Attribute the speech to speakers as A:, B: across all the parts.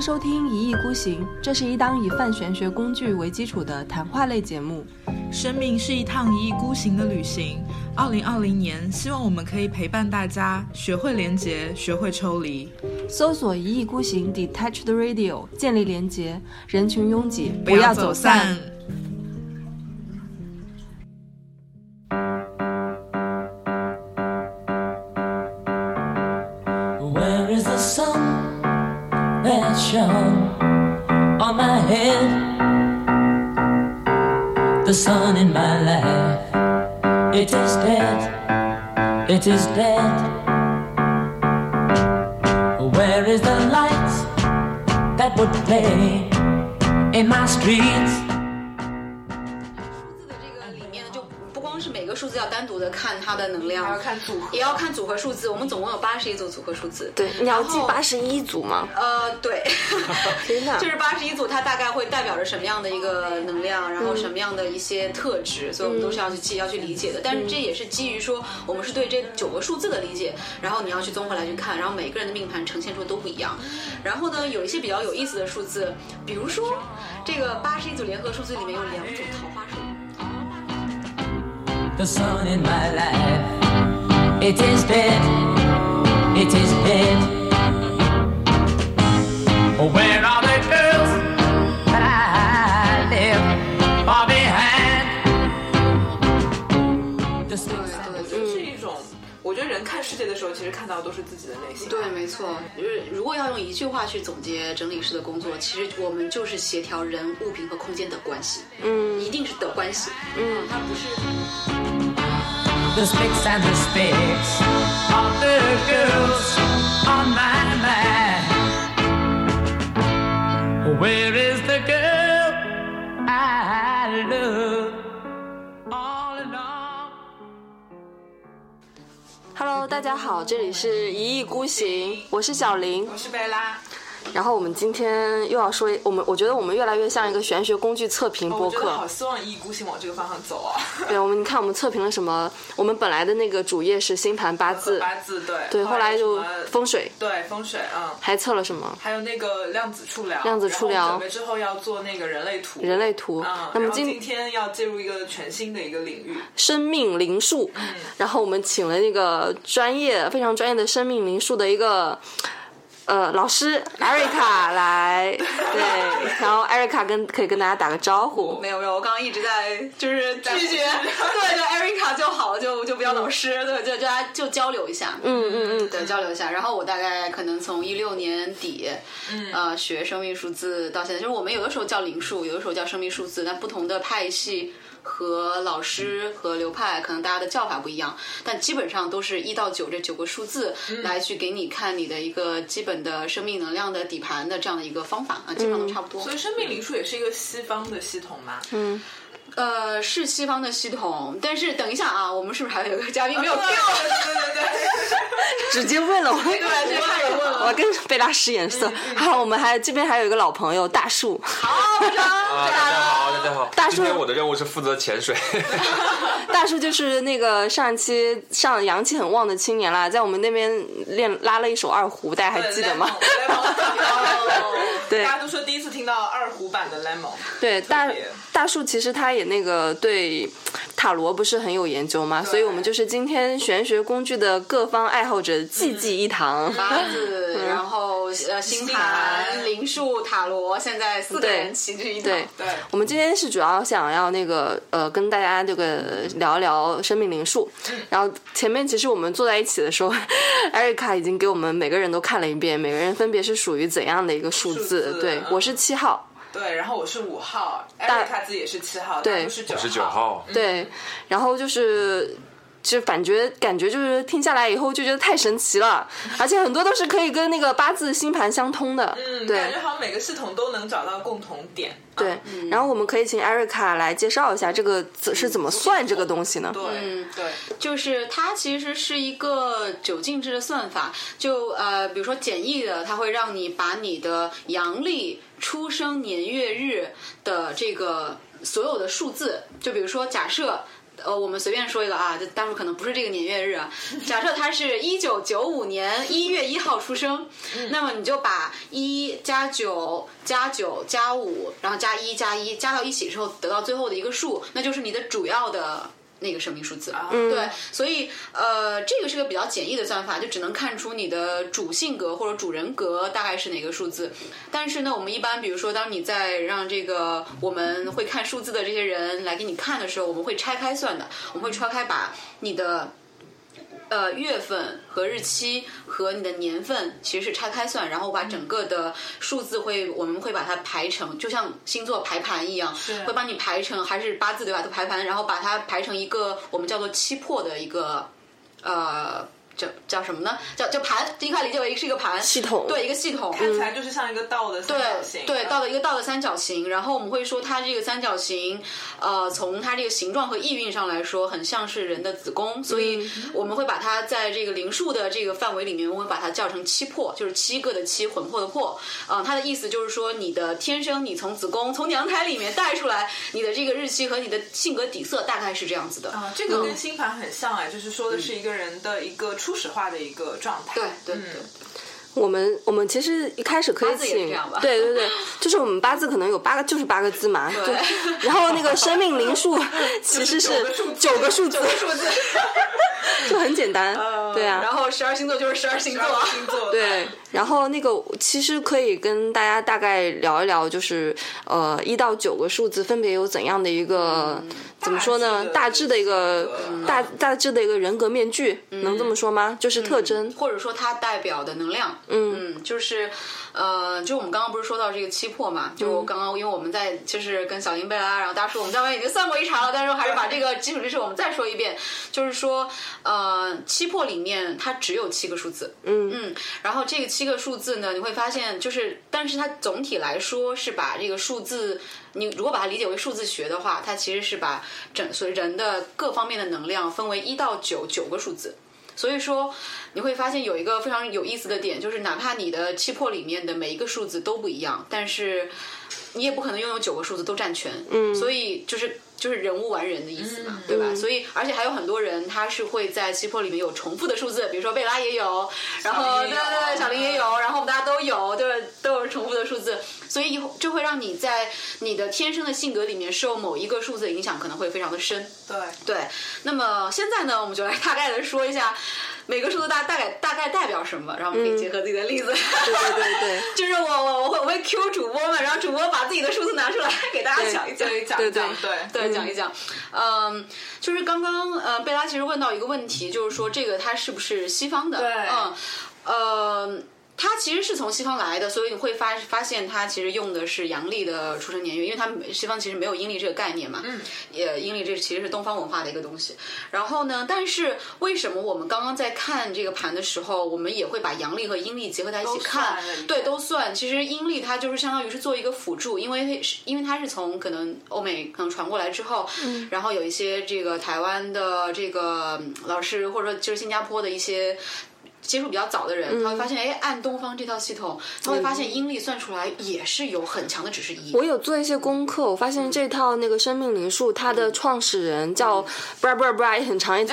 A: 收听《一意孤行》，这是一档以泛玄学工具为基础的谈话类节目。
B: 生命是一趟一意孤行的旅行。二零二零年，希望我们可以陪伴大家，学会连结，学会抽离。
A: 搜索“一意孤行 ”（Detached Radio），建立连结，人群拥挤，
B: 不要走散。
C: Where is the sun that shone on my head? The sun in my life, it is dead, it is dead. Where is the light that would play in my streets?
D: 数字的这个里面呢，就不光是每个数字要单独的看它的能量，
E: 还要看组合
D: 也要看组合数字。我们总共有八十一组组合数字。
E: 对，你要记
D: 然后
E: 八十一组吗？
D: 呃， 对，
E: 天哪
D: 就是八十一组，它大概会代表着什么样的一个能量，然
E: 嗯
D: 后什么样的一些特质，所以我们都是要去记、要去理解的。
E: 嗯
D: 但是这也是基于说我们是对这九个数字的理解，然后你要去综合来去看，然后每个人的命盘呈现出的都不一样。然后呢，有一些比较有意思的数字，比如说这个八十一组联合数字里面有两组桃花数。
C: The sun in my life, it is dead, it is dead. Where are the girls that I left far behind? The sticks
D: 对对
F: 是一种，我觉得人看世界的时候，其实看到的都是自己的内心。
D: 对，没错。就是如果要用一句话去总结整理师的工作，其实我们就是协调人、物品和空间的关系。嗯，一定是的关系。嗯，它不是。
C: the sticks and the sticks of the girls on my mind. Where is the girl I love all along?
E: ？Hello，大家好，这里是一意孤行，我是小林。
F: 我是贝拉，
E: 然后我们今天又要说一，我们我觉得我们越来越像一个玄学工具测评
F: 哦
E: 播
F: 我觉
E: 客。
F: 得好希望一意孤行往这个方向走啊。
E: 对，我们你看我们测评了什么？我们本来的那个主页是星盘八字，
F: 八字对，
E: 对，后来
F: 有
E: 就
F: 什么
E: 风水，
F: 对风水，嗯，
E: 还测了什么？
F: 还有那个量子触疗，
E: 量子触疗
F: 然后我们准备之后要做那个人类图，
E: 人类图
F: 嗯，
E: 那么
F: 然后
E: 今
F: 今天要介入一个全新的一个领域，
E: 生命灵数，然后我们请了那个专业非常专业的生命灵数的一个呃老师艾瑞卡来，对，然后艾瑞卡跟可以跟大家打个招呼
D: 没，有没有，我刚刚一直在 就是拒绝， 对，就 Erica 就好，就就不要老师，对，就就大家就交流一下，嗯嗯嗯，对，交流一下。然后我大概可能从一六年底，呃，学生命数字到现在，就是我们有的时候叫灵数，有的时候叫生命数字，但不同的派系。和老师和流派可能大家的叫法不一样，但基本上都是一到九这九个数字来去给你看你的一个基本的生命能量的底盘的这样的一个方法啊，基本上都差不多。
F: 所以生命灵数也是一个西方的系统嘛。
D: 呃，是西方的系统，但是等一下啊，我们是不是还有一个 嘉宾没有
F: 对
D: Q？
F: 对对对，
E: 直接问了
D: 对，
E: 我。
D: 这太有问了。
E: 我跟贝拉使眼色，还有我们还这边还有一个老朋友大树，
G: 啊，大家好，大家好。
E: 大叔
G: 今天我的任务是负责潜水，
E: 大树就是那个上一期上阳气很旺的青年啦，在我们那边练拉了一手二胡，大家 还记得吗？
F: 哦？Lemon，
E: 对
F: 大家都说第一次听到二胡版的 Lemon，
E: 对，大
F: 别
E: 大树其实他也那个对塔罗不是很有研究嘛，所以我们就是今天玄学工具的各方爱好者济济一堂。
F: 嗯
D: 八字，然后呃，星盘、
F: 盘
D: 灵数、塔罗，现在四个
E: 对
D: 人齐聚一堂。
E: 对，
F: 对，
E: 我们今天是主要想要那个呃，跟大家这个聊一聊生命灵数。
F: 嗯
E: 然后前面其实我们坐在一起的时候， 艾瑞卡已经给我们每个人都看了一遍，每个人分别是属于怎样的一个数
F: 数
E: 字。
F: 字
E: 对
F: 嗯，
E: 我是七号，
F: 对，然后我是五号，艾
E: 大
F: 瑞卡自己也是七号，
E: 对
F: 他是九
G: 我
F: 号，
G: 是九号。
E: 对，然后就是。就感觉感觉就是听下来以后就觉得太神奇了，而且很多都是可以跟那个八字星盘相通的，
F: 嗯，
E: 对
F: 感觉好像每个系统都能找到共同点。
E: 对。然后我们可以请艾瑞卡来介绍一下这个
F: 嗯
E: 字是怎么算这个东西呢？
F: 对、
D: 嗯
F: 对，
D: 就是它其实是一个九进制的算法，就呃，比如说简易的，它会让你把你的阳历出生年月日的这个所有的数字，就比如说假设。呃，我们随便说一个啊，就当时可能不是这个年月日啊。假设他是一九九五年一月一号出生，那么你就把一加九加九加五，然后加一加一加到一起之后，得到最后的一个数，那就是你的主要的。那个生命数字，啊对，所以呃，这个是个比较简易的算法，就只能看出你的主性格或者主人格大概是哪个数字。但是呢，我们一般比如说，当你在让这个我们会看数字的这些人来给你看的时候，我们会拆开算的，我们会拆开把你的。呃，月份和日期和你的年份其实是拆开算，然后
E: 嗯
D: 把整个的数字会，我们会把它排成，就像星座排盘一样，会帮你排成还是八字对吧？它排盘，然后把它排成一个我们叫做七魄的一个呃。叫叫什么呢？叫叫盘，你可以理解为是一个盘
E: 系统嗯
D: 对一个系统。
F: 看起来就是像一个倒的三角形，啊
D: 对，到了一个倒的三角形，然后我们会说它这个三角形，呃，从它这个形状和意蕴上来说，很像是人的子宫，所以
F: 嗯
D: 我们会把它在这个灵数的这个范围里面，我们会把它叫成七魄，就是七个的七，魂魄的魄。啊、它的意思就是说，你的天生你从子宫从娘胎里面带出来，你的这个日期和你的性格底色大概是这样子的。
F: 啊，这个跟星盘很像哎，就是说的是一个人的一个初始化的一个状态。
D: 对对
F: 嗯
D: 对，
E: 我们我们其实一开始可以
D: 八字也是
E: 请
D: 这样吧，
E: 对对对，就是我们八字可能有八个，就是八个字嘛。对。然后那个生命灵 数其实是九个数字，
D: 数字， 呃
E: 就很简单。对啊。
D: 然后十二星座就是十二星座啊。
F: 星座
E: 对，然后那个其实可以跟大家大概聊一聊，就是呃一到九个数字分别有怎样的一个、
D: 嗯
E: 怎么说呢？大
F: 大
E: 致
F: 致
E: 的
F: 的
E: 一个、
F: 嗯
E: 大大致的一个人格面具，
D: 嗯
E: 能这么说吗？就是特征。
D: 或者说它代表的能量，嗯就是，呃，就我们刚刚不是说到这个七魄嘛，就
E: 嗯
D: 我刚刚因为我们在就是跟小林贝拉，然后大叔我们在外已经算过一茬了，但是我还是把这个基础知识我们再说一遍，就是说，呃，七魄里面它只有七个数字，嗯嗯，然后这个七个数字呢，你会发现就是，但是它总体来说是把这个数字。你如果把它理解为数字学的话，它其实是把整所以人的各方面的能量分为一到九九个数字，所以说，你会发现有一个非常有意思的点，就是哪怕你的气魄里面的每一个数字都不一样，但是你也不可能拥有九个数字都占全。嗯，所以就是就是人无完人的意思嘛，对吧？所以而且还有很多人他是会在气魄里面有重复的数字，比如说贝拉也有，然后
F: 小
D: 对
F: 林也
D: 对
F: 有
D: 对，小林也有，然后我们大家都有，对，都有重复的数字，所以以后就会让你在你的天生的性格里面受某一个数字的影响，可能会非常的深。
F: 嗯对，
D: 对，那么现在呢，我们就来大概的说一下每个数字大大概大概代表什么，然后我们可以结合自己的例子。对
E: 对对对，
D: 就是我我我会我会 Q 主播们，然后主播把自己的数字拿出来给大家讲一讲。
F: 对讲
E: 对
F: 讲
E: 对
F: 对
D: 对，讲一讲，嗯，就是刚刚呃，贝拉其实问到一个问题，就是说这个它是不是西方的？
F: 对
D: 嗯，呃，它其实是从西方来的，所以你会发发现它其实用的是阳历的出生年月，因为它们西方其实没有阴历这个概念嘛。嗯。也阴历这其实是东方文化的一个东西。然后呢，但是为什么我们刚刚在看这个盘的时候，我们也会把阳历和阴历结合在一起
F: 都
D: 看
F: 算了一？
D: 对，
F: 下
D: 都算。其实阴历它就是相当于是做一个辅助，因为是因为它是从可能欧美可能传过来之后，
F: 嗯
D: 然后有一些这个台湾的这个嗯老师，或者说就是新加坡的一些。接触比较早的人，他会
F: 嗯
D: 发现，哎，按东方这套系统，他会发现阴历算出来也是有很强的指示意义。
E: 我有做一些功课，我发现这套那个生命灵数，它
D: 嗯
E: 的创始人叫 bra bra bra，也很 长一一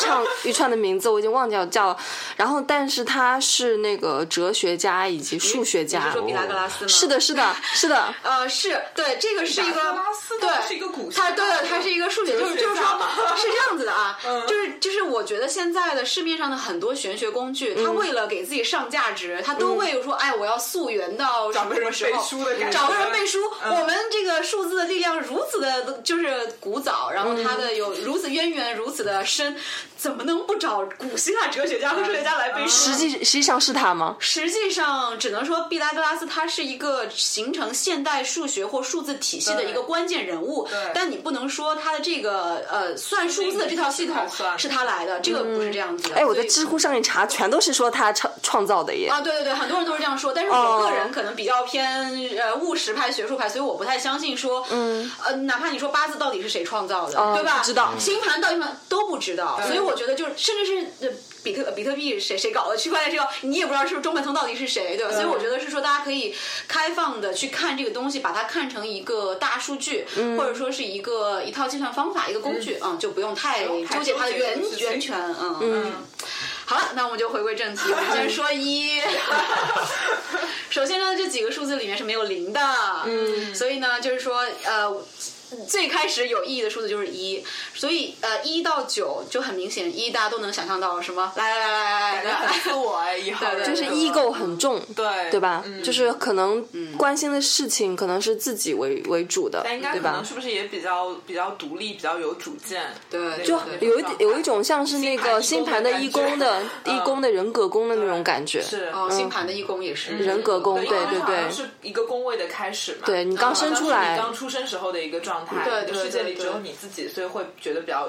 E: 串一串的名字，我已经忘掉叫。然后，但是他是那个哲学家以及数学
D: 你是
E: 家
D: 说，毕达哥拉斯吗？
E: 是的，是 的，是的，
D: 呃，是对，这个是一个
F: 达拉斯他
D: 对，
F: 是一个古希
D: 他
F: 腊
D: 对
F: 的
D: 他是一个数学，就是
F: 哲
D: 就是
F: 学
D: 说
F: 家嘛
D: 是这样子的啊，
F: 嗯
D: 就是就是我觉得现在的市面上的很多玄学工具，
F: 嗯
D: 他为了给自己上价值，他都会说，哎，我要溯源到什么什么时候
F: 找个人背书的感，觉
D: 找个人背书。
F: 嗯
D: 我们这个数字的力量如此的，就是古早，然后它
F: 嗯
D: 的有如此渊源，如此的深，怎么能不找古希腊哲学家
F: 嗯
D: 和数学家来背书
E: 实
D: 呢？
E: 际实际上是他吗？
D: 实际上，只能说毕达哥拉斯他是一个形成现代数学或数字体系的一个关键人物
F: 对，
D: 但你不能说他的这个呃算数字的这套系统是他来的，这个不是这样子的。
E: 哎，我在
D: 所以
E: 知乎上一查，全都是说他创创造的耶。
D: 啊，对对对，很多人都是这样说，但是
E: 哦
D: 我个人可能比较偏呃务实派、学术派，所以我不太相信说，嗯，呃，哪怕你说八字到底是谁创造的，
E: 哦
D: 对吧？
E: 不知道
F: 嗯
D: 星盘到底什么都不知道，所以我觉得就是，甚至是呃比特比特币谁谁搞的，区块链谁搞，你也不知道是不是中本聪到底是谁，对吧？所以我觉得是说，大家可以开放的去看这个东西，把它看成一个大数据，
E: 嗯
D: 或者说是一个一套计算方法、一个工具，嗯，就不用太
F: 用太
D: 纠结它的
F: 纠结这
D: 源
F: 个事情
D: 源泉，嗯嗯。好了，那我们就回归正题，我们先说一。首先呢，这几个数字里面是没有零的，嗯，所以呢，就是说，呃，最开始有意义的数字就是一，所以呃，一到九就很明显，一大家都能想象到什么，来来来来来
F: 感觉
D: 来
F: 很
D: 来，
F: 自我哎，以后
D: 对对
E: 就是
D: 对哦
E: ego 很重，
F: 对
E: 对吧？
F: 嗯
E: 就是可能
D: 嗯
E: 关心的事情可能是自己为为主的，
F: 但应该
E: 对
F: 可
E: 吧
F: 能？是不是也比较比较独立，比较有主见？
D: 对
E: 就
F: 对
E: 有一点有一种像是那个星
F: 星
E: 盘
F: 盘
E: 的
F: 的
E: 一
F: 义
E: 宫
F: 工
E: 的一
F: 的感觉嗯
E: 宫的人格宫的那种感觉，
F: 是
D: 哦，星盘的义工也是
E: 人格宫，
F: 因为
E: 对对
F: 它好像
E: 对，
F: 是一个工位的开始嘛。
E: 对你刚生出
F: 好像是
E: 来
F: 你，刚出嗯生时候的一个状态，
D: 对对
F: 你的世界
D: 对
F: 里
D: 对
F: 只有你自己，所以会觉得比较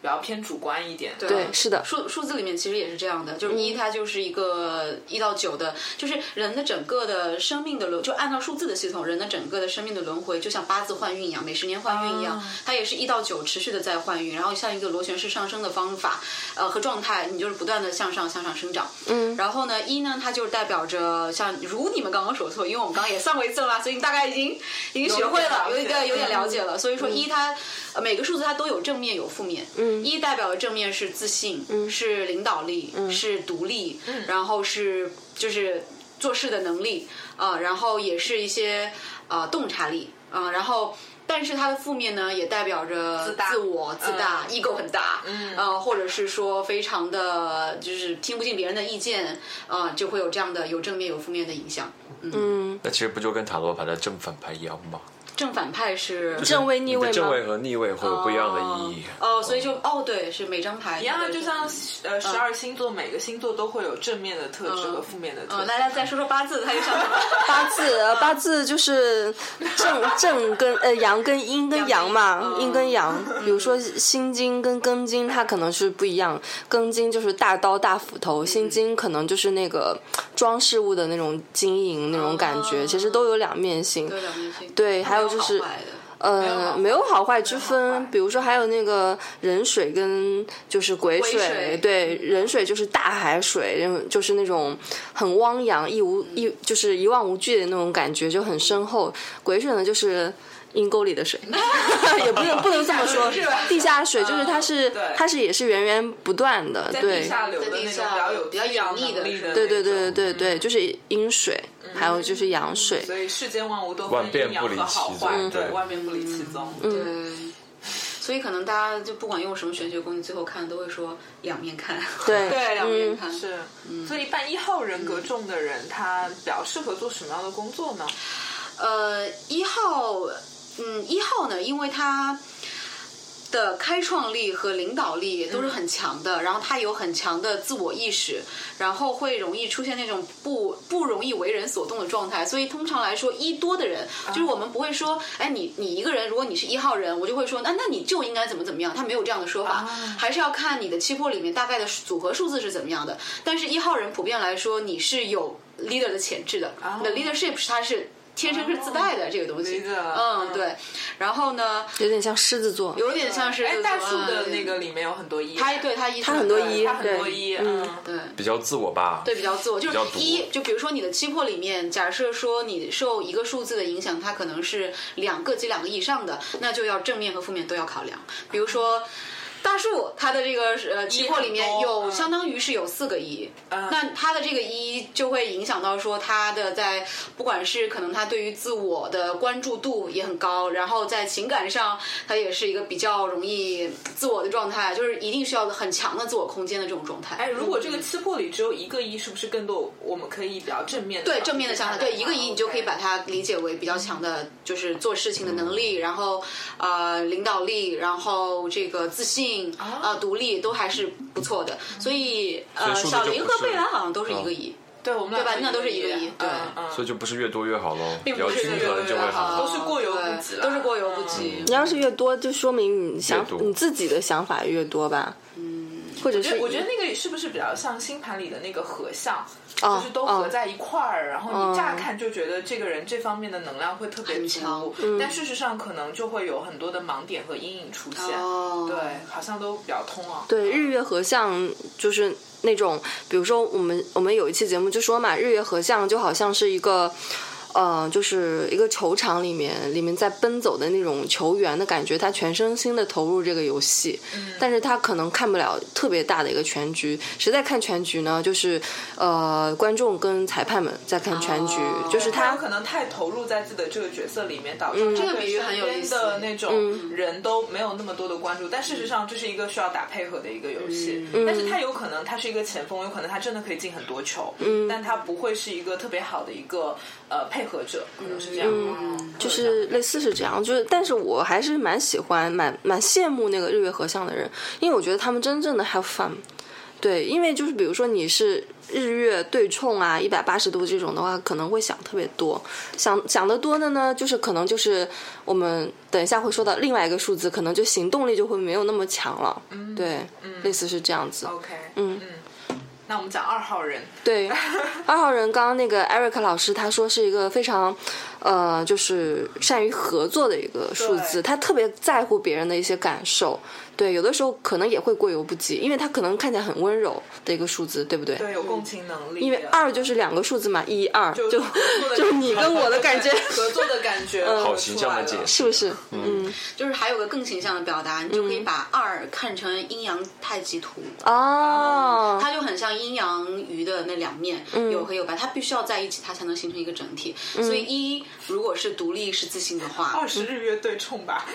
F: 比较偏主观一点。
E: 对，是的，
D: 啊数数字里面其实也是这样的，就是一它就是一个一到九的，就是人的整个的生命的轮，就按照数字的系统，人的整个的生命的轮回，就像八字换运一样，每十年换运一样，它也是一到九持续的在换运，然后像一个螺旋式上升的方法，呃和状态，你就是不断的向上向上生长。嗯，然后呢，一呢它就是代表着像如你们刚刚所说，因为我们刚刚也上过一次了嘛，所以你大概已经已经学会了，有
F: 有
D: 一
F: 一点了
D: 个
F: 解
D: 有点了解了，所以说一它呃每个数字它都有正面有负面，嗯，一代表的正面是自信，嗯，是领导力，嗯，是独立，嗯，然后是就是做事的能力啊、呃然后也是一些呃洞察力啊、呃然后。但是它的负面呢，也代表着
F: 大
D: 自我、自大、
F: 嗯
D: ego 很大，嗯，呃，或者是说非常的，就是听不进别人的意见，啊、就会有这样的有正面有负面的影响。
E: 嗯，
G: 那其实不就跟塔罗牌的正反牌一样吗？
D: 正反派是
E: 正位逆
G: 你
E: 位
G: 的正位
E: 吗？
G: 和逆位会有不一样的意义。
D: 哦，所以就哦，对，是每张牌
F: 一样
D: 它
F: 啊，
D: 的
F: 就像呃十二星座，每个星座都会有正面的特质
D: 嗯
F: 和负面的特
D: 嗯，
F: 质。
D: 来来，再说说八字，它又像什么？
E: 八字呃八字就是正正跟呃阳跟阴跟阳嘛，阴
F: 嗯
E: 跟阳。比如说心经跟庚金，它可能是不一样。庚金就是大刀大斧头，
F: 嗯
E: 心经可能就是那个装饰物的那种晶莹那种感
F: 哦
E: 觉，其实都有两面性。
D: 对，两面性。
E: 对还有就是
D: 好坏的
E: 呃，没有好坏之分，比如说还有那个人水跟就是鬼水，
D: 鬼水
E: 对，人水就是大海水，然后就是那种很汪洋、一无一就是一望无际的那种感觉，就很深厚。鬼水呢，就是。阴沟里的水，也不能不能这么说。地下水就是它是、
F: 对
E: 它是也是源源不断的，
F: 在
E: 对
F: 地下流的
D: 在地
F: 那种
D: 下
F: 比较有
D: 比较
F: 滋养
D: 隐匿的
F: 能力
D: 是吧
F: 的，
E: 对对对。对对，就是阴水，还有就是阳水。
F: 嗯所以世间万物都
G: 万
F: 分
G: 变
F: 阴
G: 不
F: 阳
G: 离
F: 和好
G: 其宗
F: 坏，
G: 嗯
F: 对，
G: 对
F: 万变不离其宗。
D: 对。所以可能大家就不管用什么玄学工具，最后看都会说两面看。
E: 对
D: 对，两面看。
F: 是，所以一般一号人格重的人，他比较适合做什么样的工作呢？
D: 呃，一号，嗯，一号呢，因为他。的开创力和领导力都是很强的，然后他有很强的自我意识，然后会容易出现那种不不容易为人所动的状态。所以通常来说，一多的人，就是我们不会说，哎，你你一个人，如果你是一号人，我就会说，那那你就应该怎么怎么样。他没有这样的说法，还是要看你的七魄里面大概的组合数字是怎么样的。但是一号人普遍来说，你是有 leader 的潜质的，你的 leadership 是它是。天生是自带的、这个东西，
F: 理解了
D: 嗯，
F: 嗯
D: 啊对。然后呢，
E: 有点像狮子座。
D: 有点像是
F: 哎，大树的那个
D: 嗯，
F: 里面有很多一，
D: 他对他一，
E: 他很多一
F: 对它很多
E: 对
F: 一，嗯，
D: 对。
G: 比较自我吧。
D: 对，比较自我，就
G: 比较
D: 是
G: 独
D: 一，就比如说你的七魄里面，假设说你受一个数字的影响，它可能是两个及两个以上的，那就要正面和负面都要考量。比如说。大树它的这个呃七魄里面
F: 很多
D: 有
F: 嗯
D: 相当于是有四个一，那它的这个一就会影响到说它的在不管是可能他对于自我的关注度也很高，然后在情感上他也是一个比较容易自我的状态，就是一定需要很强的自我空间的这种状态。
F: 哎，如果这个七魄里只有一个一，是不是更多？我们可以比较正面的
D: 对正面的想法，对一个一，你就可以把
F: OK
D: 它理解为比较强的，就是做事情的能力，然后呃领导力，然后这个自信
F: 啊
D: 呃独立都还是不错的。
F: 嗯
D: 所以呃，
G: 所以数字
D: 小
G: 就
D: 林
G: 不
D: 和
G: 是
D: 贝兰好像都是一
G: 嗯
D: 个一，
F: 对我们
D: 对吧那都是一个一
F: 一，
D: 对
F: 嗯嗯
G: 所以就不是越多越好喽，比
D: 并
G: 较
D: 不
G: 均
D: 是
F: 对
G: 衡
F: 对
G: 就会
F: 对
G: 好。
F: 都是过犹不及
D: 啊
F: 嗯
D: 对
F: 啦
D: 都是过犹不及。
E: 你要是越多，就说明你想
G: 越多
E: 你自己的想法越多吧。或者
F: 我觉
E: 是
F: 嗯得我觉得那个是不是比较像星盘里的那个合相，
E: 哦
F: 就是都合在一块儿，然后你乍看就觉得这个人这方面的能量会特别
D: 很强
F: 足，但事实上可能就会有很多的盲点和阴影出现。
D: 哦
F: 对，好像都比较通哦。
E: 对，日月合相就是那种，比如说我们我们有一期节目就说嘛，日月合相就好像是一个。呃，就是一个球场里面，里面在奔走的那种球员的感觉，他全身心的投入这个游戏，
F: 嗯
E: 但是他可能看不了特别大的一个全局。谁在看全局呢？就是呃，观众跟裁判们在看全局，
D: 哦
E: 就是
F: 他
E: 他
F: 有可能太投入在自己的这个角色里面，导致
E: 这
D: 嗯个
F: 他对
D: 比喻很
F: 身
D: 有意
F: 边
D: 思嗯
F: 的那种人都没有那么多的关注。但事实上，这是一个需要打配合的一个游
D: 嗯
F: 戏。
E: 嗯
F: 但是他有可能他是一个前锋，有可能他真的可以进很多球，但他不会是一个特别好的一个呃配合者，可能是这样。嗯
E: 就是类似是这样，就是，但是我还是蛮喜欢、蛮蛮羡慕那个日月合相的人，因为我觉得他们真正的 have fun。对，因为就是比如说你是日月对冲啊，一百八十度这种的话，可能会想特别多，想想得多的呢，就是可能就是我们等一下会说到另外一个数字，可能就行动力就会没有那么强了。对，类似是这样子。
F: OK，
E: 嗯
F: 那我们讲二号人，
E: 对，二号人刚刚那个 Eric 老师他说是一个非常，呃，就是善于合作的一个数字，
F: 对
E: 他特别在乎别人的一些感受。对，有的时候可能也会过犹不及，因为他可能看起来很温柔的一个数字，对不对？
F: 对，有共情能力，
E: 因为二就是两个数字嘛，一二就
F: 就
E: 就你跟我的感觉
F: 合作的感觉，
G: 好形象的解 释，
E: 是不是？嗯
D: 就是还有个更形象的表达，你就可
F: 嗯
D: 以把二看成阴阳太极图，
E: 哦，
D: 它就很像阴阳鱼的那两面，有和有白，它必须要在一起，它才能形成一个整体。所以一如果是独立是自信的话
F: 二，十日月对冲吧，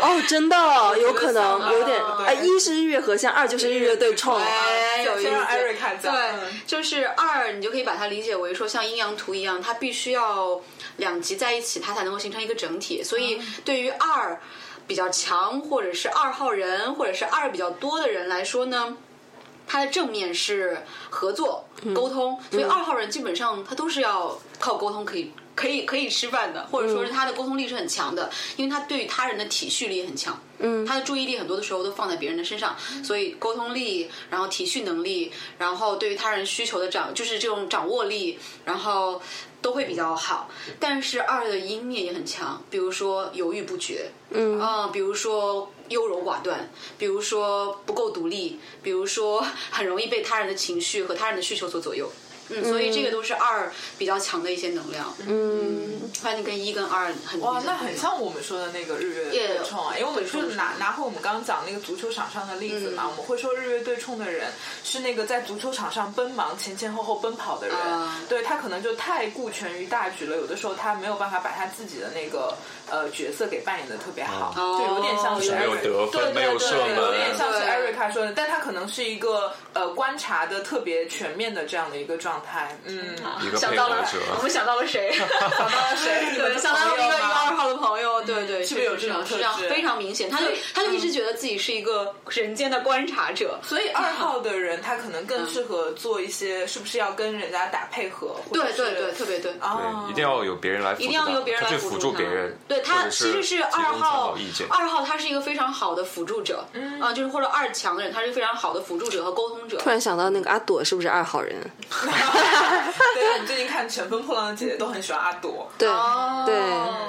E: 哦，真的哦有可
F: 像
E: 能有点
F: 啊，
E: 哎，
F: 对
E: 一是日月合相，二就是日月对冲。
D: 哎，有意思
F: 先让。Eric 看讲，
D: 对
F: 嗯，
D: 就是二，你就可以把它理解为说像阴阳图一样，它必须要两极在一起，它才能够形成一个整体。所以
F: 嗯
D: 对于二比较强，或者是二号人，或者是二比较多的人来说呢，它的正面是合作、
F: 嗯
D: 沟通，所以二号人基本上他都是要靠沟通可以。可以可以吃饭的，或者
F: 嗯
D: 说是他的沟通力是很强的，因为他对于他人的体恤力很强，嗯，他的注意力很多的时候都放在别人的身上，所以沟通力，然后体恤能力，然后对于他人需求的掌，就是这种掌握力，然后都会比较好。但是二的阴面也很强，比如说犹豫不决，嗯、比如说优柔寡断，比如说不够独立，比如说 很容易被他人的情绪和他人的需求所左右。嗯，所以这个都是二比较强的一些能量。嗯，反正跟一跟二很
F: 哇，那很像我们说的那个日月对冲啊，因为我们就是拿拿回我们刚刚讲那个足球场上的例子嘛，我们会说日月对冲的人是那个在足球场上奔忙前前后后奔跑的人，
D: 啊
F: 对他可能就太顾全于大局了，有的时候他没有办法把他自己的那个呃角色给扮演的特别好，
D: 哦
F: 就有点像是
D: 没有
F: Eric-
G: 得分
F: 对对对
G: 没有射门
F: 有点像是
D: 对
F: Erica 说的，但他可能是一个呃观察的特别全面的这样的一个状态，嗯，
G: 一个
D: 想
G: 配
D: 到
G: 合
D: 了我
G: 者，
D: 们想到了谁？
F: 想到了谁？你们
D: 对，
F: 的
D: 想到了
F: 朋友
D: 一个一个
F: 吗
D: 二号的朋友，对对，
F: 是不是有
D: 这
F: 这种
D: 是
F: 特
D: 这样
F: 质嗯
D: 非常明显，他就他就一直觉得自己是一个人间的观察者，
F: 所以二号的人他可能更适合做一些，是不是要跟人家打配合？或者
D: 对
F: 是
D: 对对，特别对。
F: 啊，
G: 对，一定要有别人来辅
D: 哦
G: 助
D: 一
G: 他，
D: 定要由别人
G: 他
D: 来
G: 去
D: 辅
G: 辅助
D: 他
G: 别人，
D: 对
G: 或
D: 他
G: 者
D: 其实是
G: 提供
D: 二
G: 参
D: 号
G: 考意见，，
D: 二号他是一个非常好的辅助者，嗯啊，就是或者二强的人，他是非常好的辅助者和沟通者。
E: 突然想到那个阿朵是不是二号人？
F: 对，我们最近看《乘风破浪的姐姐》都很喜欢阿朵，
E: 对，
D: 哦
E: 对，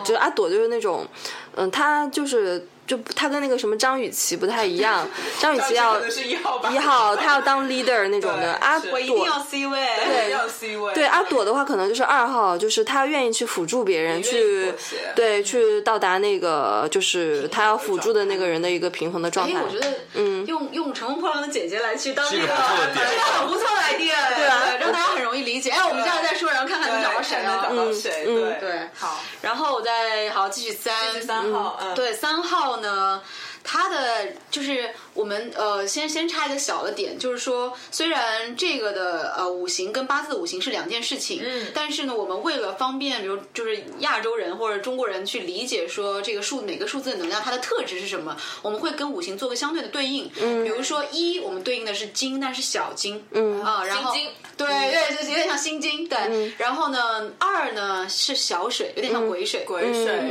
E: 就是阿朵就是那种，嗯，她就是就她跟那个什么张雨绮不太一样，张雨
F: 但
E: 绮
F: 是
E: 要
F: 可能是一号吧，
E: 一号，她要当 leader 那种的，
F: 对
E: 阿
F: 是
E: 朵
D: 一定要 C 位，
F: 对要 C 位，
E: 对阿朵的话可能就是二号，就是她愿意去辅助别人
F: 也愿意
E: 去
F: 妥协，
E: 对，去到达那个就是她要辅助的那个人的一个平衡的状
D: 哎
E: 态，。
D: 我觉得，嗯，用用《乘风破浪的姐姐》来去当
G: 是
D: 这个，
G: 一个不
D: 这个很 不错
G: 错的点
D: 的 idea，对
E: 啊
D: 让大家很容易理解。哎，我们这样再说，然后看看
F: 对
D: 能找到谁
F: 看
D: 啊
F: 能？找到谁？
E: 嗯
F: 对
D: 对
F: 好，
D: 然后我再好继续
F: 这
D: 三
F: 是三号，嗯，
D: 对三号呢，他的就是我们呃，先先插一个小的点，就是说，虽然这个的呃五行跟八字的五行是两件事情，
F: 嗯
D: 但是呢，我们为了方便，比如就是亚洲人或者中国人去理解说这个数每个数字的能量它的特质是什么，我们会跟五行做个相对的对应，嗯，比如说一，我们对应的是金，但是小金，嗯啊，然后
F: 心经
D: 对对，就是有点像心经，对，然后呢，二呢是小水，有点像癸水，
F: 鬼水，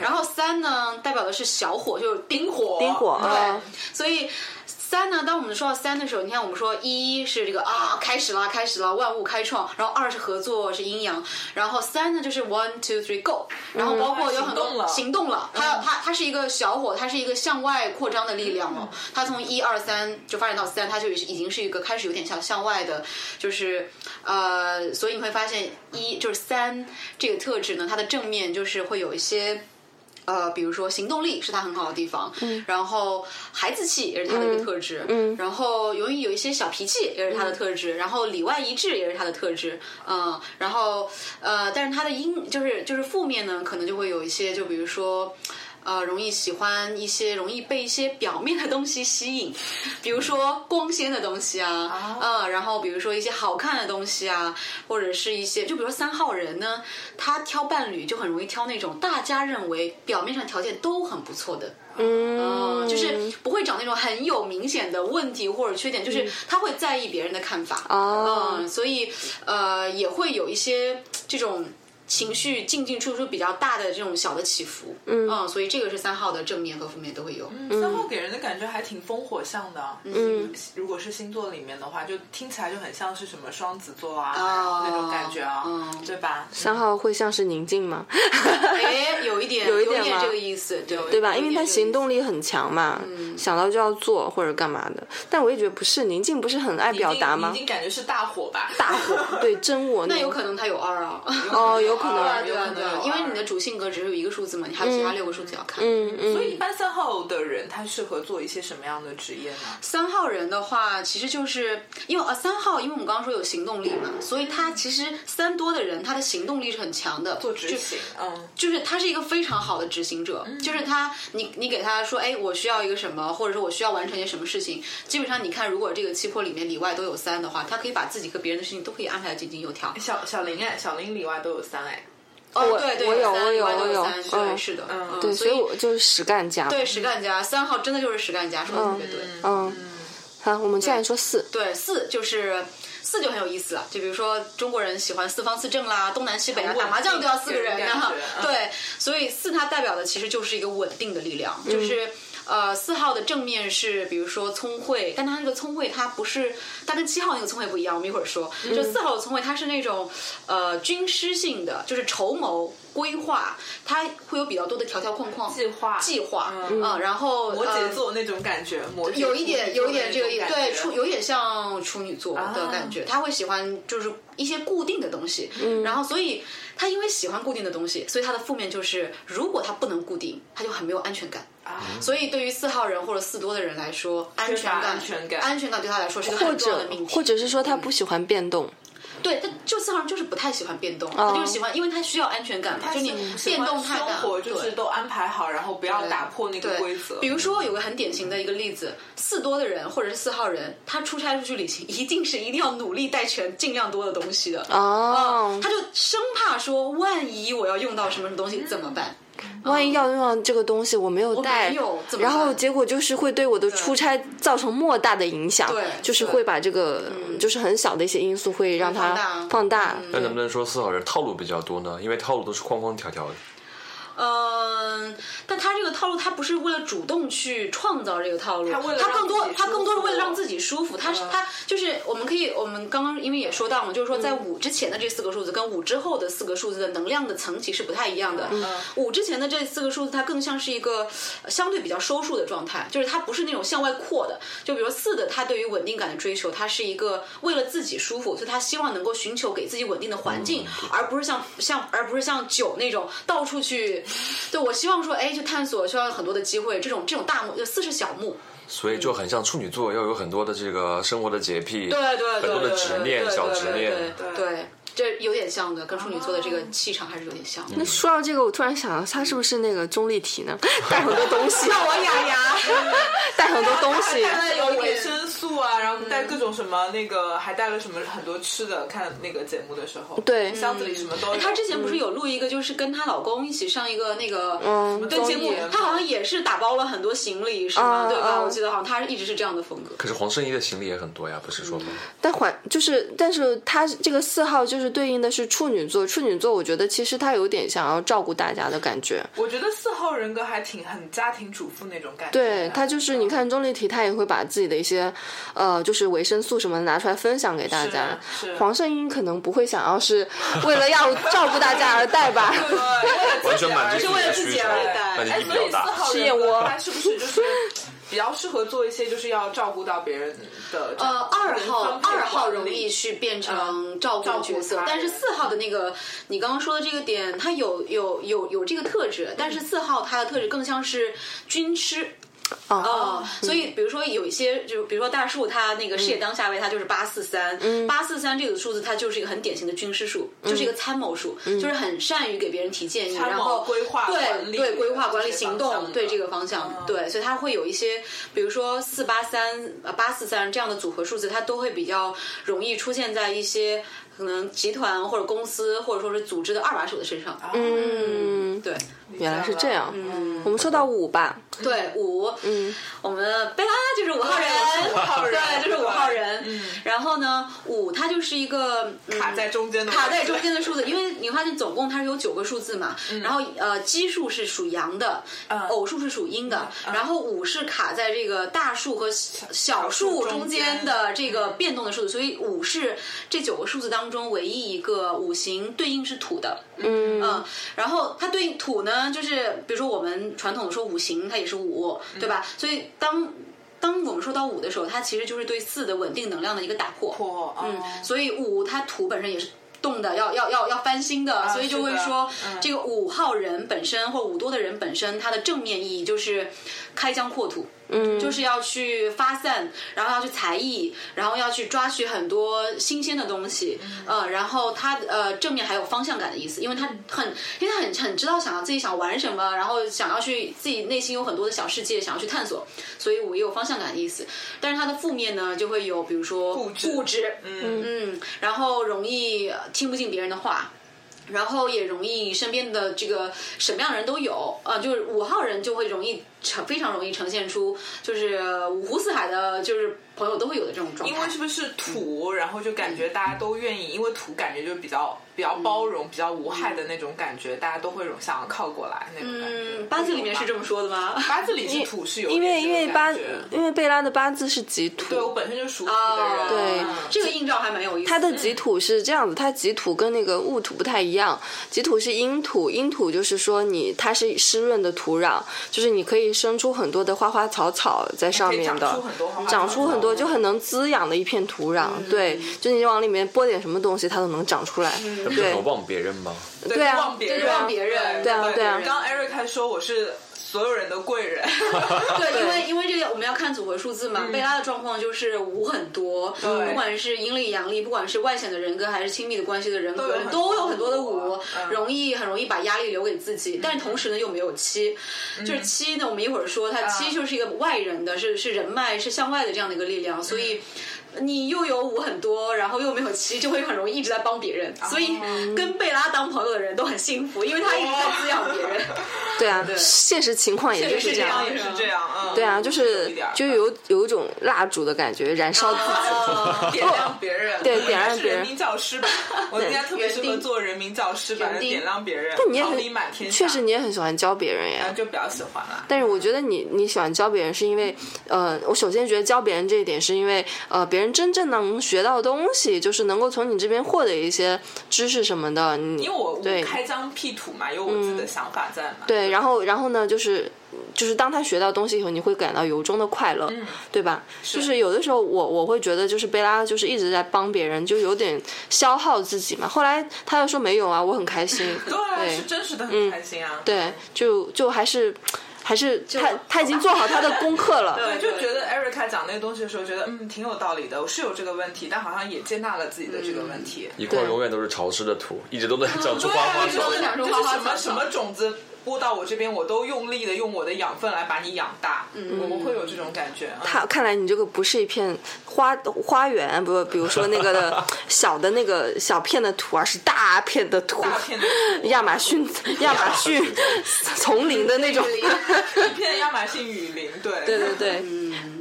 D: 然后三呢，代表的是小火，就是丁火。
E: 丁火
D: 对
E: 啊，
D: 所以三呢，当我们说到三的时候，你看我们说一是这个啊，开始啦，开始啦，万物开创，然后二是合作是阴阳，然后三呢就是 one two three go，然后包括有很
F: 嗯行动
D: 多
F: 了嗯
D: 行动了，它它它是一个小火，它是一个向外扩张的力量了，
F: 嗯
D: 它从一二三就发展到三，它就已已经是一个开始有点像向外的，就是呃，所以你会发现一就是三这个特质呢，它的正面就是会有一些。呃，比如说行动力是他很好的地方，然后孩子气也是他的一个特质，嗯，然后由于有一些小脾气也是他的特质，然后里外一致也是他的特质，嗯、然后呃，但是他的阴就是就是负面呢，可能就会有一些，就比如说。呃，容易喜欢一些容易被一些表面的东西吸引， 比如说光鲜的东西啊，嗯，然后比如说一些好看的东西啊，或者是一些，就比如说三号人呢，他挑伴侣就很容易挑那种大家认为表面上条件都很不错的，嗯，就是不会找那种很有明显的问题或者缺点，就是他会在意别人的看法，
E: 嗯哦
D: 嗯，所以呃也会有一些这种。情绪进进出出比较大的这种小的起伏，嗯所以这个是三号的正面和负面都会 有，
F: 嗯三号给人的感觉还挺烽火向的，嗯，如果是星座里面的话，就听起来就很像是什么双子座啊，然后那种感觉啊，
D: 嗯
F: 对吧？
E: 三号会像是宁静吗？
D: 哎，有一点，
E: 有
D: 有
E: 一点吗
D: 这个意思，对
E: 对
D: 有
E: 吧？
D: 一
E: 因为
D: 点
E: 他
D: 这个意
E: 行
D: 思嗯
E: 动力很强嘛，想到就要做或者干嘛的。但我也觉得不是，宁静不是很爱
F: 已经
E: 表达吗
F: 已？经感觉是大火吧？
E: 大火，对真我
D: 那有
E: 种
D: 可能他有二啊，
E: 哦，有
D: 对
E: 可能
D: 啊，
F: 有
D: 对啊，
F: 可能
D: 对啊
F: 有，
D: 因为
F: 二
D: 你的主性格只有一个数字嘛，你还有其他六个数字要看。
E: 嗯嗯，
F: 所以一般三号的人他适合做一些什么样的职业呢？
D: 三号人的话，其实就是因为呃三号，因为我们刚刚说有行动力嘛，所以他其实三多的人，他的行动力是很强的，
F: 做执
D: 就
F: 行，嗯，
D: 就是他是一个非常好的执行者，
E: 嗯
D: 就是他，你你给他说，哎，我需要一个什么，或者说我需要完成一些什么事情，基本上你看，如果这个七魄里面里外都有三的话，他可以把自己和别人的事情都可以安排的井井有条。
F: 小小林哎，小林里外都有三哎，
D: 哦，对对，
E: 我有
D: 三
E: 我有
D: 里外都
E: 我有
D: 三对，
E: 嗯
D: 是的，
F: 嗯
D: 嗯，
E: 对，所
D: 所
E: 以我就是实干家。
D: 对，实干家，三号真的就是实干家，说的特别对。
E: 嗯，好，我们现在说四，
D: 对，四就是四就很有意思了，就比如说中国人喜欢四方四正啦，东南西北啊，
F: 稳
D: 打麻将
F: 定
D: 都要四个人
F: 给人
D: 呢
F: 感觉。嗯
D: 对，所以四它代表的其实就是一个稳定的力量，
F: 嗯
D: 就是。呃，四号的正面是，比如说聪慧，但它这个聪慧，它不是，它跟七号那个聪慧不一样。我们一会儿说，
F: 嗯
D: 就四号的聪慧，它是那种呃军师性的，就是筹谋规划，它会有比较多的条条框框、
F: 计划
D: 计划，
F: 嗯
D: 嗯，然后
F: 摩羯
D: 呃
F: 座那种感觉，摩羯
D: 有一点，有一点这个意思，对，处
F: 处
D: 有点像处女座的感觉，他会喜欢就是一些固定的东西，然后所以他因为喜欢固定的东西，所以他的负面就是，如果他不能固定，他就很没有安全感。所以对于四号人或者四多的人来说，安全感、
F: 安全感
D: 对他来说是一个
E: 或
D: 很重要的
E: 者
D: 命题。嗯
E: 或者是说他不喜欢变动，
D: 对，他就四号人就是不太喜欢变动，他就是喜欢，因为他需要安全感嘛，就你变动太大，
F: 生活就是
D: 对
F: 都安排好，然后不要打破那个
D: 对
F: 规则。
D: 比如说有个很典型的一个例子，四多的人或者是四号人，他出差出去旅行，一定是一定要努力带全尽量多的东西的。
E: 哦
D: 嗯，他就生怕说，万一我要用到什么什么东西怎么办？
E: 万一要用到这个东西我没有
D: 我
E: 带
D: 没有，怎么
E: 然后
D: 办
E: 结果就是会对我的出差造成莫大的影响，
D: 对
E: 就是
D: 对嗯
E: 会把这个就是很小的一些因素会让
D: 放
E: 它
D: 大嗯
E: 放大，
G: 那能不能说四号人套路比较多呢？因为套路都是框框条条的。
D: 嗯，但他这个套路，他不是为了主动去创造这个套路，
F: 他为了
D: 更
F: 让
D: 多
F: 自己，
D: 他更多是
F: 舒服
D: 为了让自己舒服。他是他就是我们可以，我们刚刚因为也说到嘛，就是说在五之前的这四个数字跟五之后的四个数字的能量的层级是不太一样的。五之前的这四个数字，它更像是一个呃相对比较收束的状态，就是它不是那种向外扩的。就比如说四的，它对于稳定感的追求，它是一个为了自己舒服，所以他希望能够寻求给自己稳定的环境，而不是像像而不是像九那种到处去。对我希望说，哎，去探索，需要很多的机会，这种这种大幕，就四是小幕，
G: 所以就很像处女座，要有很多的这个生活的洁癖，
D: 对对
G: 很
D: 对
G: 多
D: 对
G: 的
D: 对
G: 执
D: 对
G: 念、
D: 对
G: 小
D: 对
G: 执
D: 对
G: 念。
D: 对对，这有点像的，跟处女座的这个气场还是有点像的。
G: 嗯
E: 那说到这个，我突然想，他是不是那个钟丽缇呢？带很多东西，
D: 那我雅雅，
E: 带很多东 西，
F: 带了有维生素啊，然后带
D: 嗯
F: 各种什么那个，还带了什么很多吃的。看那个节目的时候，
E: 对
F: 箱子里什么都有。
D: 哎她之前不是有录一个，就是跟她老公一起上一个那个
E: 嗯
D: 对节目
F: 综艺，
D: 她好像也是打包了很多行李，是吗？
E: 嗯
D: 对吧？
E: 嗯
D: 我记得好像她一直是这样的风格。
G: 可是黄圣依的行李也很多呀，不是说吗？
E: 但环就是，但是他这个四号就是对应的是处女座，处女座我觉得其实他有点想要照顾大家的感觉，
F: 我觉得四号人格还挺很家庭主妇那种感觉的。
E: 对他就是你看看综艺题，他也会把自己的一些呃，就是维生素什么的拿出来分享给大家
F: 是是。
E: 黄圣依可能不会想要是为了要照顾大家而带 吧。
F: 对
G: 完全满足自己的需求，那就
F: 哎，
G: 意义比
F: 所
G: 较
F: 以四
G: 大。
F: 号
E: 是
F: 人
E: 燕
F: 格
E: 窝
F: 他是不是就是比较适合做一些就是要照顾到别人的这样
D: 呃，二
F: 人
D: 号
F: 分配
D: 二号
F: 管
D: 容易
F: 理
D: 去变成嗯照顾
F: 照
D: 的
F: 顾
D: 角色
F: 他，
D: 但是
F: 人
D: 四号的那个你刚刚说的这个点，他有有有有这个特质，但是四号他的特质更像是军师。
E: 啊
D: 啊、所以比如说有一些，就比如说大树，他那个事业当下位，他就是八四三，八四三这个数字，它就是一个很典型的军师数，就是一个参谋数，就是很善于给别人提建议，
F: 参谋
D: 然后
F: 规划管
D: 对
F: 理
D: 对规划管理
F: 这些
D: 行
F: 方向
D: 动，
F: 的嗯
D: 对这个方向，对，所以他会有一些，比如说四八三、呃八四三这样的组合数字，它都会比较容易出现在一些可能集团或者公司或者说是组织的二把手的身上。
F: 啊
E: 嗯，
D: 对
E: 原来是这样。
D: 嗯
E: 我们说到五吧，
D: 对，五，嗯，我们的贝拉就是五号人，
F: 对我是五号人
D: 对，就是五号人。
F: 嗯
D: 然后呢，五它就是一个、嗯、
F: 卡在中间的
D: 卡在
F: 位置
D: 中间的数字，因为你发现总共它是有九个数字嘛，
F: 嗯
D: 然后呃奇数是属阳的，偶数是属阴的，然后五是卡在这个大数和小小数
F: 嗯小数中
D: 中
F: 间嗯
D: 间的这个变动的数字，所以五是这九个数字当中唯一一个五行对应是土的，嗯然后它对应土呢，就是比如说我们传统的说五行，它也是五，对
F: 嗯
D: 吧？所以当当我们说到五的时候，它其实就是对四的稳定能量的一个打破，
F: 破嗯
D: 嗯，所以五它土本身也是动的，要要要要翻新的，所以就会说、
F: 啊是的嗯
D: 这个五号人本身或五多的人本身，它的正面意义就是开疆扩土。嗯，就是要去发散，然后要去才艺，然后要去抓取很多新鲜的东西，
F: 嗯
D: 呃，然后它呃正面还有方向感的意思，因为他很，因为他很很知道想要自己想玩什么，然后想要去自己内心有很多的小世界想要去探索，所以五也有方向感的意思。但是它的负面呢，就会有比如说
F: 固执
D: 固执，
F: 嗯
D: 嗯，然后容易呃听不进别人的话。然后也容易身边的这个什么样的人都有，呃，就是五号人就会容易呈非常容易呈现出就是五湖四海的，就是朋友都会有的这种状态。
F: 因为是不是土，然后就感觉大家都愿意，因为土感觉就比较比较包容、比较无害的那种感觉，大家都会想要靠过来那种感觉。
D: 嗯，八字里面是这么说的吗？
F: 八字里是土是有
E: 因为
F: 点这
E: 因
F: 种
E: 为八
F: 感觉
E: 因为贝拉的八字是己
F: 对我
E: 土，
F: 本身就属土的
D: 啊，
F: 人，
E: 对
F: 嗯
D: 这个映照还蛮有意思。
E: 它的己土是这样子，它己土跟那个戊土不太一样，己土是阴土，阴土就是说你它是湿润的土壤，就是你可以生出很多的花花草草在上
F: 可以
E: 面
F: 长
E: 的，
F: 出很多花花
E: 长
F: 草嗯
E: 出很
F: 草
E: 多就很能滋养的一片土壤，对，就你往里面播点什么东西，它都能长出来，
F: 嗯
G: 那不是
E: 对
G: 很忘别人吗？
E: 对啊
F: 忘别人，
D: 对啊忘别人
E: 对啊对啊
F: 刚 Eric 还说我是所有人的贵人，
D: 对，因为因为这个我们要看组合数字嘛，贝拉的状况就是五很多，
F: 嗯
D: 嗯
F: 对
D: 不管是阴历阳历，不管是外显的人格还是亲密的关系的人
F: 都有
D: 格
F: 很，多
D: 都有很多的
F: 五
D: 五
F: 嗯，
D: 容易很容易把压力留给自己，但是同时呢又没有七，
F: 嗯
D: 就是七呢，我们一会儿说
F: 啊
D: 它七就是一个外人的，是是人脉是向外的这样的一个力量，所以。
F: 嗯
D: 你又有五很多，然后又没有七，就会很容易一直在帮别人，所以
F: 哦
D: 跟贝拉当朋友的人都很幸福，因为他一直在滋养别 人。
E: 对啊，现实情况也就是
D: 是
E: 这样。
F: 也是这样，嗯，
E: 对啊，就
F: 有
E: 是
F: 一点儿
E: 就有有一种蜡烛的感觉，燃烧自己。
D: 啊
F: 点哦亮别人，
E: 对点亮
F: 是
E: 别人
F: 人民教师吧，我应该特别适合做人民教师版的
D: 园丁
F: 点亮别人，
E: 但你也
F: 桃李满
E: 很，
F: 天下，
E: 确实你也很喜欢教别人耶。
F: 就比较喜欢啦。
E: 但是我觉得你你喜欢教别人，是因为，呃，我首先觉得教别人这一点，是因为，呃，别人真正能学到的东西，就是能够从你这边获得一些知识什么的。你
F: 因为我
E: 对嗯
F: 我开疆辟土嘛，有我自己的想法在嘛，
E: 对，然后然后呢，就是就是当他学到东西以后，你会感到由衷的快乐，
F: 嗯
E: 对吧？就是有的时候我我会觉得，就是贝拉就是一直在帮别人，就有点消耗自己嘛。后来他又说没有啊，我很开心，
F: 对啊，
E: 对嗯
F: 是真实的很开心啊，
E: 对，就就还是还是他他已经做好他的功课了，
F: 对，就觉得 Erica 讲那个东西的时候，觉得嗯挺有道理的，我是有这个问题，但好像也接纳了自己的这个问题。
D: 嗯
G: 一块
E: 对
G: 永远都是潮湿的土，一直都能长出
F: 对
G: 花
F: 啊，
G: 花
F: 就是
G: 草。
D: 长出
F: 就
D: 花花
F: 是什么
D: 草
F: 什么种子播到我这边，我都用力的用我的养分来把你养大，
E: 嗯
F: 我们会有这种感觉。嗯
E: 他看来你这个不是一片花花园，不，比如说那个 的小的那个小片的土，而是大片的土，
F: 大片的
E: 亚马 逊亚马逊丛林的那种。
F: 一片嗯亚马逊雨林，对
E: 对对对，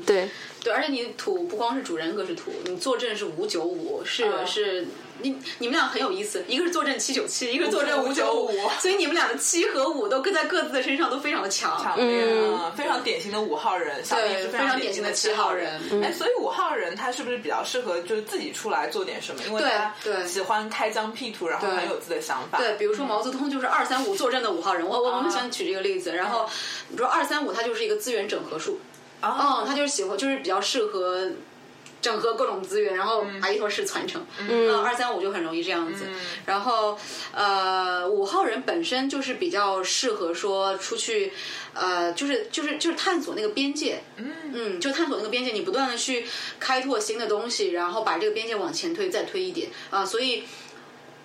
E: 对，
D: 对，而且你土不光是主人格是土，你坐镇是五九五，是、是，你你们俩很有意思，一个是坐镇七九七，一个是坐镇五九五
F: 595，
D: 所以你们俩的七和五都各在各自的身上都非常的强。
F: 场面，嗯，非常常典型的五号人，小丽是
D: 对非常
F: 典
D: 典
F: 型
D: 型
F: 的
D: 的
F: 七
D: 七
F: 号
D: 号
F: 人
D: 人。嗯
F: 哎，所以五号人他是不是比较适合就是自己出来做点什么？因为
D: 对
F: 他
D: 对
F: 喜欢开疆辟土，然后
D: 对
F: 很有自己的想法。嗯啊
D: 对，比如说毛泽东就是二三五坐镇的五号人，我我我们喜欢举这个例子。然
F: 嗯
D: 后你说二三五，它就是一个资源整合术，
F: 啊，
D: 嗯，它就是喜欢，就是比较适合整合各种资源，然后把一坨事传承。嗯，二三五就很容易这样子。
F: 嗯
D: 然后呃，五号人本身就是比较适合说出去，呃，就是就是就是探索那个边界。嗯就探索那个边界，你不断的去开拓新的东西，然后把这个边界往前推，再推一点啊、所以。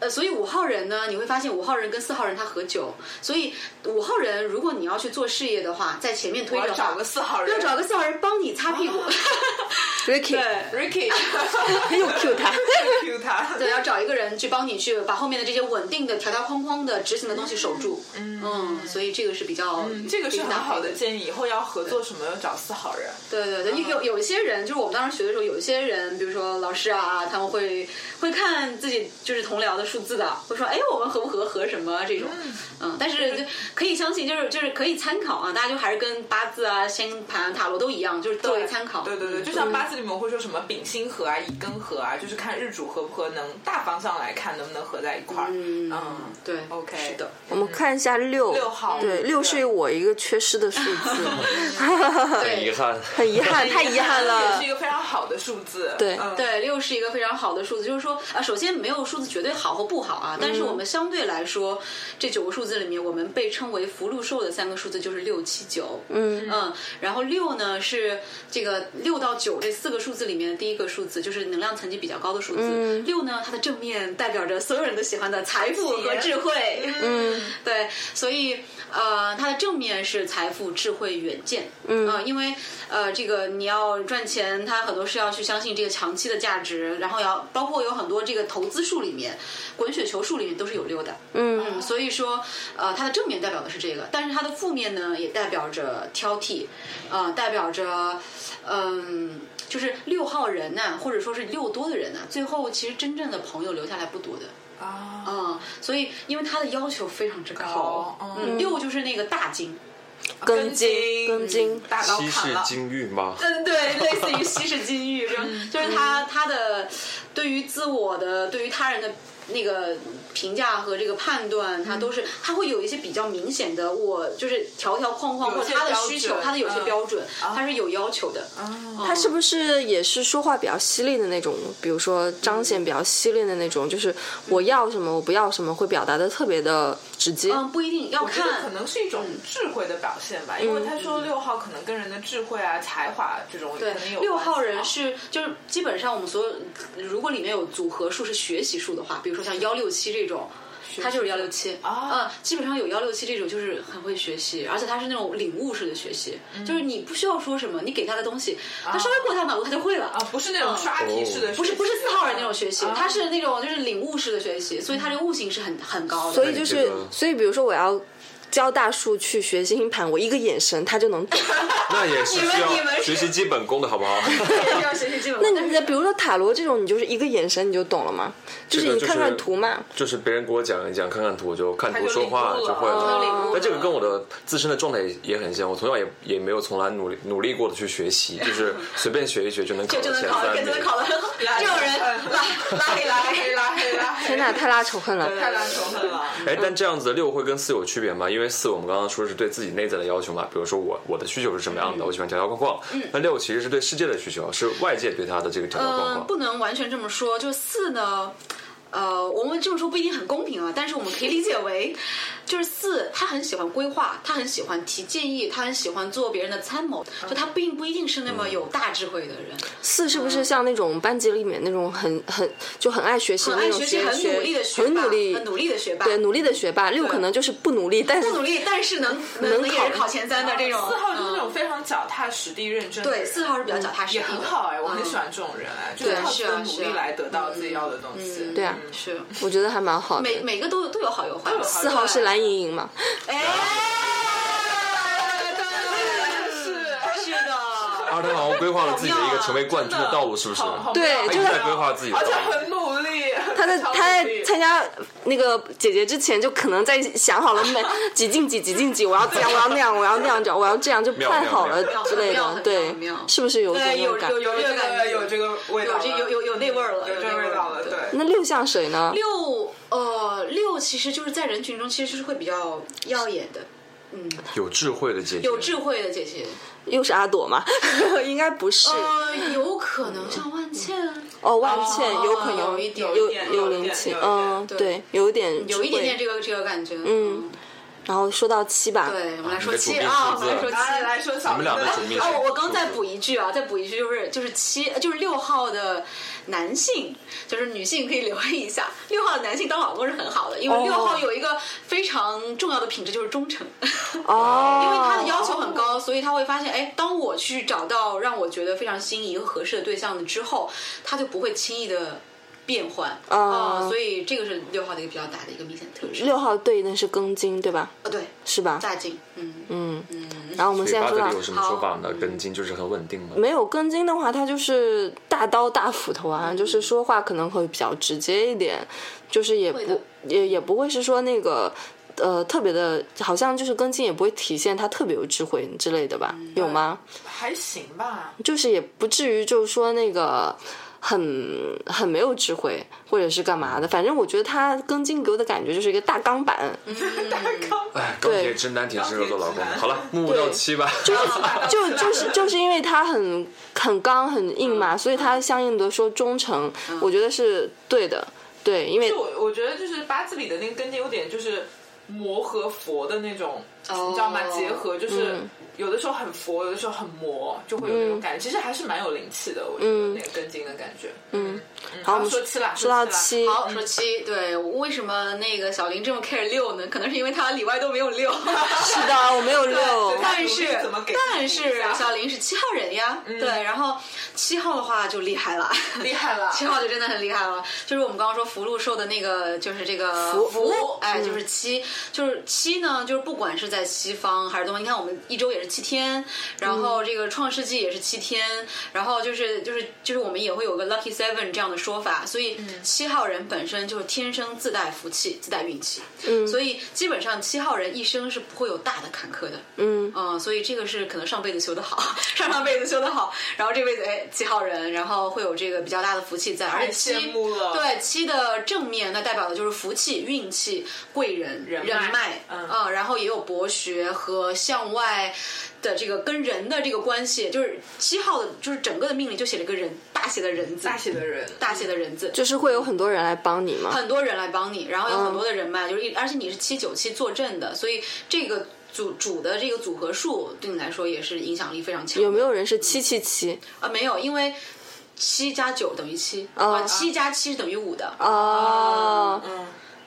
D: 呃，所以五号人呢，你会发现五号人跟四号人他合九，所以五号人如果你要去做事业的话，在前面推
F: 我
D: 着
F: 要
D: 的
F: 找
D: 话
F: 个，四号人哦
D: 要，找个小人帮你擦屁 股。
E: Ricky
D: 对
F: Ricky，
E: 又 Q 他，
F: Q 他。
D: 对，要找一个人去帮你去把后面的这些稳定的条条框框的执行的东西守住。嗯所以这个是比较、
F: 嗯，这个
D: 比
F: 是
D: 较
F: 很
D: 大
F: 好的
D: 的。
F: 建议，以后要合作什么要找四号人。
D: 对对
F: 嗯
D: 对，有有一些人，就是我们当时学的时候，有一些人，比如说老师啊，他们会会看自己就是同僚的数字的，会说，哎，我们合不合合什么这种，嗯，但是就可以相信，就是就是可以参考啊，大家就还是跟八字啊、星盘、塔罗都一样，就是作为参考。
F: 对对对，
D: 嗯
F: 就像八字里面会说什么丙辛合啊、乙庚合啊，就是看日主合不合，能大方向来看能不能合在一块儿。
D: 嗯
F: 嗯
D: 对
F: OK
D: 是的。
E: 我们看一下六
F: 六号
E: 对，
F: 嗯
E: 六
F: 对
E: 是我一个缺失的数字，
G: 很遗憾，
E: 很遗憾，太遗憾
F: 也
E: 了
F: 是一。个非常好的数字。
E: 对
F: 嗯、
D: 对，六是一个非常好的数字，就是说啊，首先没有数字绝对好和不好啊，但是
E: 嗯
D: 我们相对来说，这九个数字里面，我们被称为福禄寿的三个数字就是六、七、九。
E: 嗯
D: 嗯，然后六呢是这个六到九这四个数字里面的第一个数字，就是能量层级比较高的数字。
E: 嗯
D: 六呢，它的正面代表着所有人都喜欢的财富和智慧。
E: 嗯，
D: 对，所以呃，它的正面是财富、智慧、远见。嗯、因为呃，这个你要赚钱，它很多是要去相信这个长期的价值，然后要包括有很多这个投资术里面、滚雪球术里面都是有六的。
E: 嗯
D: 嗯，所以说呃，它的正面代表的是这个，但是它的负面呢，也代表着挑剔，呃，代表着嗯。就是六号人呐、或者说是六多的人呐、最后其实真正的朋友留下来不多的，
F: 啊，
D: 嗯，所以因为他的要求非常之高
F: 高，嗯
D: 嗯，六就是那个大金，
E: 庚
F: 金
E: 金，庚金，
F: 大刀
G: 西
F: 砍
G: 式
F: 了。
G: 金玉吗？
D: 嗯， 对，类似于西式金玉，这种就是他他的对于自我的、对于他人的那个评价和这个判断，他都是他会有一些比较明显的，我就是条条框框
F: 有
D: 或
F: 一
D: 者
F: 些
D: 他的
F: 标
D: 需
F: 准
D: 求，他的有些
F: 嗯
D: 标准，他是有要求的，嗯
E: 他是不是也是说话比较犀利的那种？比如说彰显比较犀利的那种，就是我要什么，我不要什么，会表达的特别的直接。
D: 嗯，不一定要
F: 我觉得可
D: 看。
F: 能是一种智慧的表现吧，因为他说六号可能跟人的智慧啊、才华这种可
D: 对
F: 能有，
D: 六
F: 关系
D: 号
F: 啊
D: 人是就是基本上我们所有，如果里面有组合数是学习数的话，比如说像幺六七这种，他就是幺六七
F: 啊
D: 嗯，基本上有幺六七这种就是很会学习，而且他是那种领悟式的学习，就是你不需要说什么，你给他的东西，他稍微过他脑子他就会了
F: 啊，不是那种
D: 嗯
F: 刷题式的学习，
D: 不是不是四号人那种学习
F: 啊，
D: 他是那种就是领悟式的学习，所以他这个悟性是很很高的。
E: 所以就
G: 对
E: 是
G: 这个，
E: 所以比如说我要教大树去学星盘，我一个眼神他就能 懂。
G: 那也是
D: 你们
G: 需
D: 你
G: 要
D: 们
G: 学习基本功的好不好？
D: 要学习基本
E: 那
D: 功。
E: 你比如说塔罗这种，你就是一个眼神你就懂了吗？ 就是
G: 这
E: 你
G: 个就是
E: 看看图嘛。
G: 就是别人给我讲一讲，看看图我就看
F: 他
G: 图
F: 就
G: 说
F: 领
G: 话
F: 悟
G: 就会
F: 了
G: 了。
E: 嗯
D: 领悟
G: 但这个跟我的自身的状态也也很像，我从小也也没有从来努力努力过的去学习，就是随便学一学就能考
D: 就就
G: 到前
D: 能考
G: 三
D: 得，就
G: 名
D: 能。考得很好。 这种 人拉拉黑拉
F: 拉
D: 黑
F: 黑拉黑拉黑，
E: 天呐，太拉仇恨了。
F: 太拉仇恨了。
G: 哎，但这样子的六会跟四有区别吗？因为四我们刚刚说是对自己内在的要求嘛，比如说我我的需求是什么样
D: 嗯
G: 的，我喜欢条条框框。那六其实是对世界的需求，是外界对他的这个条条框
D: 嗯，
G: 框。
D: 不能完全这么说。就四呢，呃，我们这么说不一定很公平啊，但是我们可以理解为，就是四他很喜欢规划，他很喜欢提建议，他很喜欢做别人的参谋，就他并不一定是那么有大智慧的人，
E: 四是不是像那种班级里面那种很很就很爱学习的
D: 很
E: 那
D: 爱学
E: 种
D: 习，很努力的学霸，
E: 很努力，
D: 很努力的学霸，
E: 对努力的学霸。六可能就是不努力，但是
D: 不努力，但是能
E: 能
D: 能也是
E: 考
D: 考前三的这种。
F: 啊四号就是那种
D: 嗯
F: 非常脚踏实地、认真的人。
D: 对，四号是比较脚踏实地
F: 也
D: 的，
F: 很好哎，我很
D: 嗯
F: 喜欢这种人哎，就是靠自己的努力来得到自己要的东西。
E: 对啊，
D: 是
E: 我觉得还蛮好的。
D: 嗯每每个都有都有好有坏。
E: 四号是蓝莹莹嘛？
D: 哎，对，是的。
G: 二等好像规划了自己的一个成为冠军的道路，是不是？
D: 啊
F: 好好
E: 对
F: 妙
G: 他一
E: 就
G: 直
E: 是
G: 在规划自己的
F: 而
G: 道路。
F: 且很努力，
E: 他在
F: 超
E: 他在
F: 努力
E: 参加那个姐姐之前，就可能在想好了每几进几几进几，我要这样，我要那样，我要那样着，我要这样，就
G: 妙
E: plan 好了
G: 妙
D: 妙
E: 之类
D: 妙
E: 的
D: 很，
E: 对
D: 妙妙，
E: 是不是有种
D: 对，
E: 那
D: 有
E: 种感
D: 有
E: 觉？
D: 有这
F: 这
D: 个感
F: 个
D: 觉，
F: 有这个味道
D: 有
F: 了，
D: 这有有有那味儿了，
F: 有这
D: 那
F: 个味道了，
D: 对。
F: 对。
E: 那六像水呢？
D: 六呃六其实就是在人群中其实是会比较耀眼的，
G: 有智慧的姐姐，
D: 有智慧的姐姐，
E: 又是阿朵 吗？应该不是
D: 呃有可能像万茜啊，
E: 哦，万茜
D: 哦
E: 有可能
D: 有一点
E: 有
F: 有一点
E: 有
F: 有一
E: 灵
F: 点
E: 气
F: 有，一点
E: 嗯，
D: 对
E: 对，有一点
D: 有一点点
E: 智慧
D: 这个这个感觉，嗯
E: 嗯。然后说到七吧，
D: 对，我们来说
G: 你的主
D: 七
G: 命
D: 啊，我
G: 数字
D: 们来说七。
F: 来来说小
G: 你们俩的主命
D: 啊，我我刚再补一句啊，再补一句就是就是七就是六号的男性，就是女性可以留意一下，六号的男性当老公是很好的，因为
E: 哦
D: 六号有一个非常重要的品质就是忠诚，
E: 哦，
D: 因为他的要求很高，所以他会发现，哎，当我去找到让我觉得非常心仪和合适的对象的之后，他就不会轻易的变换啊、
E: 哦
D: 所以这个是六号的一个比较大的一个明显特质。
E: 六号对应的是庚金，对吧？
D: 呃，对，
E: 是吧？
D: 大金，嗯，
E: 嗯，然后我们
G: 嘴
E: 现在
G: 巴
E: 说
G: 这
E: 到
G: 里有什么说法呢？根茎就是很稳定吗？
E: 没有根筋的话，它就是大刀大斧头
D: 嗯
E: 啊，就是说话可能会比较直接一点，就是也
D: 会
E: 不
D: 的
E: 也也不会是说那个。呃，特别的，好像就是根筋也不会体现他特别有智慧之类的吧？
D: 嗯
E: 有吗？
F: 还行吧，
E: 就是也不至于就是说那个很很没有智慧，或者是干嘛的。反正我觉得他根筋给我的感觉就是一个大钢板，
D: 嗯 哦
G: 哎，钢铁直男挺适合做老公的。好了，木木到七吧。
E: 就就是就是因为他很很刚很硬嘛，所以他相应的说忠诚，我觉得是对的。对，因为
F: 就我我觉得就是八字里的那个根茎有点就是魔和佛的那种，
D: 哦
F: 你知道吗？结合就是
E: 嗯
F: 有的时候很佛，有的时候很魔，就会有那种
D: 嗯
F: 感觉。其实还是蛮有灵气的，我觉得
E: 嗯
F: 那个根茎的感觉。
E: 嗯，好，
F: 好
E: 我们
F: 说七啦，
E: 说到
F: 啦
E: 七，
D: 好，说七，对，为什么那个小林这么 care 六呢？可能是因为他里外都没有六，
E: 是的，我没有六
F: 对，
D: 但是
F: 怎么给
D: 但是小林是七号人呀，对，然后七号的话就厉害了，
F: 厉害了，
D: 七号就真的很厉害了，就是我们刚刚说福禄寿的那个，就是这个
E: 福
D: 禄，哎，就是七，就是七呢，就是不管是在西方还是东方，你看我们一周也是七天，然后这个创世纪也是七天，然后就是就是就是我们也会有个 lucky seven 这样的说法，所以七号人本身就是天生自带福气、自带运气，嗯，所以基本上七号人一生是不会有大的坎坷的，
E: 嗯，
D: 嗯，所以这个是可能上辈子修得好， 上上辈子修得好，然后这辈子哎七号人，然后会有这个比较大的福气在，而且七
F: 羡慕了
D: 对七的正面，那代表的就是福气、运气、贵人、人
F: 人
D: 脉，
F: 脉嗯
D: 然后也有博学和向外的这个跟人的这个关系，就是七号的，就是整个的命里就写了一个人，大写的人字，
F: 大写的人，
D: 大写的人字，
E: 就是会有很多人来帮你嘛。
D: 很多人来帮你，然后有很多的人
E: 嗯
D: 脉，就是一，而且你是七九七坐镇的，所以这个组主的这个组合数对你来说也是影响力非常强的。
E: 有没有人是七七七？
D: 啊？没有，因为七加九等于七、
E: 哦
D: 啊，七加七是等于五的。
E: 哦
F: 嗯，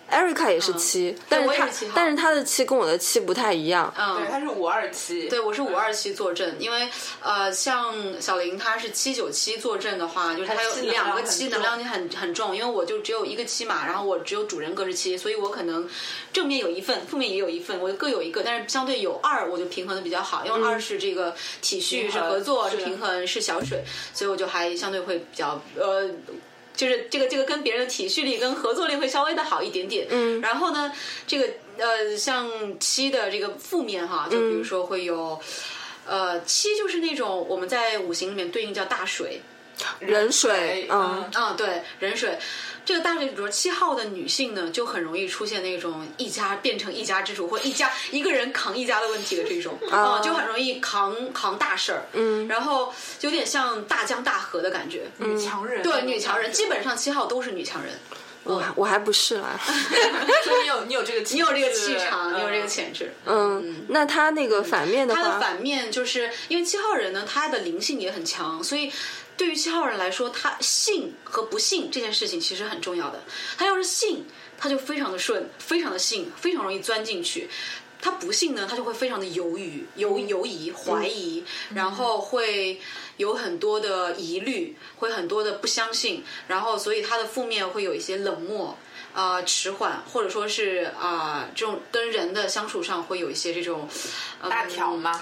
E: ，Erika 也是七，但
D: 我
E: 是
D: 也
E: 他
D: 是七号
E: 但是他的七跟我的七不太一样。
F: 对，他
D: 嗯，
F: 是五二七，
D: 对，我是五二七坐镇，因为呃，像小林他是七九七坐镇的话，就是他有
F: 他七能量
D: 两个
F: 很
D: 七
F: 重
D: 能量就很很重，因为我就只有一个七嘛，然后我只有主人格是七，所以我可能正面有一份，负面也有一份，我各有一个，但是相对有二我就平衡的比较好，因为二是这个体恤
F: 嗯平
D: 是
F: 衡
D: 合作是
F: 是
D: 平衡是小水，所以我就还相对会比较呃就是这个这个跟别人的体恤力跟合作力会稍微的好一点点。嗯，然后呢，这个呃，像七的这个负面哈，就比如说会有。呃，七就是那种我们在五行里面对应叫大水，
E: 人水
F: 水，
E: 嗯，
D: 啊、对，人水。这个大水，比如七号的女性呢，就很容易出现那种一家变成一家之主，或一家一个人扛一家的问题的这种，啊、就很容易扛扛大事儿，嗯，然后有点像大江大河的感觉，嗯，
F: 女强人，
D: 对，女强人基本上七号都是女强人，
E: 我我还不是啦。
F: 所以你有你有这个气质，
D: 你有这个气场，你有这个
F: 嗯
D: 潜质。
E: 嗯，那他那个反面的
D: 它的
E: 话，
D: 反面就是因为七号人呢，他的灵性也很强，所以对于七号人来说，他信和不信这件事情其实很重要的。他要是信，他就非常的顺，非常的信，非常容易钻进去。他不信呢，他就会非常的犹豫、犹
E: 嗯
D: 犹疑、怀疑，然后会有很多的疑虑，会很多的不相信，然后所以他的负面会有一些冷漠。啊、迟缓，或者说是啊、这种跟人的相处上会有一些这种、嗯
F: 大条吗？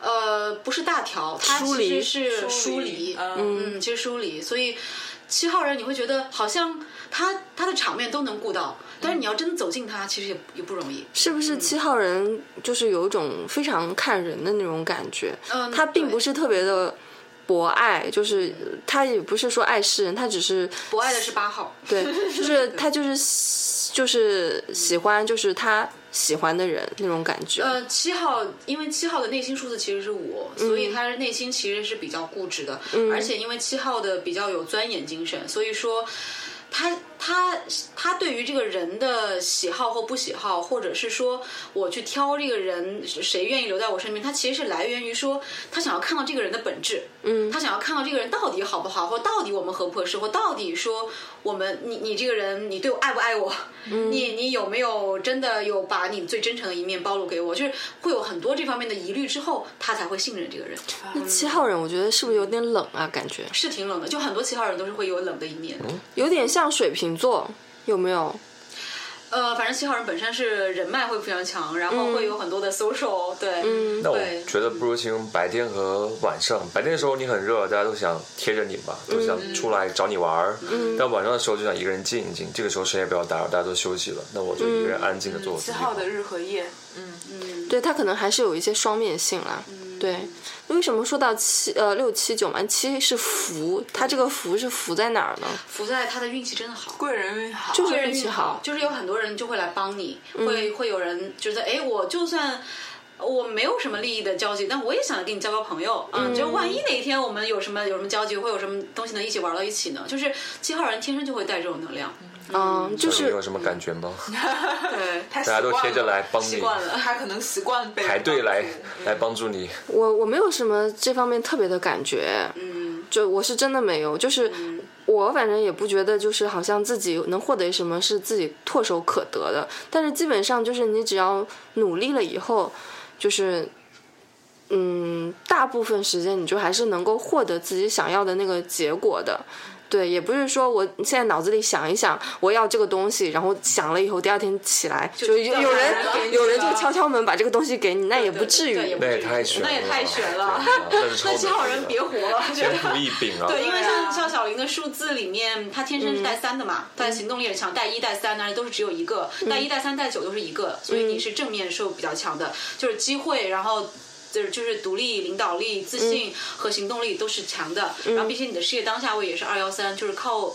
D: 呃，不是大条，它
E: 疏
D: 其
E: 离
D: 实是
F: 疏
D: 疏
F: 离
D: 离，
F: 嗯
D: 嗯，其实疏离，所以七号人，你会觉得好像他他的场面都能顾到，但是你要真的走近他，其实也也不容易。
E: 是不是七号人就是有一种非常看人的那种感觉？
D: 嗯
E: 他并不是特别的博爱，就是他也不是说爱世人，他只是
D: 博爱的是八号，
E: 对，就是他就是喜就是喜欢就是他喜欢的人那种感觉。
D: 呃，七号，因为七号的内心数字其实是五、所以他内心其实是比较固执的，而且因为七号的比较有钻研精神，所以说。他他他对于这个人的喜好或不喜好，或者是说我去挑这个人谁愿意留在我身边，他其实是来源于说他想要看到这个人的本质，嗯，他想要看到这个人到底好不好，或到底我们合不合适，或到底说我们你你这个人你对我爱不爱我，你你有没有真的有把你最真诚的一面暴露给我，就是会有很多这方面的疑虑之后，他才会信任这个人，
E: 那七号人我觉得是不是有点冷啊？感觉
D: 是挺冷的，就很多七号人都是会有冷的一面，
E: 有点像水瓶座，有没有？
D: 呃，反正七号人本身是人脉会非常强，然后会有很多的 social，、对，
E: 嗯
G: 那我
D: 对，
G: 觉得不如请白天和晚上。白天的时候你很热，大家都想贴着你嘛，都想
D: 嗯
G: 出来找你玩儿。但晚上的时候就想一个人静一静，这个时候谁也不要打扰，大家都休息了。那我就一
D: 嗯
G: 个人安静的做我
F: 七
G: 自己。
F: 号的日和夜，
E: 对他可能还是有一些双面性啦。
D: 嗯
E: 对，为什么说到七呃六七九嘛？七是福，他这个福是福在哪儿呢？
D: 福在他的运气真的好。
F: 贵人运好，
E: 就是
D: 贵人
E: 运气好。
D: 就是有很多人就会来帮你，会会有人觉得，哎，我就算。我没有什么利益的交集，但我也想跟你交个朋友，嗯，就万一哪一天我们有什么有什么交集，会有什么东西能一起玩到一起呢？就是七号人天生就会带这种能量，
E: 嗯，就
G: 你
E: 是
G: 有什么感觉吗？
D: 对，
F: 他
G: 大家都贴着来帮
D: 习
G: 你，
D: 惯了。
F: 他可能习 惯被
G: 排队来
F: 人帮
D: 嗯
F: 助
G: 来帮助你。
E: 我我没有什么这方面特别的感觉，
D: 嗯，
E: 就我是真的没有，就是我反正也不觉得就是好像自己能获得什么是自己唾手可得的，但是基本上就是你只要努力了以后，就是嗯，大部分时间你就还是能够获得自己想要的那个结果的。对，也不是说我现在脑子里想一想我要这个东西，然后想了以后第二天起来就有有人有人就敲敲门把这个东西给你，那也不至于。
D: 对对对也不
G: 那
D: 至
G: 也
D: 于
G: 太悬
D: 嗯
G: 了，
D: 那也太悬了
G: 了，那是超
D: 那七号人别活了，觉
G: 天
D: 得
G: 赋异禀啊！
D: 对，因为
F: 对啊嗯
D: 像像小林的数字里面，他天生是带三的嘛，他的行动力很强，带一带三那都是只有一个，带一带三带九都是一个，所以你
F: 嗯
D: 是正面是比较强的，就是机会，然后。就是就是独立、领导力、自
F: 嗯
D: 信和行动力都是强的，然后并且你的事业当下位也是二幺三，就是靠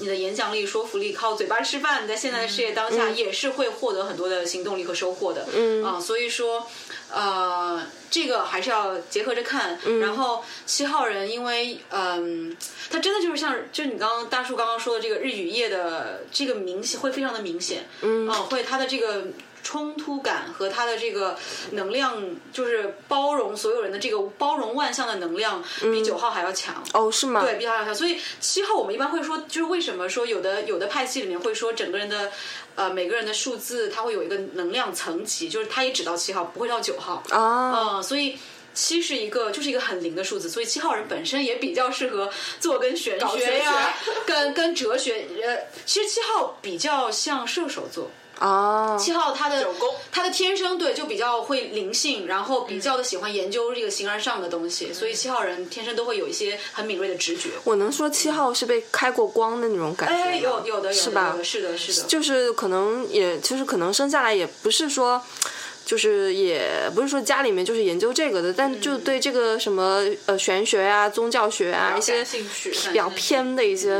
D: 你的演讲力、说服力，靠嘴巴吃饭，你在现在的事业当下
F: 嗯
D: 也是会获得很多的行动力和收获的。嗯啊、所以说，呃，这个还是要结合着看。然后七号人，因为嗯，他真的就是像，就是你刚刚大叔刚刚说的这个日与夜的这个明显会非常的明显。嗯、会他的这个。冲突感和他的这个能量，就是包容所有人的这个包容万象的能量，比九号还要强。
E: 哦，是吗？
F: 嗯
D: 对，比较要强。所以七号我们一般会说，就是为什么说有的有的派系里面会说整个人的呃每个人的数字，它会有一个能量层级，就是它也只到七号，不会到九号。
E: 啊，
D: 嗯，所以。七是一个，就是一个很灵的数字，所以七号人本身也比较适合做跟玄
F: 搞
D: 学
F: 玄
D: 呀、跟跟哲学。呃，其实七号比较像射手座，
E: 啊，
D: 七号他的
F: 九宫嗯
D: 他的天生对就比较会灵性，然后比较的喜欢研究这个形而上的东西，所以七号人天生都会有一些很敏锐的直觉。
E: 我能说七号是被开过光的那种感觉吗？
D: 哎，有有的有的
E: 是吧
D: 有的是的，是的，
E: 就是可能也就是可能生下来也不是说。就是也不是说家里面就是研究这个的，但就对这个什么呃玄学啊、宗教学啊一
F: 比较
E: 些
F: 感兴趣
E: 比较偏的一些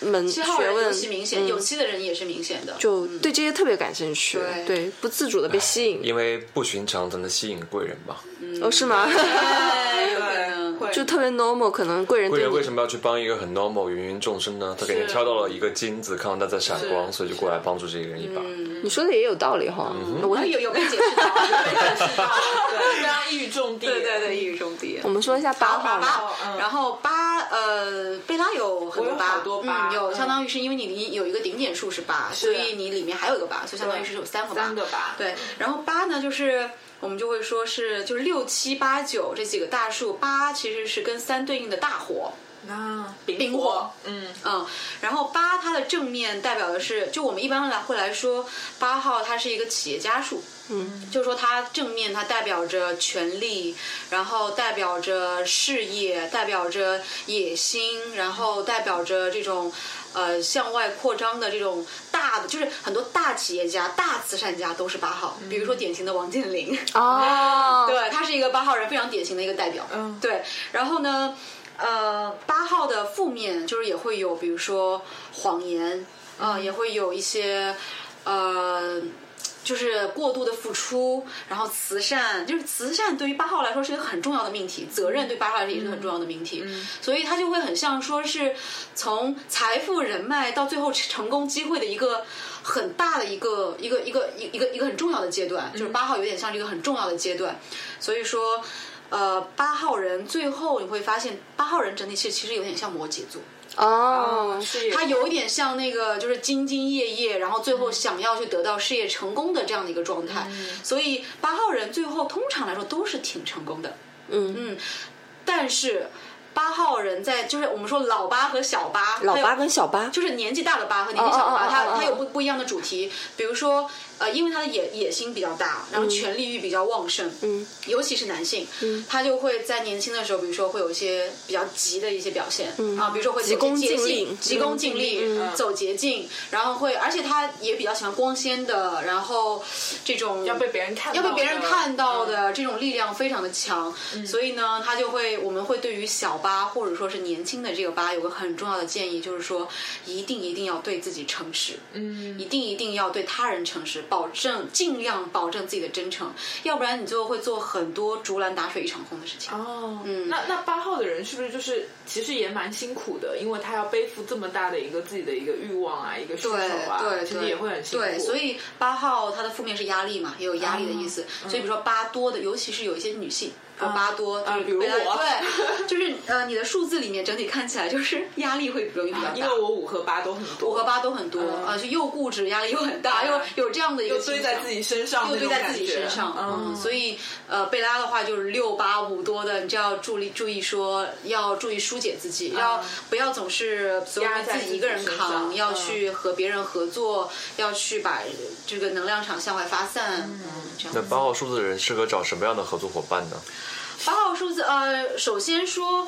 E: 门
D: 嗯七号
E: 学
D: 人尤
E: 问，
D: 其明显，有
E: 嗯，
D: 七的人也是明显的。
E: 就对这些特别感兴趣，
D: 对
E: 对，不自主的被吸引，
G: 因为不寻常才能吸引贵人吧？
E: 哦，是吗？
D: 哎，有可能
F: 会
E: 就特别 normal，可能贵人
G: 贵
E: 对
G: 人为
E: 你
G: 什么要去帮一个很 normal 芸芸众生
D: 啊
G: 呢？他给人挑到了一个金子，看到他在闪光，所以就过来帮助这个人一把。
D: 嗯
E: 你说的也有道理哈，我
D: 哎有有被解释到，有被解释到
F: 对，非常一语中的，
D: 对对对，一语中的。
E: 我们说一下八号
D: 八
E: 吧，
D: 八
F: 嗯，
D: 然后八呃，贝拉有很
F: 我有
D: 八，
F: 好多八
D: 嗯，有
F: 嗯
D: 相当于是因为你离有一个顶点数是八，所以你里面还有一个八，所以相当于是有三个八。
F: 三个八
D: 对，然后八呢就是。我们就会说是就是六七八九这几个大数，八其实是跟三对应的大火，
F: 那
D: 丙火，
F: 嗯，
D: 嗯，然后八它的正面代表的是，就我们一般来会来说，八号它是一个企业家数，嗯，就是说它正面它代表着权力，然后代表着事业，代表着野心，然后代表着这种呃向外扩张的这种大的，就是很多大企业家、大慈善家都是八号，比如说典型的王健林，
E: 哦，
D: 对，他是一个八号人非常典型的一个代表。
F: 嗯
D: 对。然后呢，呃，八号的负面就是也会有，比如说谎言，啊，也会有一些，呃。就是过度的付出，然后慈善，就是慈善对于八号来说是一个很重要的命题，责任对八号来说也是很重要的命题，所以它就会很像说是从财富、人脉到最后成功机会的一个很大的一个一个一个一个一个一个很重要的阶段，就是八号有点像这个很重要的阶段，所以说。呃，八号人最后你会发现，八号人整体是其实有点像摩羯座，
E: 哦，
F: 嗯事业
D: 他有一点像那个就是兢兢业业，然后最后想要去得到事业成功的这样的一个状态。所以八号人最后通常来说都是挺成功的，
E: 嗯
D: 嗯，但是八号人在就是我们说老八和小八，
E: 老
D: 还有
E: 八跟小八，
D: 就是年纪大的八和年纪小的
E: 哦哦哦
D: 八，
E: 哦
D: 它
E: 哦
D: 它有不不一样的主题。比如说，呃，因为他的野野心比较大，然后权力欲比较旺盛，
E: 嗯，
D: 尤其是男性，他就会在年轻的时候，比如说会有一些比较急的一些表现啊，比如说会走
E: 嗯急功
D: 捷
E: 近
D: 径
E: 利嗯
D: 急功近利，呃走捷径，然后会，而且他也比较喜欢光鲜的，然后这种
F: 要被别人看到
D: 要
F: 的，嗯
D: 被别人看到的这种力量非常的强，所以呢，他就会我们会对于小八或者说是年轻的这个八有个很重要的建议，就是说一定一定要对自己诚实，嗯，一定一定要对他人诚实，保证尽量保证自己的真诚，要不然你就会做很多竹篮打水一场空的事情。
F: 哦，
D: 嗯
F: 那那八号的人是不是就是其实也蛮辛苦的，因为他要背负这么大的一个自己的一个欲望啊，一个需求
D: 对
F: 啊，
D: 对
F: 其实
D: 对，
F: 也会很辛苦。
D: 对，所以八号它的负面是压力嘛，也有压力的意
F: 嗯
D: 思。所以比如说八多的，尤其是有一些女性。说八多，
F: 啊
D: 就是
F: 比如
D: 被大家
F: 我
D: 对，就是呃，你的数字里面整体看起来就是压力会容易比较
F: 啊因
D: 大
F: 为，我五和八都很多，
D: 五和八都很多
F: 嗯
D: 啊，就又固执，压力又很大，
F: 嗯
D: 又有这样的一个
F: 又堆在自己身上
D: 又堆
F: 那种
D: 在
F: 感觉，
D: 自己身上，嗯，
F: 嗯，
D: 所以呃，贝拉的话就是六八五多的，你就要注意注意说，要注意疏解自
F: 嗯
D: 己，要不要总是所有
F: 压在
D: 自己一个人
F: 自己身上
D: 扛，要
F: 嗯
D: 去和别人合作，要去把这个能量场向外发散，嗯，这样
G: 那
D: 子。
G: 八号数字的人适合找什么样的合作伙伴呢？
D: 八号数字，呃，首先说。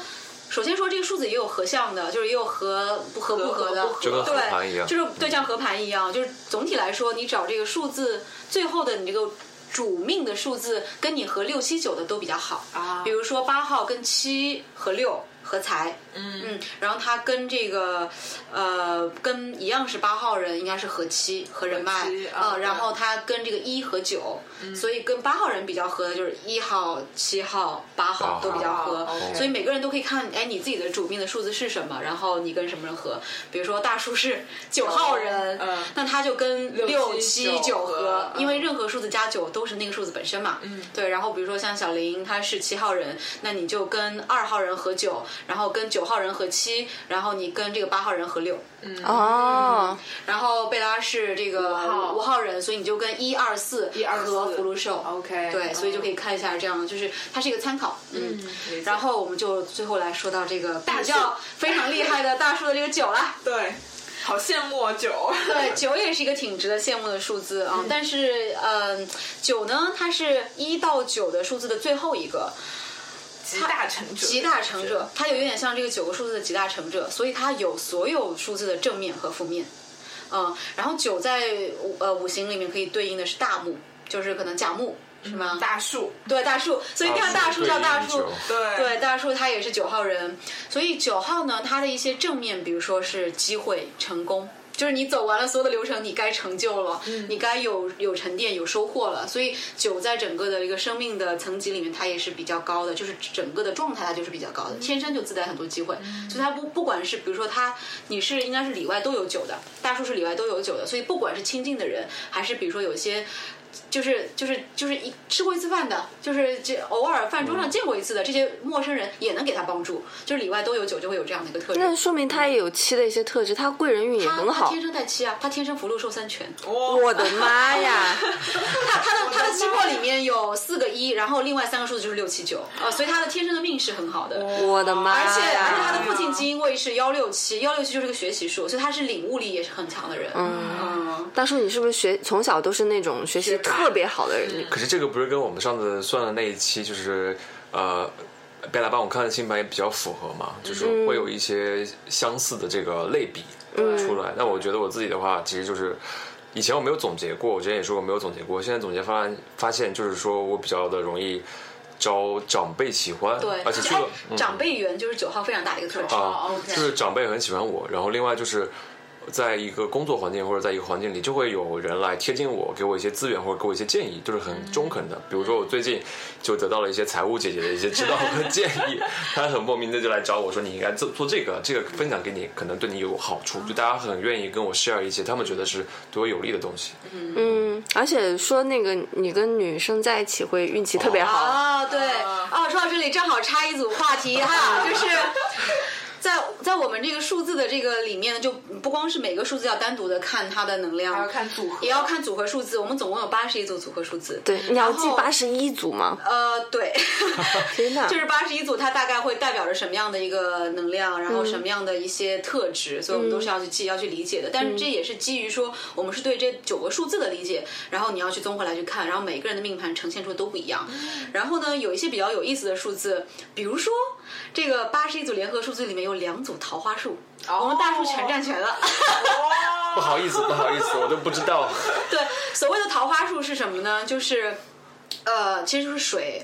D: 首先说这个数字也有合项的，就是也有合不合不合的
F: 合，
G: 就跟合盘一样
D: 对，就是对像合盘一样，就是总体来说，你找这个数字最后的你这个主命的数字，跟你合六七九的都比较好
F: 啊
D: 比如说八号跟七和六合财，嗯然后它跟这个呃跟一样是八号人，应该是合七合人脉
F: 合七啊
D: 呃
F: 对嗯
D: 然后它跟这个一和九、所以跟八号人比较合的就是一号、七号、八号都比较合，
F: 哦，OK
D: 所以每个人都可以看，哎，你自己的主命的数字是什么，然后你跟什么人合。比如说大叔是九号人，
F: 嗯
D: 那他就跟
F: 六
D: 六七
F: 七九
D: 九
F: 合
D: 合，
F: 嗯
D: 因为任何数字加九都是那个数字本身嘛。嗯，对。然后比如说像小林他是七号人，那你就跟二号人合九，然后跟九号人合七，然后你跟这个八号人合六。
E: 哦，
D: 然后贝拉是这个
F: 五号
D: 五号人，所以你就跟一二四
F: 124
D: 和福禄寿
F: OK，
D: 对，
F: 嗯
D: 所以就可以看一下这样，就是它是一个参考，嗯。
F: 理解
D: 然后我们就最后来说到这个大
F: 叔
D: 叫非常厉害的大叔的这个九啦，
F: 对，好羡慕啊九，
D: 对，九呃也是一个挺值得羡慕的数字啊。但是，嗯，九呢，它是一到九的数字的最后一个，
F: 集大成者，
D: 集大成者，它有点像这个九个数字的集大成者，所以它有所有数字的正面和负面。嗯，然后九在五呃五行里面可以对应的是大木，就是可能甲木是吗？
F: 大树，
D: 对大树，所以你看大树叫大树
G: 哦对。
F: 对
D: 对，大树他也是九号人，所以九号呢，他的一些正面，比如说是机会、成功，就是你走完了所有的流程，你该成就了，你该有有沉淀、有收获了。所以九在整个的一个生命的层级里面，它也是比较高的，就是整个的状态它就是比较高的，天生就自带很多机会。所以它不不管是比如说他，你是应该是里外都有九的，大树是里外都有九的，所以不管是亲近的人，还是比如说有一些就是就是就是一吃过一次饭的，就是这偶尔饭
G: 嗯
D: 桌上见过一次的这些陌生人，也能给他帮助。就是里外都有酒，就会有这样的一个特质。
E: 那说明他也有妻的一些特质，他贵人运也
D: 他
E: 很
D: 他
E: 好
D: 天。生带妻啊，他天生福禄寿三全。
E: 我的 妈呀！
D: 他他的他的期末里面有四个一，然后另外三个数字就是六七九啊，所以他的天生的命是很好的。
E: 我的妈
D: 而且而且他
E: 呀！
D: 的父亲基因位是幺六七，幺六七就是个学习数，所以他是领悟力也是很强的人。嗯，
E: 大叔，你是不是学从小都是那种学习特别好的
D: 嗯
E: 人？
G: 可是这个不是跟我们上次算的那一期就是呃。贝拉帮我看的星盘也比较符合
D: 嗯
G: 嘛，就是会有一些相似的这个类比
D: 嗯
G: 出来。那我觉得我自己的话，其实就是以前我没有总结过，我之前也说我没有总结过，现在总结发现发现就是说我比较的容易招长辈喜欢，
D: 对，
G: 而且这
D: 哎
G: 个、嗯、
D: 长辈缘就是九号非常大的一个特质。
E: 哦
G: 啊，就是长辈很喜欢我，然后另外就是。在一个工作环境或者在一个环境里，就会有人来贴近我，给我一些资源或者给我一些建议，就是很中肯的。比如说，我最近就得到了一些财务姐姐的一些指导和建议，她很莫名的就来找我说：“你应该做做这个，这个分享给你，可能对你有好处。”就大家很愿意跟我 share 一些他们觉得是对我有利的东西。
E: 嗯，而且说那个你跟女生在一起会运气特别好，
D: 啊，对，哦，说到这里正好插一组话题哈， 就是。在在我们这个数字的这个里面呢，就不光是每个数字要单独的看它的能量，
F: 还要看组合
D: 也要看组合数字。我们总共有八十一组组合数字，
E: 对，你要记
D: 然后
E: 八十一组吗？
D: 呃，对，
E: 天哪
D: 就是八十一组，它大概会代表着什么样的一个能量，然后什
E: 嗯
D: 么样的一些特质，所以我们都是要去记、要去理解的。但
E: 嗯
D: 是这也是基于说我们是对这九个数字的理解，然后你要去综合来去看，然后每个人的命盘呈现出的都不一样。
E: 嗯
D: 然后呢，有一些比较有意思的数字，比如说这个八十一组联合数字里面有两组桃花树，我们大树全占全
E: 哦
D: 了。
G: 不好意思，不好意思，我都不知道。
D: 对，所谓的桃花树是什么呢？就是，呃，其实就是水，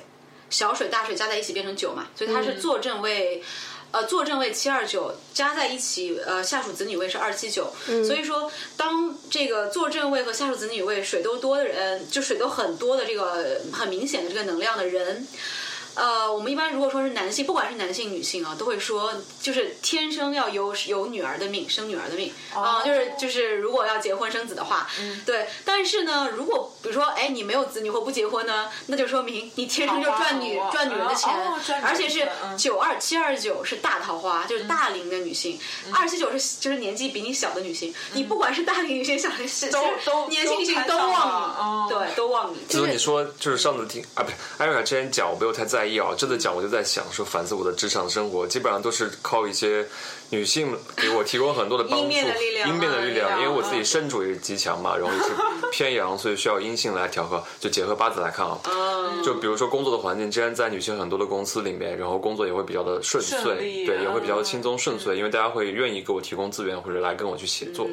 D: 小水、大水加在一起变成九嘛，所以它是坐正位。呃，坐正位七二九加在一起，呃，下属子女位是二七九，所以说，当这个坐正位和下属子女位水都多的人，就水都很多的这个很明显的这个能量的人，呃，我们一般如果说是男性，不管是男性女性啊，都会说就是天生要有有女儿的命，生女儿的命啊、就是就是如果要结婚生子的话，对。但是呢，如果比如说哎你没有子女或不结婚呢，那就说明你天生就赚女、
F: 桃花
D: 赚女人的钱，
F: 哦赚女人的钱
D: 而且是
F: 嗯
D: 九二七二九是大桃花，就是大龄的女性，
F: 嗯
D: 二七九是就是年纪比你小的女性，你不管是大龄女性、小龄女性，
F: 都
D: 就是
F: 都
D: 年轻女性
F: 都
D: 都
F: 看上了
D: 旺
F: 哦
D: 你，对，都旺你。
G: 就是你说，就是上次听啊，不是艾瑞卡之前讲，我没有太在意啊。这次讲，我就在想说，反思我的职场生活，基本上都是靠一些女性给我提供很多的帮助，
D: 阴面的力量
G: 阴面的力
D: 啊
G: 量。因为我自己身主也极强嘛，然后也是偏阳，所以需要阴性来调和。就结合八字来看啊，
D: 嗯
G: 就比如说工作的环境，之前在女性很多的公司里面，然后工作也会比较的顺遂
F: 顺，利
G: 对，也会
F: 嗯
G: 比较轻松顺遂，因为大家会愿意给我提供资源或者来跟我去协作。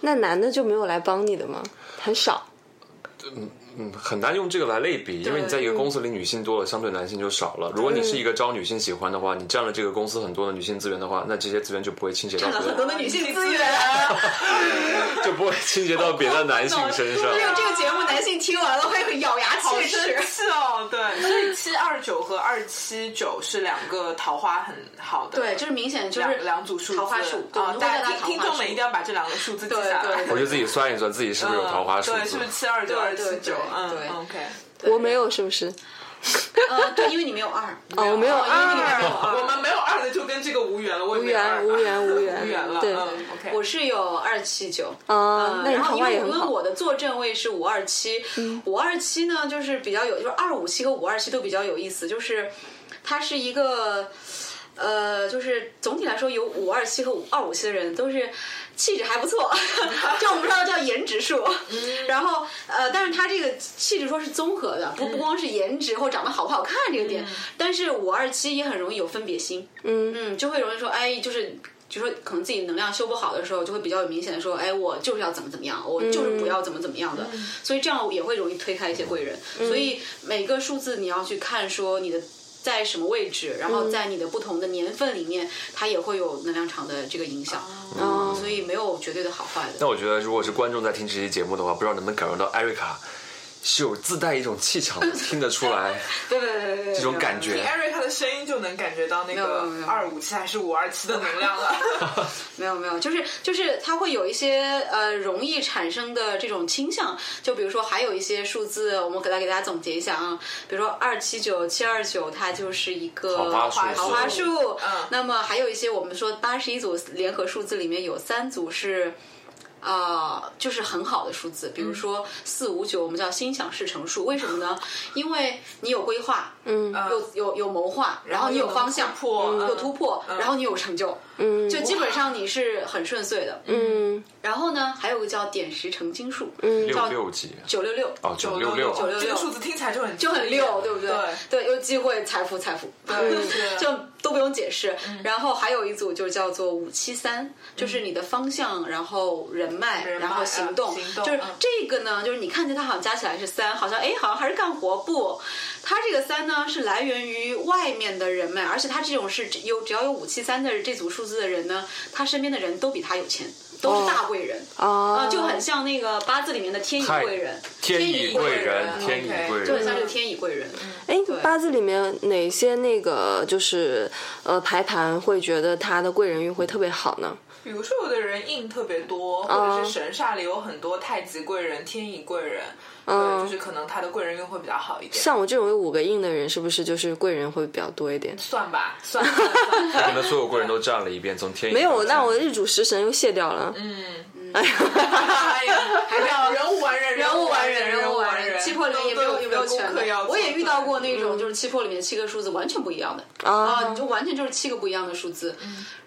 E: 那男的就没有来帮你的吗？很少。
G: 嗯，很难用这个来类比，因为你在一个公司里，女性多了，相对男性就少了。如果你是一个招女性喜欢的话，你占了这个公司很多的女性资源的话，那这些资源就不会倾斜到 别
D: 很多
G: 的，
D: 的女性资源，
E: 嗯
G: 就不会倾斜到别的男性 身
E: 啊
G: 上。
D: 这个节目男性听完了会咬牙
F: 好
D: 切齿
F: 生。气哦，对，所以七二九和二七九是两个桃花很好 的，
D: 对，就是明显就是
F: 两两组数字
D: 桃花树，对我
F: 啊
D: 们，都会
F: 大
D: 叫
F: 家
D: 它
F: 听
D: 桃
F: 听
D: 花
F: 众
D: 树
F: 们一定要把这两个数字记下
D: 对
F: 来
D: 对。
G: 我就自己算一算，自己是不是有桃花数
F: 对，
G: 字
F: 是不？是七二九、二
D: 对对
F: 七九
D: 对？
F: 嗯
D: 对
F: ，OK。
E: 我没有，是不是？
D: 呃，对，因为你没有二，
E: 哦，我没有
D: 因为你没有
E: 二，
D: 二。
F: 我们没有二的就跟这个无缘了，我也
E: 无
F: 没有二
E: 缘无 缘无缘
F: 无缘了。
E: 对，
F: 嗯，OK。
D: 我是有二七九，
E: 啊
D: 呃，
E: 那你
D: 然后
E: 桃
D: 因
E: 花
D: 为
E: 也
D: 我
E: 很
D: 因为
E: 好。嗯
D: 我的坐正位是五二七，五二七呢就是比较有，就是二五七和五二七都比较有意思，就是它是一个。呃，就是总体来说，有五二七和五二五七的人都是气质还不错， 就我们知道叫颜值数。
E: 嗯
D: 然后呃，但是他这个气质说是综合的，
E: 嗯
D: 不不光是颜值或长得好不好看这个点，但是五二七也很容易有分别心。嗯，就会容易说，哎，就是。就说可能自己能量修不好的时候，就会比较有明显的说，哎，我就是要怎么怎么样，我就是不要怎么怎么样的，所以这样也会容易推开一些贵人。所以每个数字你要去看，说你的在什么位置，然后在你的不同的年份里面，它也会有能量场的这个影响。嗯，所以没有绝对的好坏的。
G: 那我觉得，如果是观众在听这期节目的话，不知道能不能感受到艾瑞卡是有自带一种气场的，听得出来
D: 对对对对对，
G: 这种感
F: 听
G: 觉。
F: Erica 的声音就能感觉到那
D: 没有
F: 个
D: 没有没有
F: 二五七还是五二七的能量了。
D: 没有没有，就是就是它会有一些呃容易产生的这种倾向，就比如说还有一些数字，我们给它给大家总结一下啊，比如说二七九七二九，它就是一个
G: 桃花数
D: 桃花数，
F: 嗯
D: 那么还有一些我们说八十一组联合数字里面有三组是。啊，就是很好的数字，比如说四五九，我们叫心想事成数。为什么呢？因为你有规划，嗯，有有有谋划，然后你有方向，
F: 有突破嗯
D: 有突破，然后你有成就，嗯，就基本上你是很顺遂的，嗯。
E: 嗯
D: 然后呢，还有个叫点石成金数，
G: 六
D: 叫
G: 六级
D: 九六六，
G: 哦，九 六
F: 六
D: 九六
F: 这个数字听起来就很
D: 就很溜，对不对
F: 对？？
D: 对，有机会财富财富，
F: 对是 嗯
D: 就都不用解释。然后还有一组就叫做五七三，就是你的方向，然后人脉，
F: 人脉
D: 然后行动
F: 啊，行动
D: 就是
F: 嗯
D: 这个呢，就是你看见它好像加起来是三，好像哎，好像还是干活不？它这个三呢是来源于外面的人脉，而且它这种是只有只要有五七三的这组数字的人呢，他身边的人都比他有钱。都
F: 哦
D: 是大贵人啊、
E: 啊，
D: 就很像那个八字里面的天乙
G: 太
D: 贵人，
G: 天乙贵人，
F: 天
G: 天
F: 乙贵人
G: 乙贵
D: 就很
G: 人，
D: 像这个天乙贵人。
E: 哎，八字里面哪些那个就是呃排盘会觉得他的贵人运会特别好呢？
F: 比如说有的人印特别多，
D: 嗯
F: 或者是神煞里有很多太极贵人、天乙贵人，
D: 嗯
F: 对，就是可能他的贵人运会比较好一点。
E: 嗯像我这种有五个印的人，是不是就是贵人会比较多一点？
F: 算吧，算 算算
G: 可能所有贵人都占了一遍，从天乙
E: 没有，
G: 到
E: 那
G: 天
E: 我日主食神又卸掉了。
F: 哎呀，还要人无完人，
D: 人
F: 人
D: 无
F: 无
D: 完
F: 完
D: 人，人
F: 人
D: 无
F: 无
D: 完
F: 完
D: 人，
F: 人，
D: 气魄里面也没有也没有全
F: 都有功课要
D: 的。
F: 做
D: 我也遇到过那种，就是气魄里面七个数字完全不一样的
E: 啊
D: 啊，你就完全就是七个不一样的数字，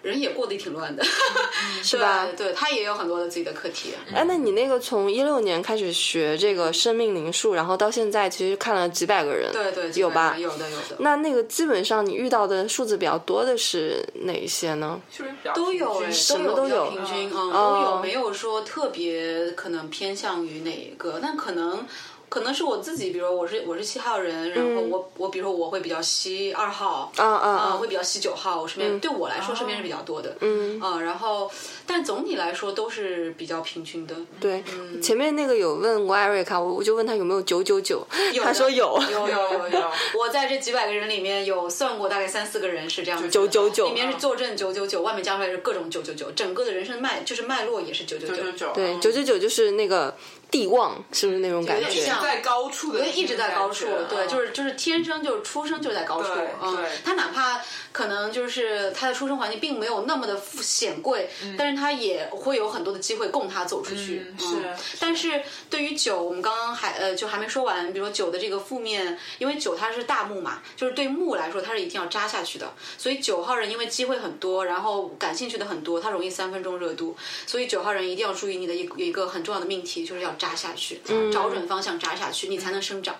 D: 人也过得挺乱的，嗯
E: 是吧
D: 对对，他也有很多的自己的课题。
E: 哎，那你那个从一六年开始学这个生命灵数，然后到现在其实看了几百个人，
D: 对对，
E: 有吧？
D: 有的有的。
E: 那那个基本上你遇到的数字比较多的是哪一些呢？
F: 就是比较
D: 都有哎
F: 平均
E: 什么
D: 都
E: 都
D: 有，
E: 有
D: 比较平均嗯，都
E: 哦
D: 有，没有说特别可能偏向于哪一个，但可能。可能是我自己，比如我是我是七号人，然后我、我比如说我会比较吸二号，
E: 啊啊
D: 嗯啊、
E: 啊
D: 会！比较吸九号，我身边、对我来说身边是比较多的，嗯啊、然后但总体来说都是比较平均的，
E: 对，
D: 嗯
E: 前面那个有问过艾瑞卡，我我就问他有没有九九九，
D: 有
E: 他
D: 的
E: 说有。
D: 有有 有有
F: 有，
D: 我在这几百个人里面有算过，大概三四个人是这样子的，
E: 999
D: 里面是坐镇九九嗯九，外面加出来是各种九九九，整个的人生脉就是脉络也是九九
F: 九
D: 九，
F: 九九，
E: 对，九九九就是那个地旺，是不是那种感
D: 哦有
E: 觉
D: 点？像
F: 在高处的
D: 所
F: 那
D: 以
F: 种感觉，
D: 一直在高处，对，
F: 嗯
D: 就是就是天生就是出生就在高处
F: 对，
D: 嗯
F: 对，
D: 他哪怕可能就是他的出生环境并没有那么的富显贵，但是他也会有很多的机会供他走出去，
F: 嗯是
D: 嗯但是对于酒，我们刚刚还呃就还没说完，比如说酒的这个负面，因为酒它是大木嘛，就是对木来说它是一定要扎下去的，所以九号人因为机会很多，然后感兴趣的很多，他容易三分钟热度，所以九号人一定要注意你的一有一个很重要的命题，就是要扎下去，
F: 嗯
D: 找准方向扎下去，你才能生长。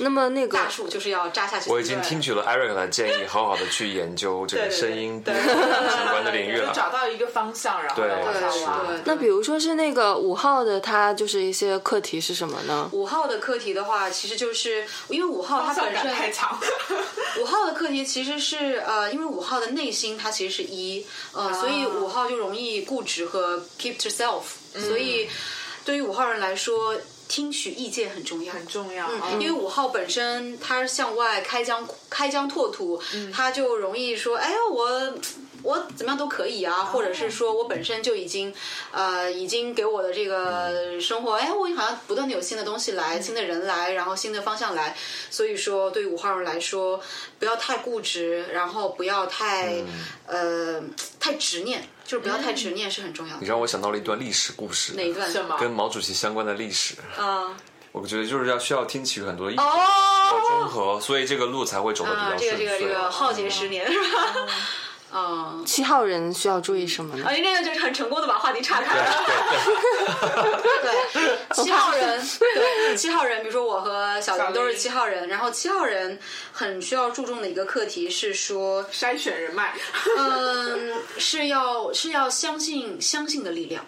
E: 那么那个
D: 大树就是要扎下去。
G: 我已经听取了 Eric 的建议，好好的去研究这个声音
F: 对
G: 相关的领域
F: 就
G: 了。
F: 找到一个方向，然后再往
D: 对
F: 下
G: 是
F: 挖。
D: 对，
E: 那比如说是那个五号的，他就是一些课题是什么呢？
D: 五号的课题的话，其实就是因为五号它
F: 方
D: 本
F: 向感太
D: 身，
F: 强，
D: 五号的课题其实是呃，因为五号的内心它其实是一，呃，所以五号就容易固执和 keep to self，所以对于五号人来说，听取意见很重要。
F: 很重要。
D: 嗯，因为五号本身他向外开疆开疆拓土，他就容易说，哎呀，我我怎么样都可以啊，或者是说我本身就已经，呃，已经给我的这个生活，哎，我好像不断的有新的东西来，新的人来，然后新的方向来，所以说对于五号人来说，不要太固执，然后不要太、
G: 嗯
D: 呃太执念，就是不要太执念是很重要
G: 你
D: 的。
G: 让我想到了一段历史故事，
D: 哪一段？
F: 什么？
G: 跟毛主席相关的历史。
D: 啊
G: 我觉得就是要需要听取很多意见
D: 哦
G: 和综合，所以这个路才会走的比
D: 啊
G: 较，
D: 这
G: 顺
D: 个这
G: 遂。
D: 个这个浩劫十年是吧？嗯。
E: 七号人需要注意什么呢
D: 啊，？那个就是很成功的把话题岔开
G: 对
D: 了。
G: 对对，
D: 对，七号人，对七号人，比如说我和小
F: 小
D: 林都是
F: 林
D: 七号人，然后七号人很需要注重的一个课题是说，
F: 筛选人脉，
D: 嗯，是要是要相信相信的力量，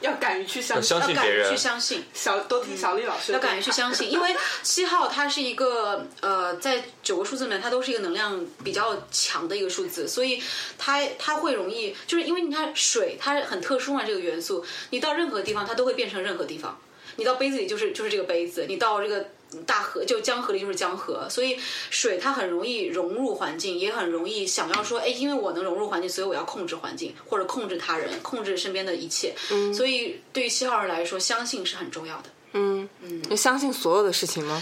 F: 要敢于去相
G: 要
F: 信。
G: 相信
D: 要
G: 别
D: 敢于
G: 人
D: 去，相信。
F: 小多听小丽老师
D: 嗯
F: 的
D: 要
F: 话，
D: 敢于去相信，因为七号它是一个呃，在九个数字里面，它都是一个能量比较强的一个数字，所以它它会容易，就是因为你看水，它很特殊嘛，这个元素，你到任何地方它都会变成任何地方。你到杯子里就是就是这个杯子，你到这个大河就江河里就是江河，所以水它很容易融入环境，也很容易想要说，哎，因为我能融入环境，所以我要控制环境或者控制他人，控制身边的一切。嗯，所以对于七号人来说，相信是很重要的。
E: 嗯嗯，你相信所有的事情吗？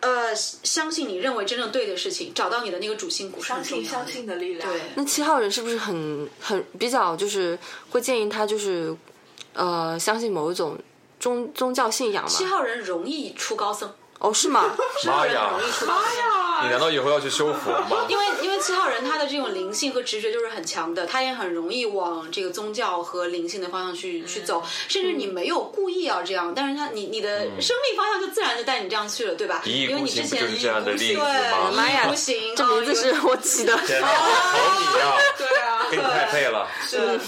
D: 呃，相信你认为真正对的事情，找到你的那个主心骨是很
F: 相
D: 重要
F: 信
D: 的，
F: 相信的力量。
D: 对，
E: 那七号人是不是很很比较就是会建议他就是呃相信某一种宗宗教信仰
D: 七
E: 吗？
D: 号人容易出高僧，
E: 哦，是 吗？
D: 七号
G: 妈
D: 人
G: 呀
D: 很！容易出高僧。
F: 啊
G: 你难道以后要去修佛吗？
D: 因为因为七号人他的这种灵性和直觉就是很强的，他也很容易往这个宗教和灵性的方向去、
F: 嗯
D: 去走，甚至你没有故意要这样，但是他你你的生命方向就自然就带你这样去了，对吧？
G: 嗯一意
D: 因为
G: 孤
D: 你之
G: 行不
D: 前
G: 就是这样的例
D: 对，
G: 子吗？
E: 妈哎呀
D: 一 意孤行，
E: 这
D: 哦
E: 名字是我起的。
G: 天哪，好你呀！
F: 对 啊，
G: 给你太配了，
F: 是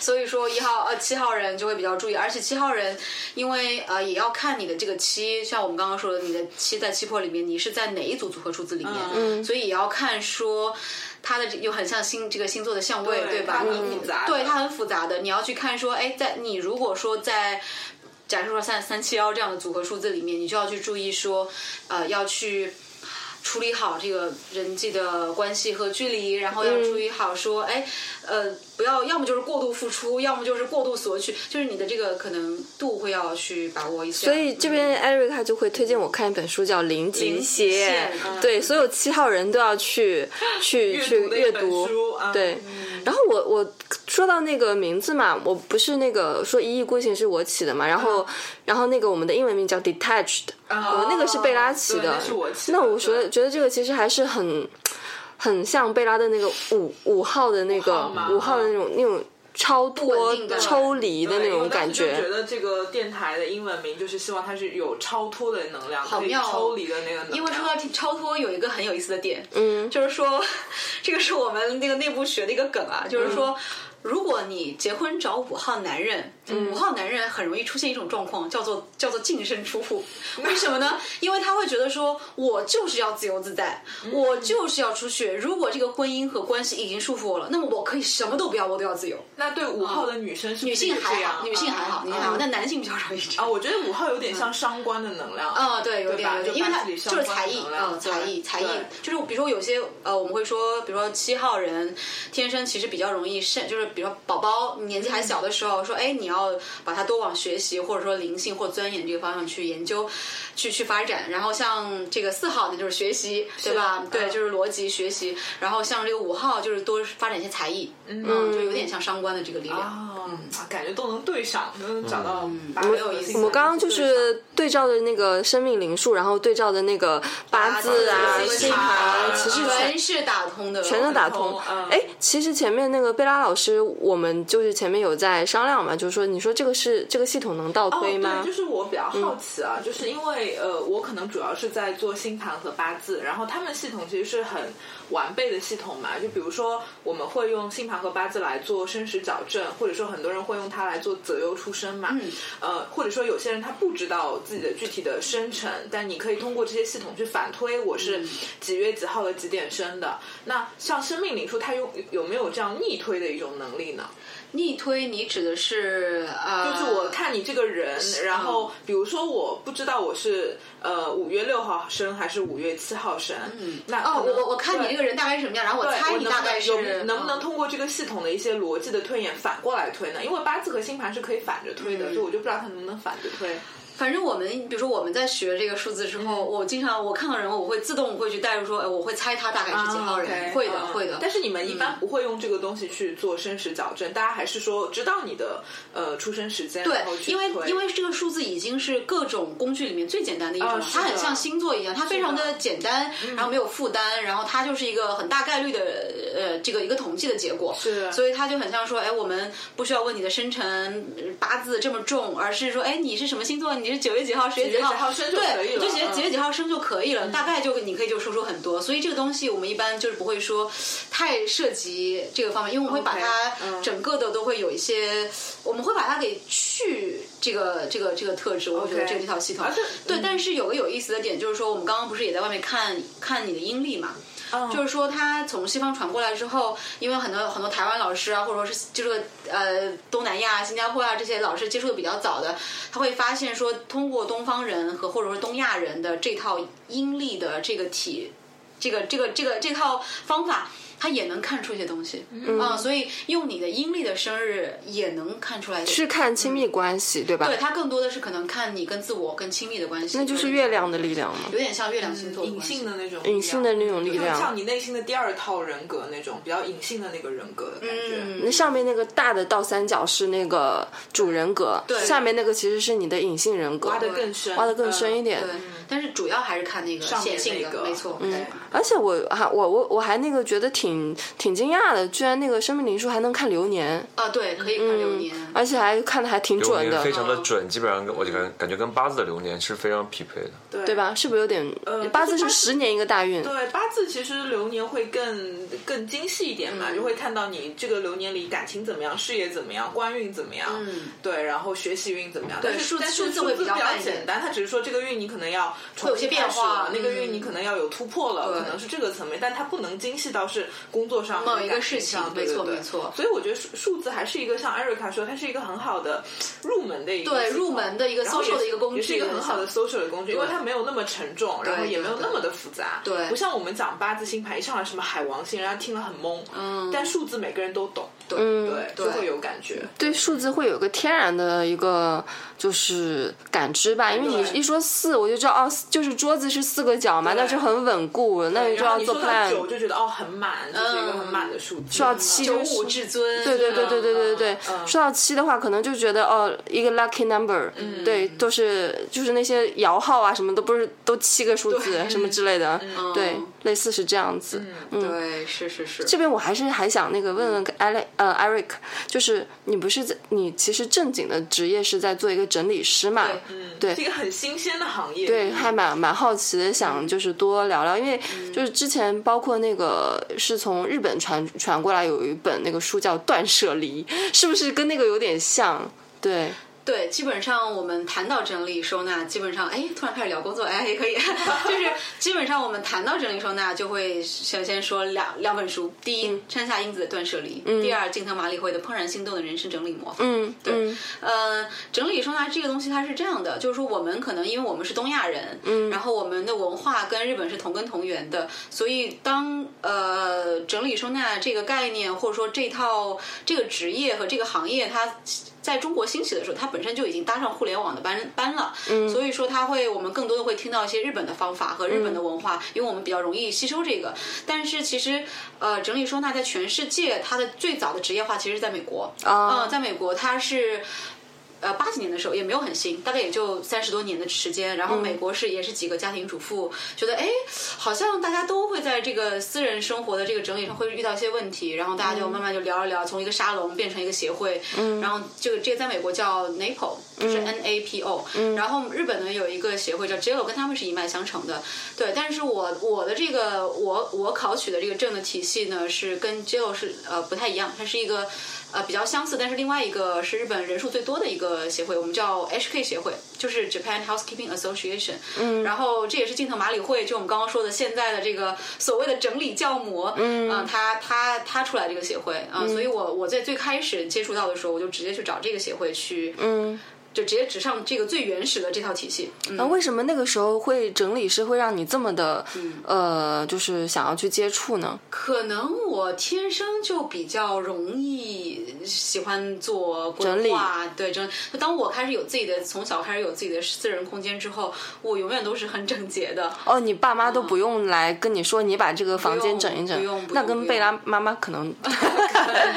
D: 所以说一号呃七号人就会比较注意，而且七号人因为呃也要看你的这个七，像我们刚刚说的，你的七在七魄里面，你是在哪一组组合数字里面，嗯，所以也要看说它的这又很像星这个星座的相位，
F: 对
D: 对吧？
F: 它
D: 你
F: 很
D: 你
F: 复杂的
D: 对它很复杂的，你要去看说，哎，在你如果说在。假设说三三七幺这样的组合数字里面，你就要去注意说，呃，要去处理好这个人际的关系和距离，然后要
F: 嗯
D: 注意好说，哎，呃，不要要么就是过度付出，要么就是过度索取，就是你的这个可能度会要去把握一下。
E: 所以这边
F: 嗯
E: Erica 就会推荐我看一本书，叫《零极
D: 零极
E: 限
D: 限》，
E: 对，所有七号人都要 去去去
F: 嗯阅读的一
E: 阅
F: 本
E: 读
F: 书啊，
E: 对。然后我我说到那个名字嘛，我不是那个说一意孤行是我起的嘛，然
F: 嗯
E: 后然后那个我们的英文名叫 detached，呃，那个是贝拉起
F: 哦对
E: 的
F: 那是我，起的
E: 那我觉得觉得这个其实还是很很像贝拉的那个五五号的那
F: 五
E: 个
F: 号嘛
E: 五号的那种那种超脱
D: 稳定的
E: 抽离的那
F: 对
E: 种
F: 我当
E: 感
F: 时就觉
E: 觉。
F: 得这个电台的英文名就是希望它是有超脱的能量，
D: 好
F: 可以
D: 妙哦
F: 抽离的那个能量。
D: 因为超脱超脱有一个很有意思的点，嗯，就是说，这个是我们那个内部学的一个梗啊，就是说，
E: 嗯
D: 如果你结婚找五号男人，
E: 嗯
D: 五号男人很容易出现一种状况，叫做叫做净身出户。为什么
E: 嗯
D: 呢？因为他会觉得说，我就是要自由自在，
E: 嗯
D: 我就是要出去。如果这个婚姻和关系已经束缚我了，那么我可以什么都不要，我都要自由。
F: 那对五号的女生是不
D: 女
F: 是
D: 性
F: 也这
D: 还
F: 样
D: 好，女性还好，女性还好，但男性比较容易这样
F: 啊，。我觉得五号
D: 嗯
F: 有点像伤官的能量。
D: 啊、对，有
F: 哦对
D: 点
F: 吧
D: 有点，
F: 就
D: 因为
F: 班
D: 他
F: 级里
D: 就
F: 相
D: 是
F: 关
D: 才
F: 的
D: 艺，
F: 能量
D: 嗯，
F: 对
D: 才艺，才艺
F: 对，
D: 就是比如说有些呃，我们会说，比如说七号人天生其实比较容易肾，就是比如说宝宝年纪还小的时候，说哎，你要把它多往学习或者说灵性或钻研这个方向去研究，去去发展。然后像这个四号呢，就是学习，对吧？对，
F: 嗯
D: 就是逻辑学习。然后像这个五号就是多发展一些才艺，嗯，就有点像伤官的这个力量。嗯
F: 啊，啊感觉都能对上，都能找到八
D: 我
F: 个
D: 们
F: 有意思的
E: 我们刚刚就是对照着那个生命灵数，然后对照着那个八字啊、
D: 八字
E: 星
D: 啊
E: 盘，其实全
D: 全是打通的，
E: 全都打通
F: 通嗯。
E: 哎，其实前面那个贝拉老师，我们就是前面有在商量嘛，就是说你说这个是这个系统能倒
F: 哦，
E: 推
F: 对，
E: 吗嗯
F: 就？是我比较好奇啊，就是因为呃，我可能主要是在做星盘和八字，然后他们系统其实是很完备的系统嘛。就比如说，我们会用星盘和八字来做生死矫正，或者说很多人会用它来做择优出生嘛。
D: 嗯
F: 呃，或者说有些人他不知道自己的具体的生辰，但你可以通过这些系统去反推我是几月几号的几点生的。那像生命灵数，它有有没有这样逆推的一种能力呢？
D: 逆推，你指的是呃，
F: 就是我看你这个人，
D: 嗯
F: 然后比如说我不知道我是呃五月六号生还是五月七号生，嗯，那
D: 哦，
F: 可
D: 我
F: 能
D: 我我看你这个。人大概是什么样，然后我
F: 对对
D: 猜
F: 我
D: 你
F: 能
D: 大概是
F: 不能有能不能
D: 嗯
F: 通过这个系统的一些逻辑的推演反过来推呢？因为八字和星盘是可以反着推的，
D: 嗯
F: 所以我就不知道它能不能反着推。
D: 反正我们，比如说我们在学这个数字之后，我经常我看到人，我会自动会去带入说，哎，我会猜他大概是几号人，
F: OK，
D: 会的
F: 嗯，
D: 会的。嗯
F: 但是你们一般不会用这个东西去做生时矫正，大家还是说知道你的呃出生时间，
D: 对
F: 然后，去
D: 因为
F: 推
D: 因为这个数字已经是各种工具里面最简单的一种，
F: 啊是
D: 它
F: 的嗯
D: 很像星座一样，它非常的简单，然后没有负担，然后它就是一个很大概率的呃这个一个统计的结果，
F: 是
D: 所以它就很像说，哎，我们不需要问你的生辰呃八字这么重，而是说，哎，你是什么星座？你是九月几号、十月
F: 几月
D: 号
F: 几号生就可
D: 对，
F: 以了
D: 你就几月
F: 嗯
D: 几月几号生就可以了，大概就你可以就说出很多，所以这个东西我们一般就是不会说太涉及这个方面，因为我们会把
F: OK，
D: 它
F: 嗯
D: 整个的都会有一些，我们会把它给去这个这个这个特质，我觉得
F: OK
D: 这个这套系统
F: 而且嗯
D: 对。但是有个有意思的点就是说，我们刚刚不是也在外面看看你的阴历嘛？
F: 哦
D: 就是说它从西方传过来之后，因为很多很多台湾老师啊，或者说是就这个呃东南亚、新加坡啊这些老师接触的比较早的，他会发现说，通过东方人和或者说东亚人的这套音力的这个体，这个这个这个这套方法。他也能看出一些东西，嗯、所以用你的阴历的生日也能看出来一些
E: 是看亲密关系，对吧？
D: 对，它更多的是可能看你跟自我、跟亲密的关系。
E: 那就是月，亮的力量嘛，
D: 有点像月亮星座的
F: 嗯隐
D: 关系
F: 性的那种，
E: 隐性的那种力
F: 就是
E: 量
F: 像你内心的第二套人格那种比较隐性的那个人格的感觉。
D: 嗯
E: 那上面那个大的倒三角是那个主人格，
D: 对
E: 下面那个其实是你的隐性人格，
F: 挖得更深，
E: 挖得更深一
F: 嗯。
E: 点。
D: 对，但是主要还是看那个
F: 上面
D: 显性
F: 那
D: 的，
F: 个
D: 没错。
F: 嗯
D: 对
E: 而且我还我我我还那个觉得挺挺惊讶的，居然那个生命灵数还能看流年，嗯
D: 啊，对，可以看流年。
E: 而且还看的还挺
G: 流
E: 准
G: 年
E: 的
G: 非，常的准，基本上跟我就感感觉跟八字的流年是非常匹配的。
F: 对
E: 对？吧？是不是有点？
F: 呃
E: 八字
F: 就是是八字
E: 十年一个大运，
F: 对八字其实流年会更更精细一点嘛，
D: 嗯
F: 就会看到你这个流年里感情怎么样，事业怎么样，官运怎么样，
D: 嗯
F: 对，然后学习运怎么样。
D: 对
F: 但是
D: 数
F: 但是
D: 数字
F: 数
D: 会
F: 字
D: 比
F: 比
D: 较慢一点
F: 简单，它只是说这个运你可能要会
D: 有些变化
F: 那个
D: 嗯
F: 运你可能要有突破了，
D: 对
F: 可能是这个层面，但它不能精细到是工作上
D: 某
F: 或者
D: 一个
F: 感
D: 事
F: 情上
D: 情没错
F: 嗯对对对
D: 没错
F: 所以我觉得数数字还是一个像艾瑞卡说，它是一个很好的入门的一个
D: 对
F: 系统
D: 入门的一个
F: 然后
D: social 的一个工具
F: 也是一个很好的 social 的工具，因为它没有那么沉重，然后
D: 对
F: 也没有
D: 对
F: 那么的复杂，
D: 对
F: 不像我们讲八字星盘一上来什么海王星，人家听了很懵，
D: 嗯
F: 但数字每个人都懂，对对，
D: 对
F: 就会有感觉，
E: 嗯对数字会有一个天然的一个就是感知吧，因为你
F: 对
E: 一说四，我就知道哦，就是桌子是四个角嘛，
F: 对
E: 那就很稳固，那你就
F: 然后
E: 要
F: 你
E: 做
F: 说到
E: plan。
F: 九
E: 嗯
F: 就觉得哦很满，就是一个很满的数字，需
E: 到七
D: 九
E: 就是
D: 五至尊，
E: 对对对对对对对，说到七的话，可能就觉得哦，一个 lucky number，、对，都是就是那些摇号啊什么都不是都七个数字什么之类的，对，类似是这样子。嗯，
D: 对，是是是。
E: 这边我还是还想那个问问 Ale 呃 Eric，就是你不是在你其实正经的职业是在做一个整理师嘛？
D: 对
E: 对
F: 是一个很新鲜的行业，
E: 对，还蛮蛮好奇的，
D: 嗯
E: 想就是多聊聊，因为就是之前包括那个是从日本传传过来有一本那个书叫《断舍离》，是不是跟那个有点像？对，
D: 对，基本上我们谈到整理收纳，基本上哎，突然开始聊工作，哎，也可以， 就是基本上我们谈到整理收纳，就会首先说两两本书，第一，山下英子的《断舍离》，第二，近藤麻里惠的《怦然心动的人生整理魔法》。
E: 嗯，
D: 对
E: 嗯
D: 呃，整理收纳这个东西它是这样的，就是说我们可能因为我们是东亚人，嗯，然后我们的文化跟日本是同根同源的，所以当呃整理收纳这个概念或者说这套这个职业和这个行业它。在中国兴起的时候，它本身就已经搭上互联网的班班了，嗯，所以说它会，我们更多的会听到一些日本的方法和日本的文化，因为我们比较容易吸收这个。但是其实，呃，整理收纳在全世界它的最早的职业化其实是在美国，
E: 啊
D: 嗯，在美国它是。呃，八几年的时候也没有很新，大概也就三十多年的时间。然后美国是也是几个家庭主妇觉得，哎，好像大家都会在这个私人生活的这个整理上会遇到一些问题，然后大家就慢慢就聊一聊，从一个沙龙变成一个协会。嗯，然后这个这个在美国叫 NAPO，就是 N A P O。嗯，然后日本呢有一个协会叫 JLO，跟他们是一脉相承的。对，但是我我的这个我我考取的这个证的体系呢，是跟 JLO 是呃不太一样，它是一个呃比较相似，但是另外一个是日本人数最多的一个协会，我们叫 HK 协会，就是 Japan Housekeeping Association。嗯，然后这也是近藤麻里惠，就我们刚刚说的现在的这个所谓的整理教母，嗯，他他他出来这个协会啊、所以我我在最开始接触到的时候，我就直接去找这个协会去，
E: 嗯。
D: 就直接指上这个最原始的这套体系。嗯
E: 那为什么那个时候会整理师会让你这么的，呃，就是想要去接触呢？
D: 嗯可能我天生就比较容易喜欢做规划，对整。就当我开始有自己的，从小开始有自己的私人空间之后，我永远都是很整洁的。
E: 哦，你爸妈都不用来跟你说，你把这个房间整一整
D: 嗯不用不用，不
E: 那
D: 用
E: 跟贝拉妈妈可 能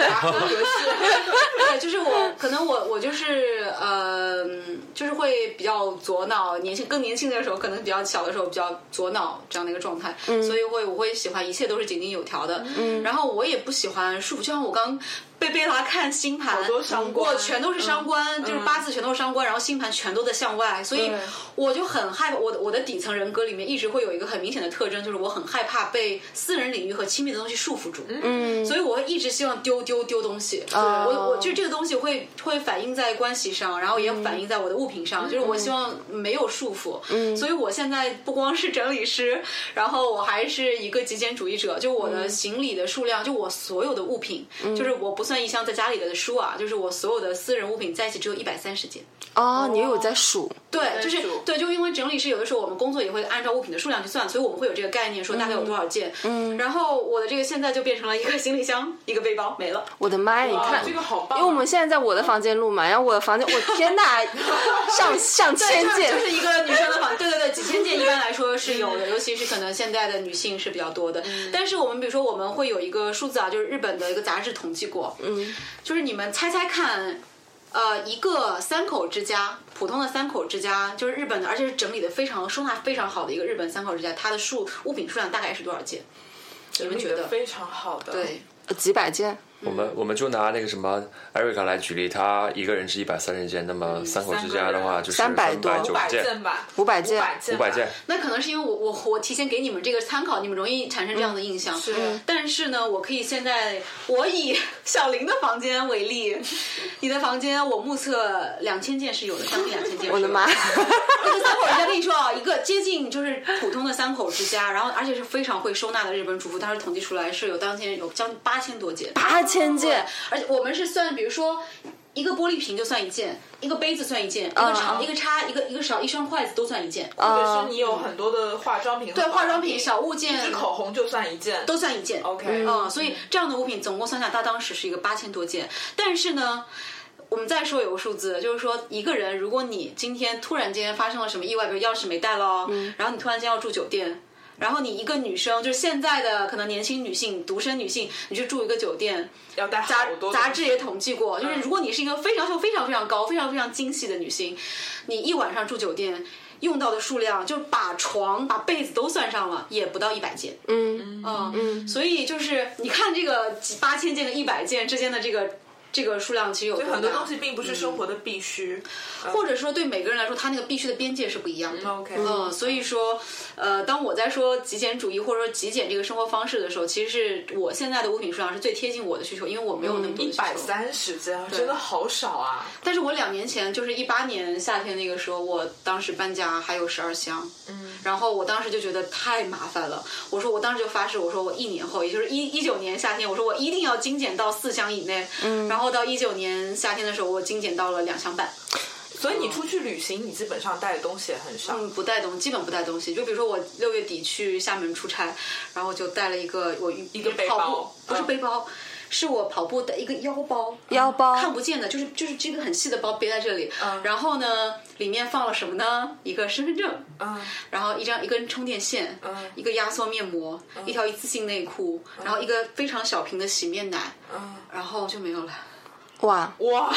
D: 对，就是我，可能我我就是呃，就是会比较左脑，年轻更年轻的时候，可能比较小的时候比较左脑这样的一个状态，所以会我会喜欢一切都是井井有条的，嗯，然后我也不喜欢束缚，就像我刚被贝拉看星盘，
F: 好多伤官
D: 我全都是伤官，就是八字全都是伤官，然后星盘全都在向外，所以
F: 对
D: 我就很害怕，我的我的底层人格里面一直会有一个很明显的特征，就是我很害怕被私人领域和亲密的东西束缚住，嗯。所以我会一直希望丢丢丢东西。
E: 哦
D: 我我就这个东西会会反映在关系上，然后也反映在我的物品上，就是我希望没有束缚。嗯，所以我现在不光是整理师，然后我还是一个极简主义者，就我的行李的数量，就我所有的物品，就是我不算一箱在家里的书啊，就是我所有的私人物品在一起只有一百三十件。
E: 哦，你有在数，
D: 对，就是
F: 数
D: 对，就因为整理师有的时候我们工作也会按照物品的数量去算，所以我们会有这个概念，说大概有多少件。嗯，然后我的这个现在就变成了一个行李箱，一个背包没了。
E: 我的妈呀！你
F: 哇
E: 看，
F: 这个好棒啊
E: 因为
D: 嗯
E: 我们现在在我的房间录嘛，然后我的房间，我 天呐，上上
D: 对，
E: 千
D: 就是
E: 件
D: 就，是一个女生的房，对对对，几千件一般来说是有的，尤其是可能现在的女性是比较多的。
E: 嗯
D: 但是我们比如说我们会有一个数字啊，就是日本的一个杂志统计过，嗯，就是你们猜猜看，呃，一个三口之家，普通的三口之家，就是日本的，而且是整理的非常收纳非常好的一个日本三口之家，它的数物品数量大概是多少件？你们觉
F: 理得
D: 得？
F: 非常好的，
D: 对，
E: 呃几百件，
G: 我们我们就拿那个什么艾瑞卡来举例，她一个人是一百三十件，那么三口之家的话就是
E: 三百
G: 百
E: 多
G: 九
F: 啊五百
G: 件，
F: 件吧，
E: 五百
F: 五
E: 件，
F: 百件，
G: 五百件。。
D: 那可能是因为我我我提前给你们这个参考，你们容易产生这样的印象。
F: 是嗯
D: 但是呢，我可以现在我以 小林的房间为例，你的房间我目测两千件是有的，将近两千件是有。
E: 我的妈！
D: 那个三口之家跟你说啊，一个接近就是普通的三口之家，然后而且是非常会收纳的日本主妇，当时统计出来是有当前有将近八千多件。
E: 八千
D: 对
E: 件，，
D: 而且我们是算，比如说。一个玻璃瓶就算一件，一个杯子算一件，一
E: 嗯
D: 个长、一个叉，一个一个勺，一双筷子都算一件。
E: 呃
F: 或者是你有很多的化妆品，
D: 对，化妆品、小物
F: 一
D: 件
F: 支口红就算一件，
D: 都算一件。
F: OK
D: 嗯，所以这样的物品总共算下，它当时是一个八千多件。但是呢，我们再说有个数字，就是说一个人，如果你今天突然间发生了什么意外，比如钥匙没带喽，然后你突然间要住酒店。然后你一个女生，就是现在的可能年轻女性、独身女性，你去住一个酒店，
F: 要带啊好
D: 杂
F: 多嗯
D: 杂
F: 东西
D: 志也统计过，就是如果你是一个非常要求非常非常高、非常非常精细的女性，你一晚上住酒店用到的数量，就把床、把被子都算上了，也不到一百件。
E: 嗯，
D: 嗯嗯，所以就是你看这个几八千件跟一百件之间的这个这个数量，其实有
F: 就
D: 多
F: 很多
D: 大
F: 东西，并不是生活的必须。
D: 或者说对每个人来说，他那个必须的边界是不一样的。
F: OK，
D: 嗯，所以说，呃，当我在说极简主义或者说极简这个生活方式的时候，其实是我现在的物品数量是最贴近我的需求，因为我没有那么多的
F: 嗯一
D: 需求。
F: 百哎三十件，真的好少啊！
D: 但是我两年前，就是一八年夏天那个时候，我当时搬家还有十二箱，嗯，然后我当时就觉得太麻烦了。我说我当时就发誓，我说我一年后，也就是一一九年夏天，我说我一定要精简到四箱以内，嗯，然后到一九年夏天的时候，我精简到了两箱半，
F: 所以你出去旅行，你基本上带的东西也很少。
D: 嗯，不带东，基本不带东西。就比如说我六月底去厦门出差，然后就带了一个我一
F: 一个背
D: 跑步
F: 包
D: 不是
F: 嗯
D: 背包。是我跑步的一个腰包，啊
E: 腰包
D: 看不见的，就是就是这个很细的包背在这里。
F: 嗯
D: 然后呢，里面放了什么呢？一个身份证，
F: 嗯，
D: 然后一张一根充电线，
F: 嗯
D: 一个压缩面膜，一条一次性内裤，然后一个非常小瓶的洗面奶，
F: 嗯
D: 然后就没有了。
E: 哇，
F: 哇，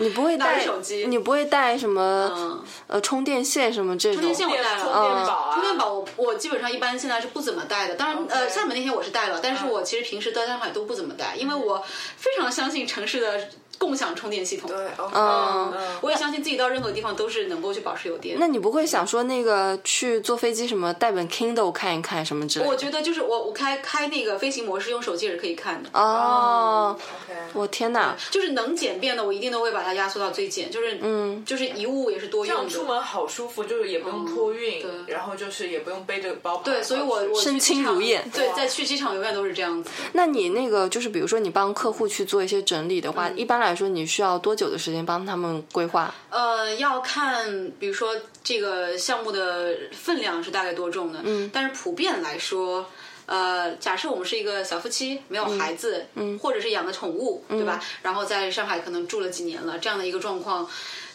E: 你不会
D: 拿着
E: 带
D: 手机
E: 你不会带什么
D: 嗯，
E: 呃充电线什么这种？
D: 充电线我带了，嗯
F: 充电宝啊，
D: 充电宝我我基本上一般现在是不怎么带的，当然
F: OK 嗯
D: 呃厦门那天我是带了，但是我其实平时到上海都不怎么带，因为我非常相信城市的共享充电系统，
F: 对，OK，
E: 嗯
F: 嗯
D: 我也相信自己到任何地方都是能够去保持有电。
E: 那你不会想说那个去坐飞机什么带本 Kindle 看一看什么之类
D: 我
E: 的？
D: 觉得就是我我开开那个飞行模式，用手机也是可以看的。
E: 哦，
F: ，OK，
E: 我天哪！
D: 就是能简便的，我一定都会把它压缩到最简。就是嗯，就是一物也是多
F: 这
D: 用
F: 样出
D: 的。
F: 门好舒服，就是也不用托
D: 嗯
F: 运，
D: 对
F: 然后就是也不用背着包跑来跑去。
D: 对，所以我我
E: 身
D: 去机
E: 轻
D: 场
E: 如燕
D: 对，在去机场永远都是这样子的。
E: 那你那个就是，比如说你帮客户去做一些整理的话，
D: 嗯
E: 一般来说你需要多久的时间帮他们规划？
D: 呃，要看，比如说这个项目的分量是大概多重的，嗯，但是普遍来说。呃，假设我们是一个小夫妻，没有孩子，嗯，或者是养的宠物，对吧？然后在上海可能住了几年了，这样的一个状况，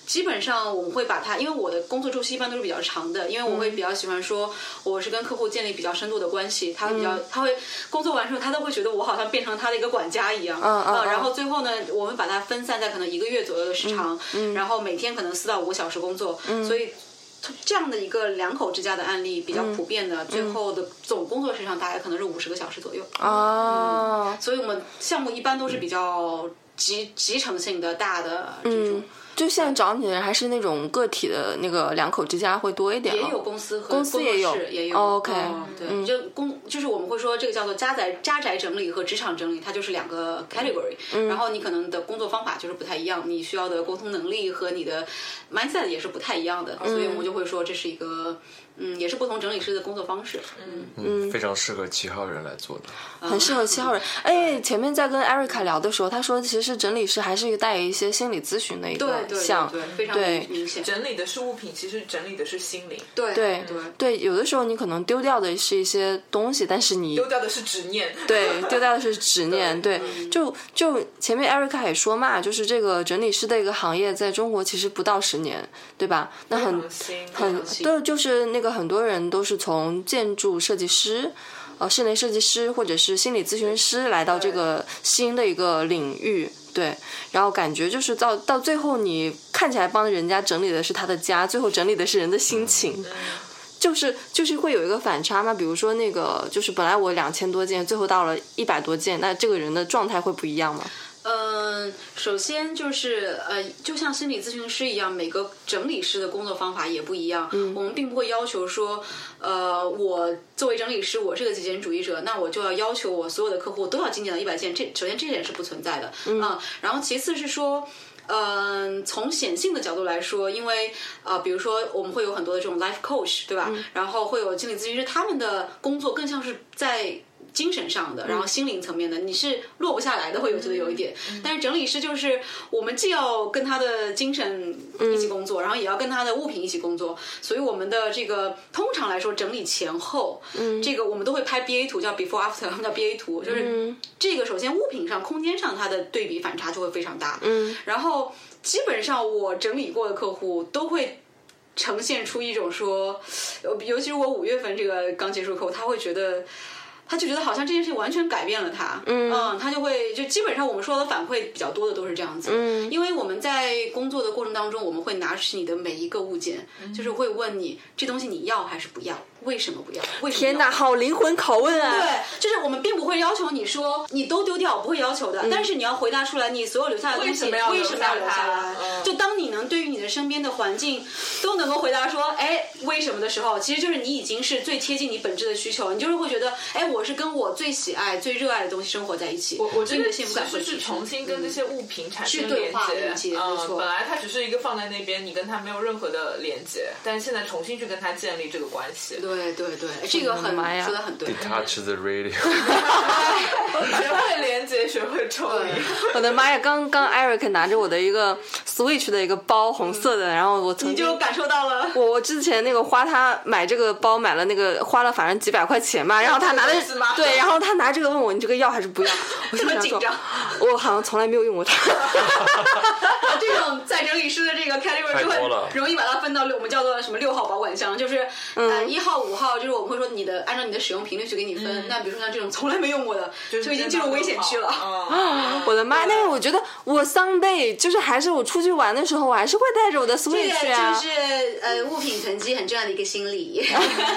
D: 基本上我们会把它，因为我的工作周期一般都是比较长的，因为我
E: 嗯
D: 会比较喜欢说，我是跟客户建立比较深度的关系，他会比较，
E: 嗯
D: 他会工作完之后，他都会觉得我好像变成他的一个管家一样，
E: 嗯嗯
D: 啊然
E: 嗯
D: 后最后呢，我们把它分散在可能一个月左右的时长，
E: 嗯
D: 然后每天可能四到五个小时工作，所以。这样的一个两口之家的案例比
E: 嗯
D: 较普遍的，最后的总工作时长大概可能是五十个小时左右，
E: 哦，
D: 所以我们项目一般都是比较集集成性的大的这
E: 嗯
D: 种，
E: 就现在找你的人还是那种个体的那个两口之家会多一点、哦，
D: 也有公司和
E: 公司也有
D: 工作室也有。
E: 哦，OK
D: 嗯对，就公就是我们会说这个叫做家宅家宅整理和职场整理，它就是两个 category、然
E: 嗯
D: 后你可能的工作方法就是不太一样，你需要的沟通能力和你的 mindset 也是不太一样
E: 嗯
D: 的，所以我们就会说这是一个嗯，也是不同整理师的工作方式。嗯，
G: 嗯，非常适合七号人来做的。
E: 很适合七号人。
D: 嗯
E: 哎，前面在跟艾瑞卡聊的时候，他说其实整理师还是带一些心理咨询的一
D: 对
E: 个
D: 对
E: 项
D: 对，对，非常
E: 对
D: 明显。
F: 整理的是物品，其实整理的是心灵，
D: 对
E: 对
D: 对。
E: 对，有的时候你可能丢掉的是一些东西，但是你
F: 丢掉的是执念。
D: 嗯
E: 对，丢掉的是执念。对，就就前面艾瑞卡也说嘛，就是这个整理师的一个行业，在中国其实不到十年，对吧？那很
F: 良心
E: 很
D: 良心
E: 对，就是那个很多人都是从建筑设计师。呃，室内设计师或者是心理咨询师来到这个新的一个领域，对，然后感觉就是到到最后，你看起来帮人家整理的是他的家，最后整理的是人的心情，就是就是会有一个反差嘛。比如说那个，就是本来我两千多件，最后到了一百多件，那这个人的状态会不一样吗？
D: 嗯，首先就是呃，就像心理咨询师一样，每个整理师的工作方法也不一样。我们并不会要求说，呃，我作为整理师，我是个极简主义者，那我就要要求我所有的客户都要精简到一百件。这首先这点是不存在的啊、然后其次是说。嗯，从显性的角度来说，因为呃，比如说我们会有很多的这种 life coach，对吧？然后会有心理咨询师，他们的工作更像是在精神上的，然后心灵层面的，你是落不下来的，会有觉得有一点。但是整理师就是我们既要跟他的精神一起工作，然后也要跟他的物品一起工作，所以我们的这个通常来说整理前后，这个我们都会拍 BA 图，叫 before after，他们叫 BA 图，就是这个首先物品上、空间上它的对比反差就会非常大。嗯，然后基本上我整理过的客户都会呈现出一种说，尤尤其是我五月份这个刚接触客户，他会觉得。他就觉得好像这件事情完全改变了他，嗯他就会就基本上我们收到的反馈比较多的都是这样子，嗯，因为我们在工作的过程当中，我们会拿起你的每一个物件，就是会问你这东西你要还是不要，为什么不要？为什么
E: 天
D: 要
E: 哪，好灵魂拷问啊！
D: 对，就是我们并不会要求你说你都丢掉，不会要求的，但是你要回答出来你所有留下的东西
F: 嗯为什么要
D: 为
F: 留
D: 什么要
F: 下
D: 留下
F: 它
D: 来。
F: 嗯
D: 就当你能对于你的身边的环境都能够回答说，哎，为什么的时候，其实就是你已经是最贴近你本质的需求，你就是会觉得，哎，我是跟我最喜爱、最热爱的东西生活在一起，
F: 我我
D: 所
F: 觉
D: 以你
F: 得
D: 的
F: 其
D: 幸福感会
F: 实是
D: 提升
F: 重新跟这些物品产
D: 嗯去
F: 生
D: 对
F: 连
D: 话连接
F: 接，
D: 没错
F: 嗯，本来它只是一个放在那边，你跟它没有任何的连接，但是现在重新去跟它建立这个关系，
D: 对对对，这个很
E: 妈呀
D: 说的很对。
G: Detach the radio，
F: 学会连接，学会抽离，
E: 我的妈呀，刚刚 Eric 拿着我的一个 Switch 的一个包，红色的，然后我曾
D: 你
E: 经
D: 就感受到了，
E: 我我之前那个花他买这个包买了那个花了反正几百块钱嘛，然后他拿的
F: 这个是吗
E: 对，然后他拿这个问我你这个要还是不要，我
D: 这
E: 心
D: 么
E: 想
D: 紧
E: 说
D: 张，
E: 我好像从来没有用过它。
D: 这种在整理师的这个 category
G: 太
D: 就
G: 多了
D: 会容易把它分到六，我们叫做什么六号保管箱，就是呃一号、五号，就是我们会说你的按照你的使用频率去给你分。那比如说像这种从来没用过的，就已经进入危险区了。
F: 嗯，
E: 我的妈！但是我觉得我 someday 就是还是我出去玩的时候，我还是会带着我的
D: 这个
E: Switch 啊。
D: 就是呃物品囤积很重要的一个心理，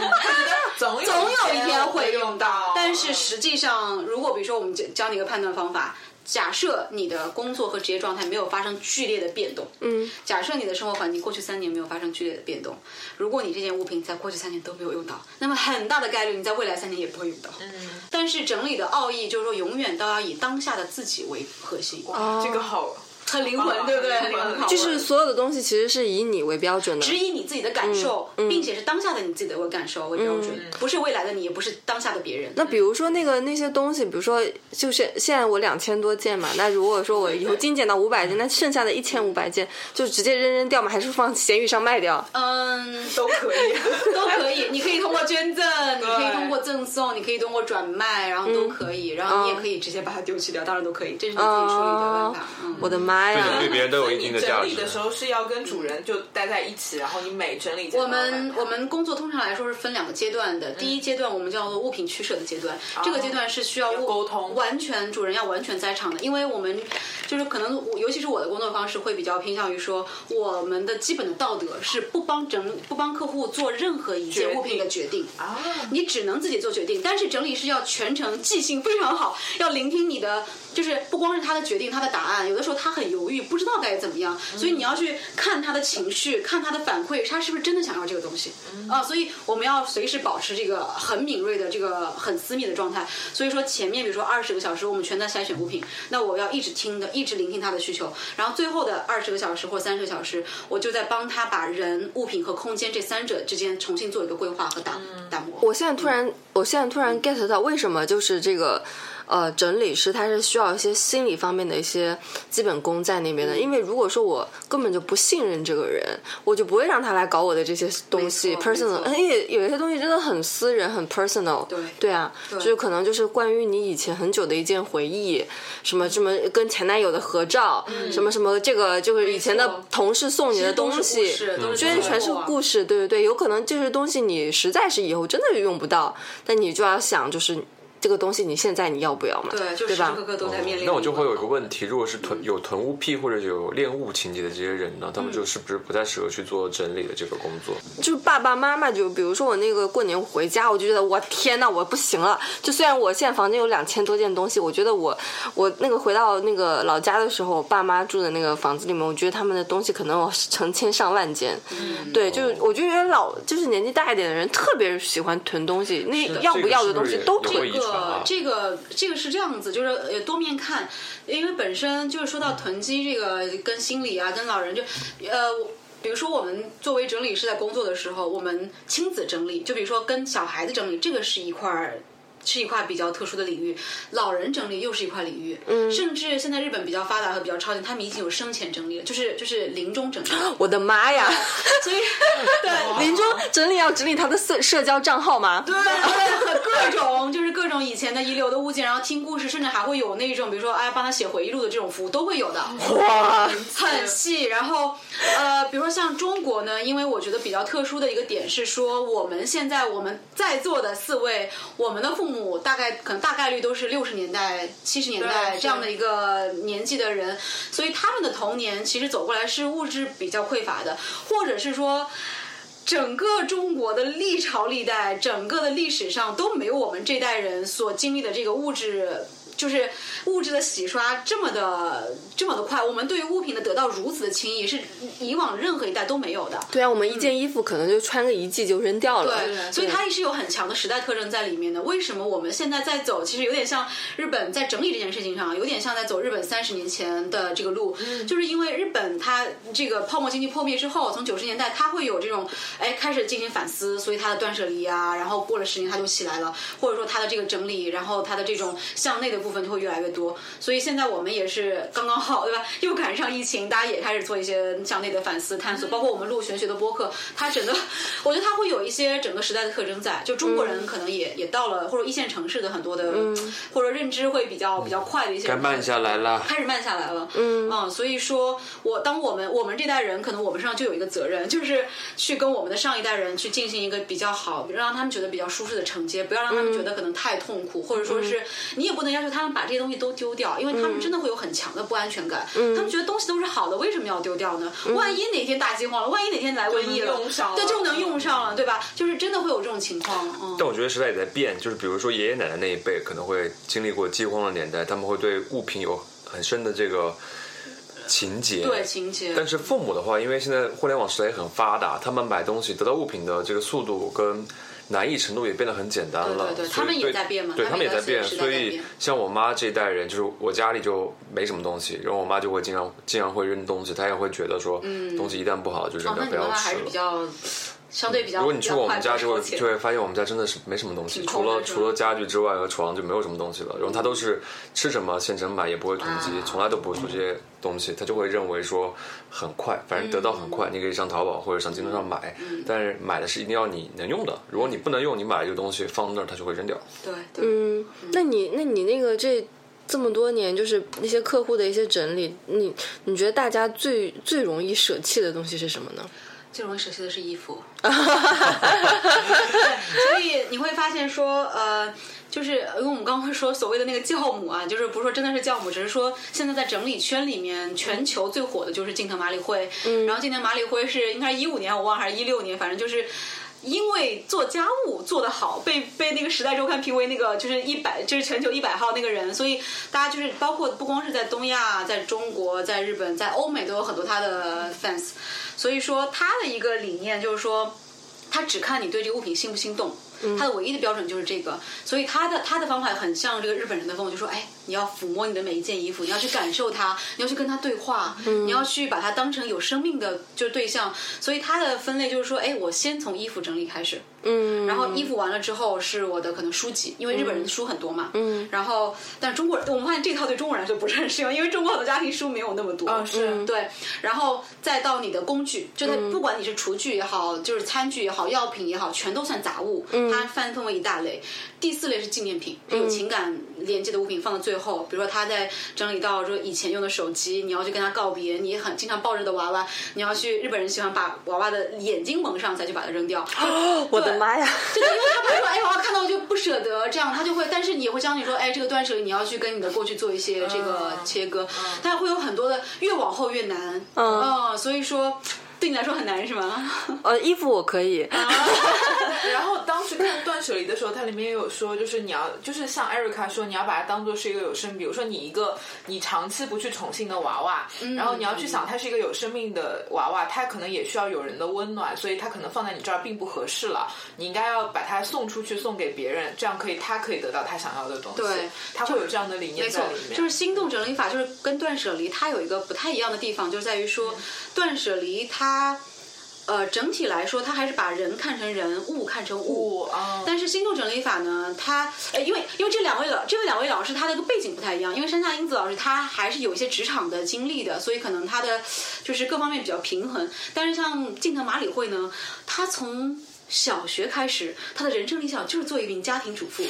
F: 总
D: 总有一天
F: 会
D: 会
F: 用
D: 用
F: 到
D: 到。，但是实际上，如果比如说我们教教你一个判断方法。假设你的工作和职业状态没有发生剧烈的变动，嗯，假设你的生活环境过去三年没有发生剧烈的变动，如果你这件物品在过去三年都没有用到，那么很大的概率你在未来三年也不会用到。嗯，但是整理的奥义就是说，永远都要以当下的自己为核心，
F: 哦这个好，
D: 很灵魂，对不对？嗯很
F: 很
D: 灵
F: 灵魂
D: 魂拷问，
E: 就是所有的东西其实是以你为标准的，
D: 只以你自己的感受，并且是当下的你自己的感受为标准，不是未来的你，也不是当下的别人。
E: 那比如说那个那些东西，比如说就是现在我两千多件嘛，那如果说我以后精简到五百件，那剩下的一千五百件就直接扔扔掉嘛，还是放闲鱼上卖掉？
D: 嗯，
F: 都可 以，
D: 都可以，你可以通过捐赠，你可以通过赠送，你可以通过转嗯卖，然后都可以，然后你也可以直接把它丢弃掉，当然都可以，这是你自己处理的办法。嗯，
E: 我的妈妈
G: 对
E: 呀！
G: 你对别人都有一定
F: 所以
G: 价
F: 你整理
G: 值
F: 的。时候是要跟主人就待在一起，然后你每整理一件
D: 我
F: 包
D: 们
F: 满
D: 我们工作通常来说是分两个阶段的，第一阶段我们叫做物品取舍的阶段，这个阶段是需要
F: 要
D: 物
F: 沟通
D: 完全主人要完全在场的，因为我们就是可能我尤其是我的工作方式会比较偏向于说，我们的基本的道德是不帮整不帮客户做任何一
F: 决
D: 件
F: 定
D: 物品的决定。
F: 啊，
D: 你只能自己做决定，但是整理师要全程记性非常好，要聆听你的，就是不光是他的决定，他的答案，有的时候他很犹豫，不知道该怎么样，所以你要去看他的情绪，看他的反馈，他是不是真的想要这个东西啊？所以我们要随时保持这个很敏锐的这个很私密的状态。所以说前面比如说二十个小时，我们全在筛选物品，那我要一直听的，一直聆听他的需求，然后最后的二十个小时或三十个小时，我就在帮他把人、物品和空间这三者之间重新做一个规划和打打磨。
E: 我现在突然，我现在
D: 嗯
E: 突然 get 到为什么就是这个，呃，整理师他是需要一些心理方面的一些基本功在那
D: 嗯
E: 边的。因为如果说我根本就不信任这个人，我就不会让他来搞我的这些东西
D: 没错没
E: personal。
D: 错
E: 哎，有有一些东西真的很私人，很 personal。
D: 对
E: 啊，
D: 对
E: 就是可能就是关于你以前很久的一件回忆，什
D: 嗯
E: 么什么跟前男友的合照，什么什么这个就是以前
D: 没
E: 的
D: 错
E: 同事送你的东西，
D: 我
E: 觉得全是故
D: 事。
E: 事，对对对，有可能这些东西你实在是以后真的用不到，但你就要想，就是这个东西你现在你要不要嘛？
D: 对，就时
E: 对
D: 时
E: 吧
D: 刻？刻都在面临。
G: 哦嗯那我就会有一个问题，如果是囤有囤物癖或者有恋物情节的这些人呢，他们就是不是不太适合去做整理的这个工作？
E: 就是爸爸妈妈，就比如说我那个过年回家，我就觉得我天呐，我不行了。就虽然我现在房间有两千多件东西，我觉得我我那个回到那个老家的时候，我爸妈住的那个房子里面，我觉得他们的东西可能有成千上万件。
D: 嗯
E: 对，就是我就觉得老就是年纪大一点的人特别喜欢囤东西，那
G: 的
E: 要
G: 这
E: 不
G: 个
E: 要
G: 是
E: 的
G: 不
E: 东
G: 是
E: 西
G: 也
E: 都
G: 也
E: 囤
G: 会。遗传啊
D: 这个这个是这样子，就是呃多面看，因为本身就是说到囤积这个跟心理啊，跟老人就呃。我比如说，我们作为整理师在工作的时候，我们亲子整理，就比如说跟小孩子整理，这个是一块儿是一块比较特殊的领域，老人整理又是一块领域，嗯，甚至现在日本比较发达和比较超前，他们已经有生前整理了，就是就是临终 整理，
E: 我的妈呀！
D: 所 以对
E: 林中整理要整理他的社社交账号吗？
D: 对对，各种就是各种以前的遗留的物件，然后听故事，甚至还会有那种，比如说哎，帮他写回忆录的这种服务都会有的，
E: 哇，
D: 很细。然后呃，比如说像中国呢，因为我觉得比较特殊的一个点是说，我们现在我们在座的四位，我们的父母大概可能大概率都是六十年代、七十年代
F: 对
D: 这样的一个年纪的人，所以他们的童年其实走过来是物质比较匮乏的，或者是说。整个中国的历朝历代，整个的历史上都没有我们这代人所经历的这个物质，就是物质的洗刷这么的这么的快。我们对于物品的得到如此的轻易，是以往任何一代都没有的。
E: 对啊，我们一件衣服可能就穿个一季就扔掉了。
D: 对，所以它也是有很强的时代特征在里面的。为什么我们现在在走，其实有点像日本在整理这件事情上，有点像在走日本三十年前的这个路，就是因为日本它这个泡沫经济破灭之后，从九十年代它会有这种哎开始进行反思，所以它的断舍离啊，然后过了十年它就起来了，或者说它的这个整理，然后它的这种向内的部分就会越来越多。所以现在我们也是刚刚好，对吧？ 又赶上疫情，大家也开始做一些向内的反思探
G: 嗯
D: 索，包括我们录玄学的播客，它整个， 我觉得它会有一些整个时代的特征在。就中国人可能也、也到了，或者一线城市的很多的，或者认知会比较比较快的一些
G: 嗯该
D: 人，
G: 慢下来啦。
D: 开始慢下来了。嗯所以说我当我们我们这代人，可能我们身上就有一个责任，就是去跟我们的上一代人去进行一个比较好，让他们觉得比较舒适的承接，不要让他们觉得可能太痛苦，或者
F: 嗯
D: 说是你也不能要求他们把这些东西都丢掉，因为他们真的会有很强的不安全感。
F: 嗯
D: 他们觉得东西都是好的，为什么要丢掉呢？万一哪天大饥荒了，万一哪天来瘟疫
F: 就能
D: 了，
F: 用上了
D: 对，就能用上了，对吧？就是真的会有这种情况。嗯，
G: 但我觉得时代也在变，就是比如说爷爷奶奶那一辈可能会经历过饥荒的年代，他们会对物品有很深的这个情结。
D: 对，情节。
G: 但是父母的话，因为现在互联网时代也很发达，他们买东西得到物品的这个速度跟难易程度也变得很简单了。
D: 对对对
G: 所以
D: 他们也在变嘛
G: 对
D: 他
G: 他
D: 们也
G: 们也
D: 在
G: 在变。
D: 时代在
G: 所以
D: 变
G: 像我妈这一代人，就是我家里就没什么东西，然后我妈就会经常经常会扔东西，她也会觉得说，东西一旦不好就扔
D: 哦，那
G: 掉，
D: 你
G: 不
D: 妈
G: 要
D: 妈还
G: 吃
D: 是
G: 了
D: 比。较相对比较。
G: 如果你去过我们家，
D: 之
G: 就
D: 后，
G: 会就会发现我们家真的是没什么东西，
D: 挺
G: 除
D: 空的是嗯
G: 了
D: 吧
G: 除了家具之外和床就没有什么东西了。然后他都是吃什么现成买，也不会囤积，从来都不会做这些东西。他就会认为说很快，反正得到很
D: 嗯
G: 快，你可以上淘宝或者上京东上买，但是买的是一定要你能用的。
D: 嗯
G: 如果你不能用，你买了一个东西放那儿，它就会扔掉。
D: 对对。
E: 嗯，那你那你那个这这么多年，就是那些客户的一些整理，你你觉得大家最最容易舍弃的东西是什么呢？
D: 最容易舍弃的是衣服，所以你会发现说，呃，就是因为我们刚刚说所谓的那个教母啊，就是不是说真的是教母，只是说现在在整理圈里面，全球最火的就是近藤麻里惠，然后近藤麻里惠是应该一五年我忘了还是一六年，反正就是。因为做家务做得好，被被那个《时代周刊》评为那个就是一百，就是全球一百号那个人，所以大家就是包括不光是在东亚，在中国，在日本，在欧美都有很多他的 fans，所以说他的一个理念就是说，他只看你对这个物品心不心动。他的唯一的标准就是这个，所以他的他的方法很像这个日本人的风，就说，哎，你要抚摸你的每一件衣服，你要去感受它，你要去跟它对话，你要去把它当成有生命的就是对象。所以他的分类就是说，哎，我先从衣服整理开始，
E: 嗯，
D: 然后衣服完了之后是我的可能书籍，因为日本人的书很多嘛，嗯，然后但中国人我们发现这套对中国人来说不是很适用，因为中国很多家庭书没有那么多，
F: 嗯是
D: 对，然后再到你的工具，就
E: 嗯
D: 它不管你是厨具也好，就是餐具也好，药品也好，全都算杂物，
E: 嗯
D: 它分分为一大类。第四类是纪念品，有情感连接的物品放到最后，比如说他在整理到说以前用的手机，你要去跟他告别，你也很经常抱着的娃娃，你要去日本人喜欢把娃娃的眼睛蒙上再去把它扔掉，
E: 哦我的
D: 对
E: 妈呀！
D: 就是因为他们说，哎，我要看到就不舍得，这样他就会，但是你也会教你说，哎，这个断舍离你要去跟你的过去做一些这个
F: 嗯
D: 切割，但会有很多的，越往后越难，
E: 嗯
D: 哦所以说对你来说很难是 吗？
E: 呃，衣服我可以，
D: 啊
F: 然后当时看《断舍离》的时候，它里面也有说，就是你要，就是像 Erica 说，你要把它当做是一个有生，比如说你一个你长期不去宠幸的娃娃，然后你要去想它是一个有生命的娃娃，它可能也需要有人的温暖，所以它可能放在你这儿并不合适了，你应该要把它送出去，送给别人，这样可以，他可以得到他想要的东西。
D: 对，
F: 他会有这样的理念
D: 没错
F: 在里，面。
D: 就是心动整理法，就是跟断舍离它有一个不太一样的地方，就在于说断舍离它。呃，整体来说，它还是把人看成人，物看成物。
F: 哦哦
D: 但是心动整理法呢，它呃，因为因为这两位老这两位老师他的一个背景不太一样，因为山下英子老师她还是有一些职场的经历的，所以可能她的就是各方面比较平衡。但是像近藤麻里惠呢，她从小学开始，她的人生理想就是做一名家庭主妇。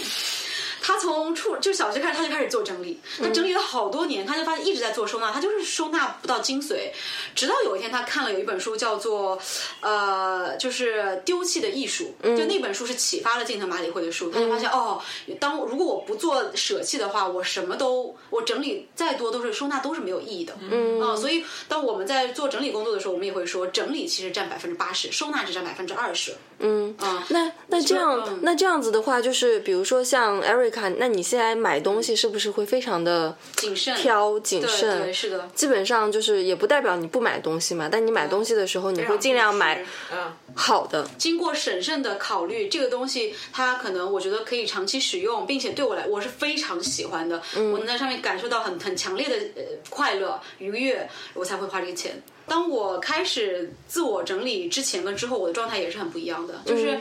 D: 她从初就小学开始，她就开始做整理，她整理了好多年，她就发现一直在做收纳，她就是收纳不到精髓。直到有一天，她看了有一本书叫做呃，就是丢弃的艺术，
E: 嗯
D: 就那本书是启发了近藤麻里惠的书，她就发现、哦，当如果我不做舍弃的话，我什么都我整理再多都是收纳都是没有意义的，嗯啊、所以当我们在做整理工作的时候，我们也会说，整理其实占百分之八十，收纳只占百分之二十，
E: 嗯
D: 啊
E: 那那这样
D: 嗯
E: 那这样子的话，就是比如说像 Erica，那你现在买东西是不是会非常的
D: 谨慎
E: 挑谨
D: 对对
E: 慎？
D: 是的，
E: 基本上就是也不代表你不买东西嘛，但你买东西的时候，你会尽量买
F: 嗯，
E: 好的。
D: 经过审慎的考虑，这个东西它可能我觉得可以长期使用，并且对我来我是非常喜欢的，我能在上面感受到很很强烈的呃快乐愉悦，我才会花这个钱。当我开始自我整理之前跟之后，我的状态也是很不一样的，就是。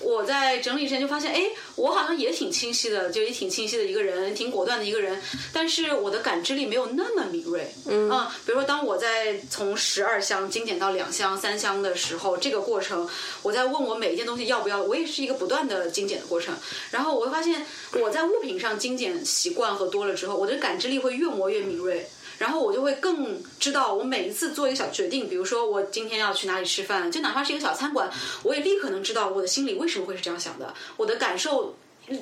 D: 我在整理之前就发现，哎，我好像也挺清晰的，就也挺清晰的一个人，挺果断的一个人，但是我的感知力没有那么敏锐。嗯，
F: 哦
D: 比如说当我在从十二箱精简到两箱、三箱的时候，这个过程，我在问我每一件东西要不要，我也是一个不断的精简的过程。然后我会发现，我在物品上精简习惯和多了之后，我的感知力会越磨越敏锐。然后我就会更知道，我每一次做一个小决定，比如说我今天要去哪里吃饭，就哪怕是一个小餐馆，我也立刻能知道我的心里为什么会是这样想的，我的感受。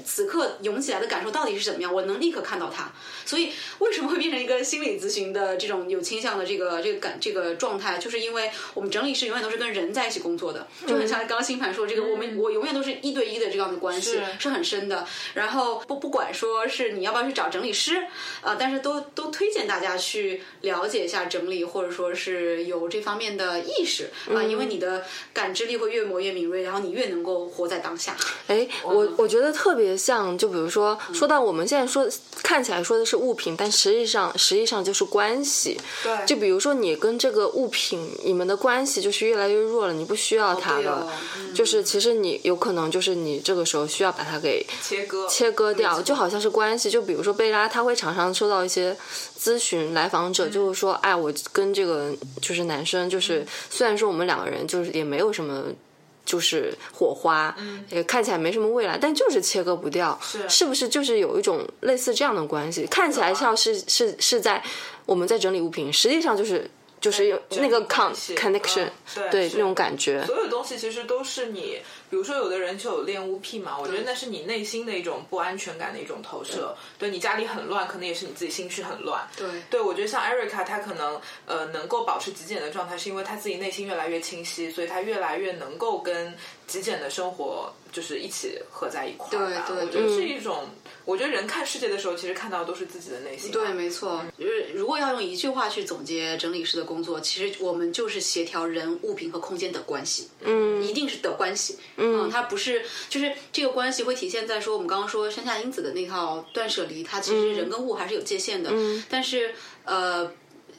D: 此刻涌起来的感受到底是怎么样？我能立刻看到它，所以为什么会变成一个心理咨询的这种有倾向的这个这个感这个状态？就是因为我们整理师永远都是跟人在一起工作的，就很像刚刚星盘说这个，我们我永远都是一对一的这样的关系，
F: 是
D: 是很深的。然后不不管说是你要不要去找整理师，呃，但是都都推荐大家去了解一下整理，或者说是有这方面的意识啊、因为你的感知力会越磨越敏锐，然后你越能够活在当下。
E: 哎，我
F: 嗯
E: 我觉得特别像，就比如说说到我们现在说看起来说的是物品，但实际上实际上就是关系。
F: 对
E: 就比如说你跟这个物品，你们的关系就是越来越弱了，你不需要它
D: 对
E: 了。
D: 哦
F: 嗯
E: 就是其实你有可能就是你这个时候需要把它给
F: 切割，
E: 切割掉，就好像是关系。就比如说贝拉，她会常常收到一些咨询来访
F: 嗯
E: 者，就是说，哎，我跟这个就是男生，就是虽然说我们两个人就是也没有什么。就是火花，也看起来没什么未来，但就是切割不掉，
F: 嗯是啊
E: 是不是就是有一种类似这样的关系？看起来像是是是在我们在整理物品，实际上就是就是有
F: 整
E: 那个
F: 理
E: con
F: 关系
E: connection，
F: 嗯对
E: 对
F: 是
E: 那种感觉，
F: 所有东西其实都是你，比如说有的人就有恋物癖嘛，我觉得那是你内心的一种不安全感的一种投射。对你家里很乱，可能也是你自己心绪很乱。
D: 对
F: 对我觉得像 Erica 她可能呃能够保持极简的状态，是因为她自己内心越来越清晰，所以她越来越能够跟极简的生活就是一起合在一块儿吧。
D: 对对
F: 我觉得是一种，我觉得人看世界的时候，其实看到的都是自己的内心吧。
D: 对，没错。就是如果要用一句话去总结整理师的工作，其实我们就是协调人、物品和空间的关系。嗯，一定是的关系。嗯，它不是就是这个关系会体现在说我们刚刚说山下英子的那套断舍离，它其实人跟物还是有界限的。嗯，但是呃，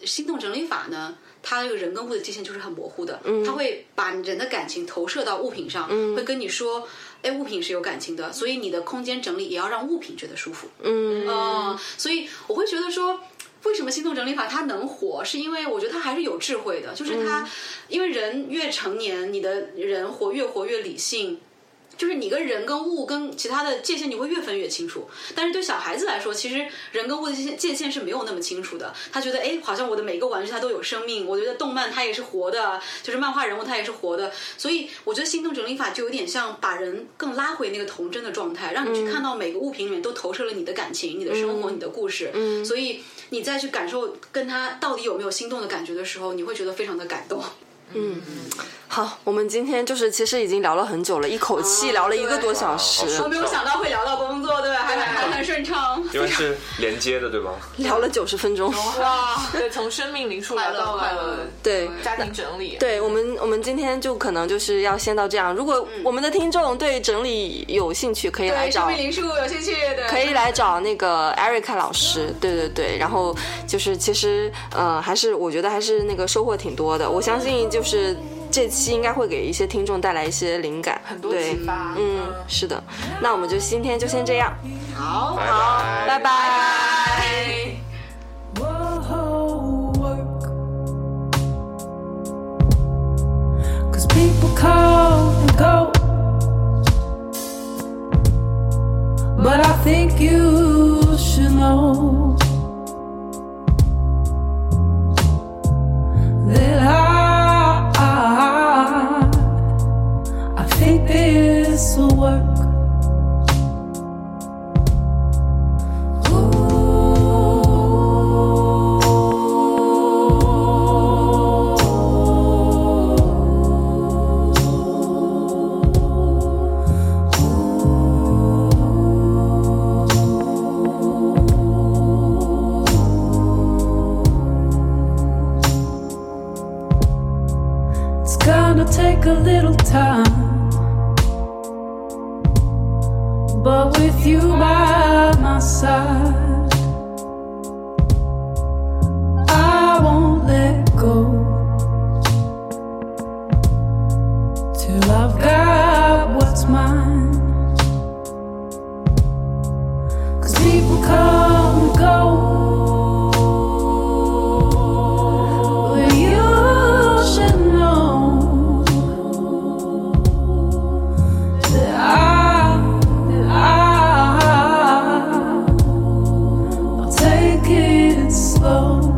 D: 心动整理法呢？它这个人跟物的界限就是很模糊的，它会把人的感情投射到物品上，会跟你说，哎，物品是有感情的，所以你的空间整理也要让物品觉得舒服。嗯，所以我会觉得说。为什么心动整理法它能火？是因为我觉得它还是有智慧的，就是它，因为人越成年，你的人活越活越理性，就是你跟人跟物跟其他的界限你会越分越清楚。但是对小孩子来说，其实人跟物的界限界限是没有那么清楚的。他觉得，哎，好像我的每一个玩具它都有生命，我觉得动漫它也是活的，就是漫画人物它也是活的。所以我觉得心动整理法就有点像把人更拉回那个童真的状态，让你
E: 嗯
D: 去看到每个物品里面都投射了你的感情、你的生活、你的故事。
E: 嗯
D: 所以你再去感受跟他到底有没有心动的感觉的时候，你会觉得非常的感动。
E: 好，我们今天就是其实已经聊了很久了，一口
F: 啊
E: 气聊了一个多小时，
G: 好
D: 我没有想到会聊到工作，对吧？还蛮还蛮顺畅。
G: 因为是连接的，对吧？
E: 聊了九十分钟。
F: 哇，对，从生命灵数聊到
D: 快乐快乐
F: 了
E: 对
F: 家庭整理，
E: 对我们，我们今天就可能就是要先到这样。如果
F: 嗯
E: 我们的听众对整理有兴趣，可以来
D: 对，生
E: 找
D: 命灵数有兴趣的，
E: 可以来找那个 Erica 老
F: 嗯
E: 师，对对对，然后就是其实呃，还是我觉得还是那个收获挺多的，我相信就是这期应该会给一些听众带来一些灵感，
F: 很多
E: 对
F: 启，发。
E: 嗯，是的，那我们就今天就先这样，
D: 好。
G: 好，
E: 拜拜
C: Whoa, work. 'Cause people come and go. But I think you should know that I, I think this will work. It's gonna take a little time. But with you by my side, I won't let go till I've got what's mine. Cause people come and go. Slow.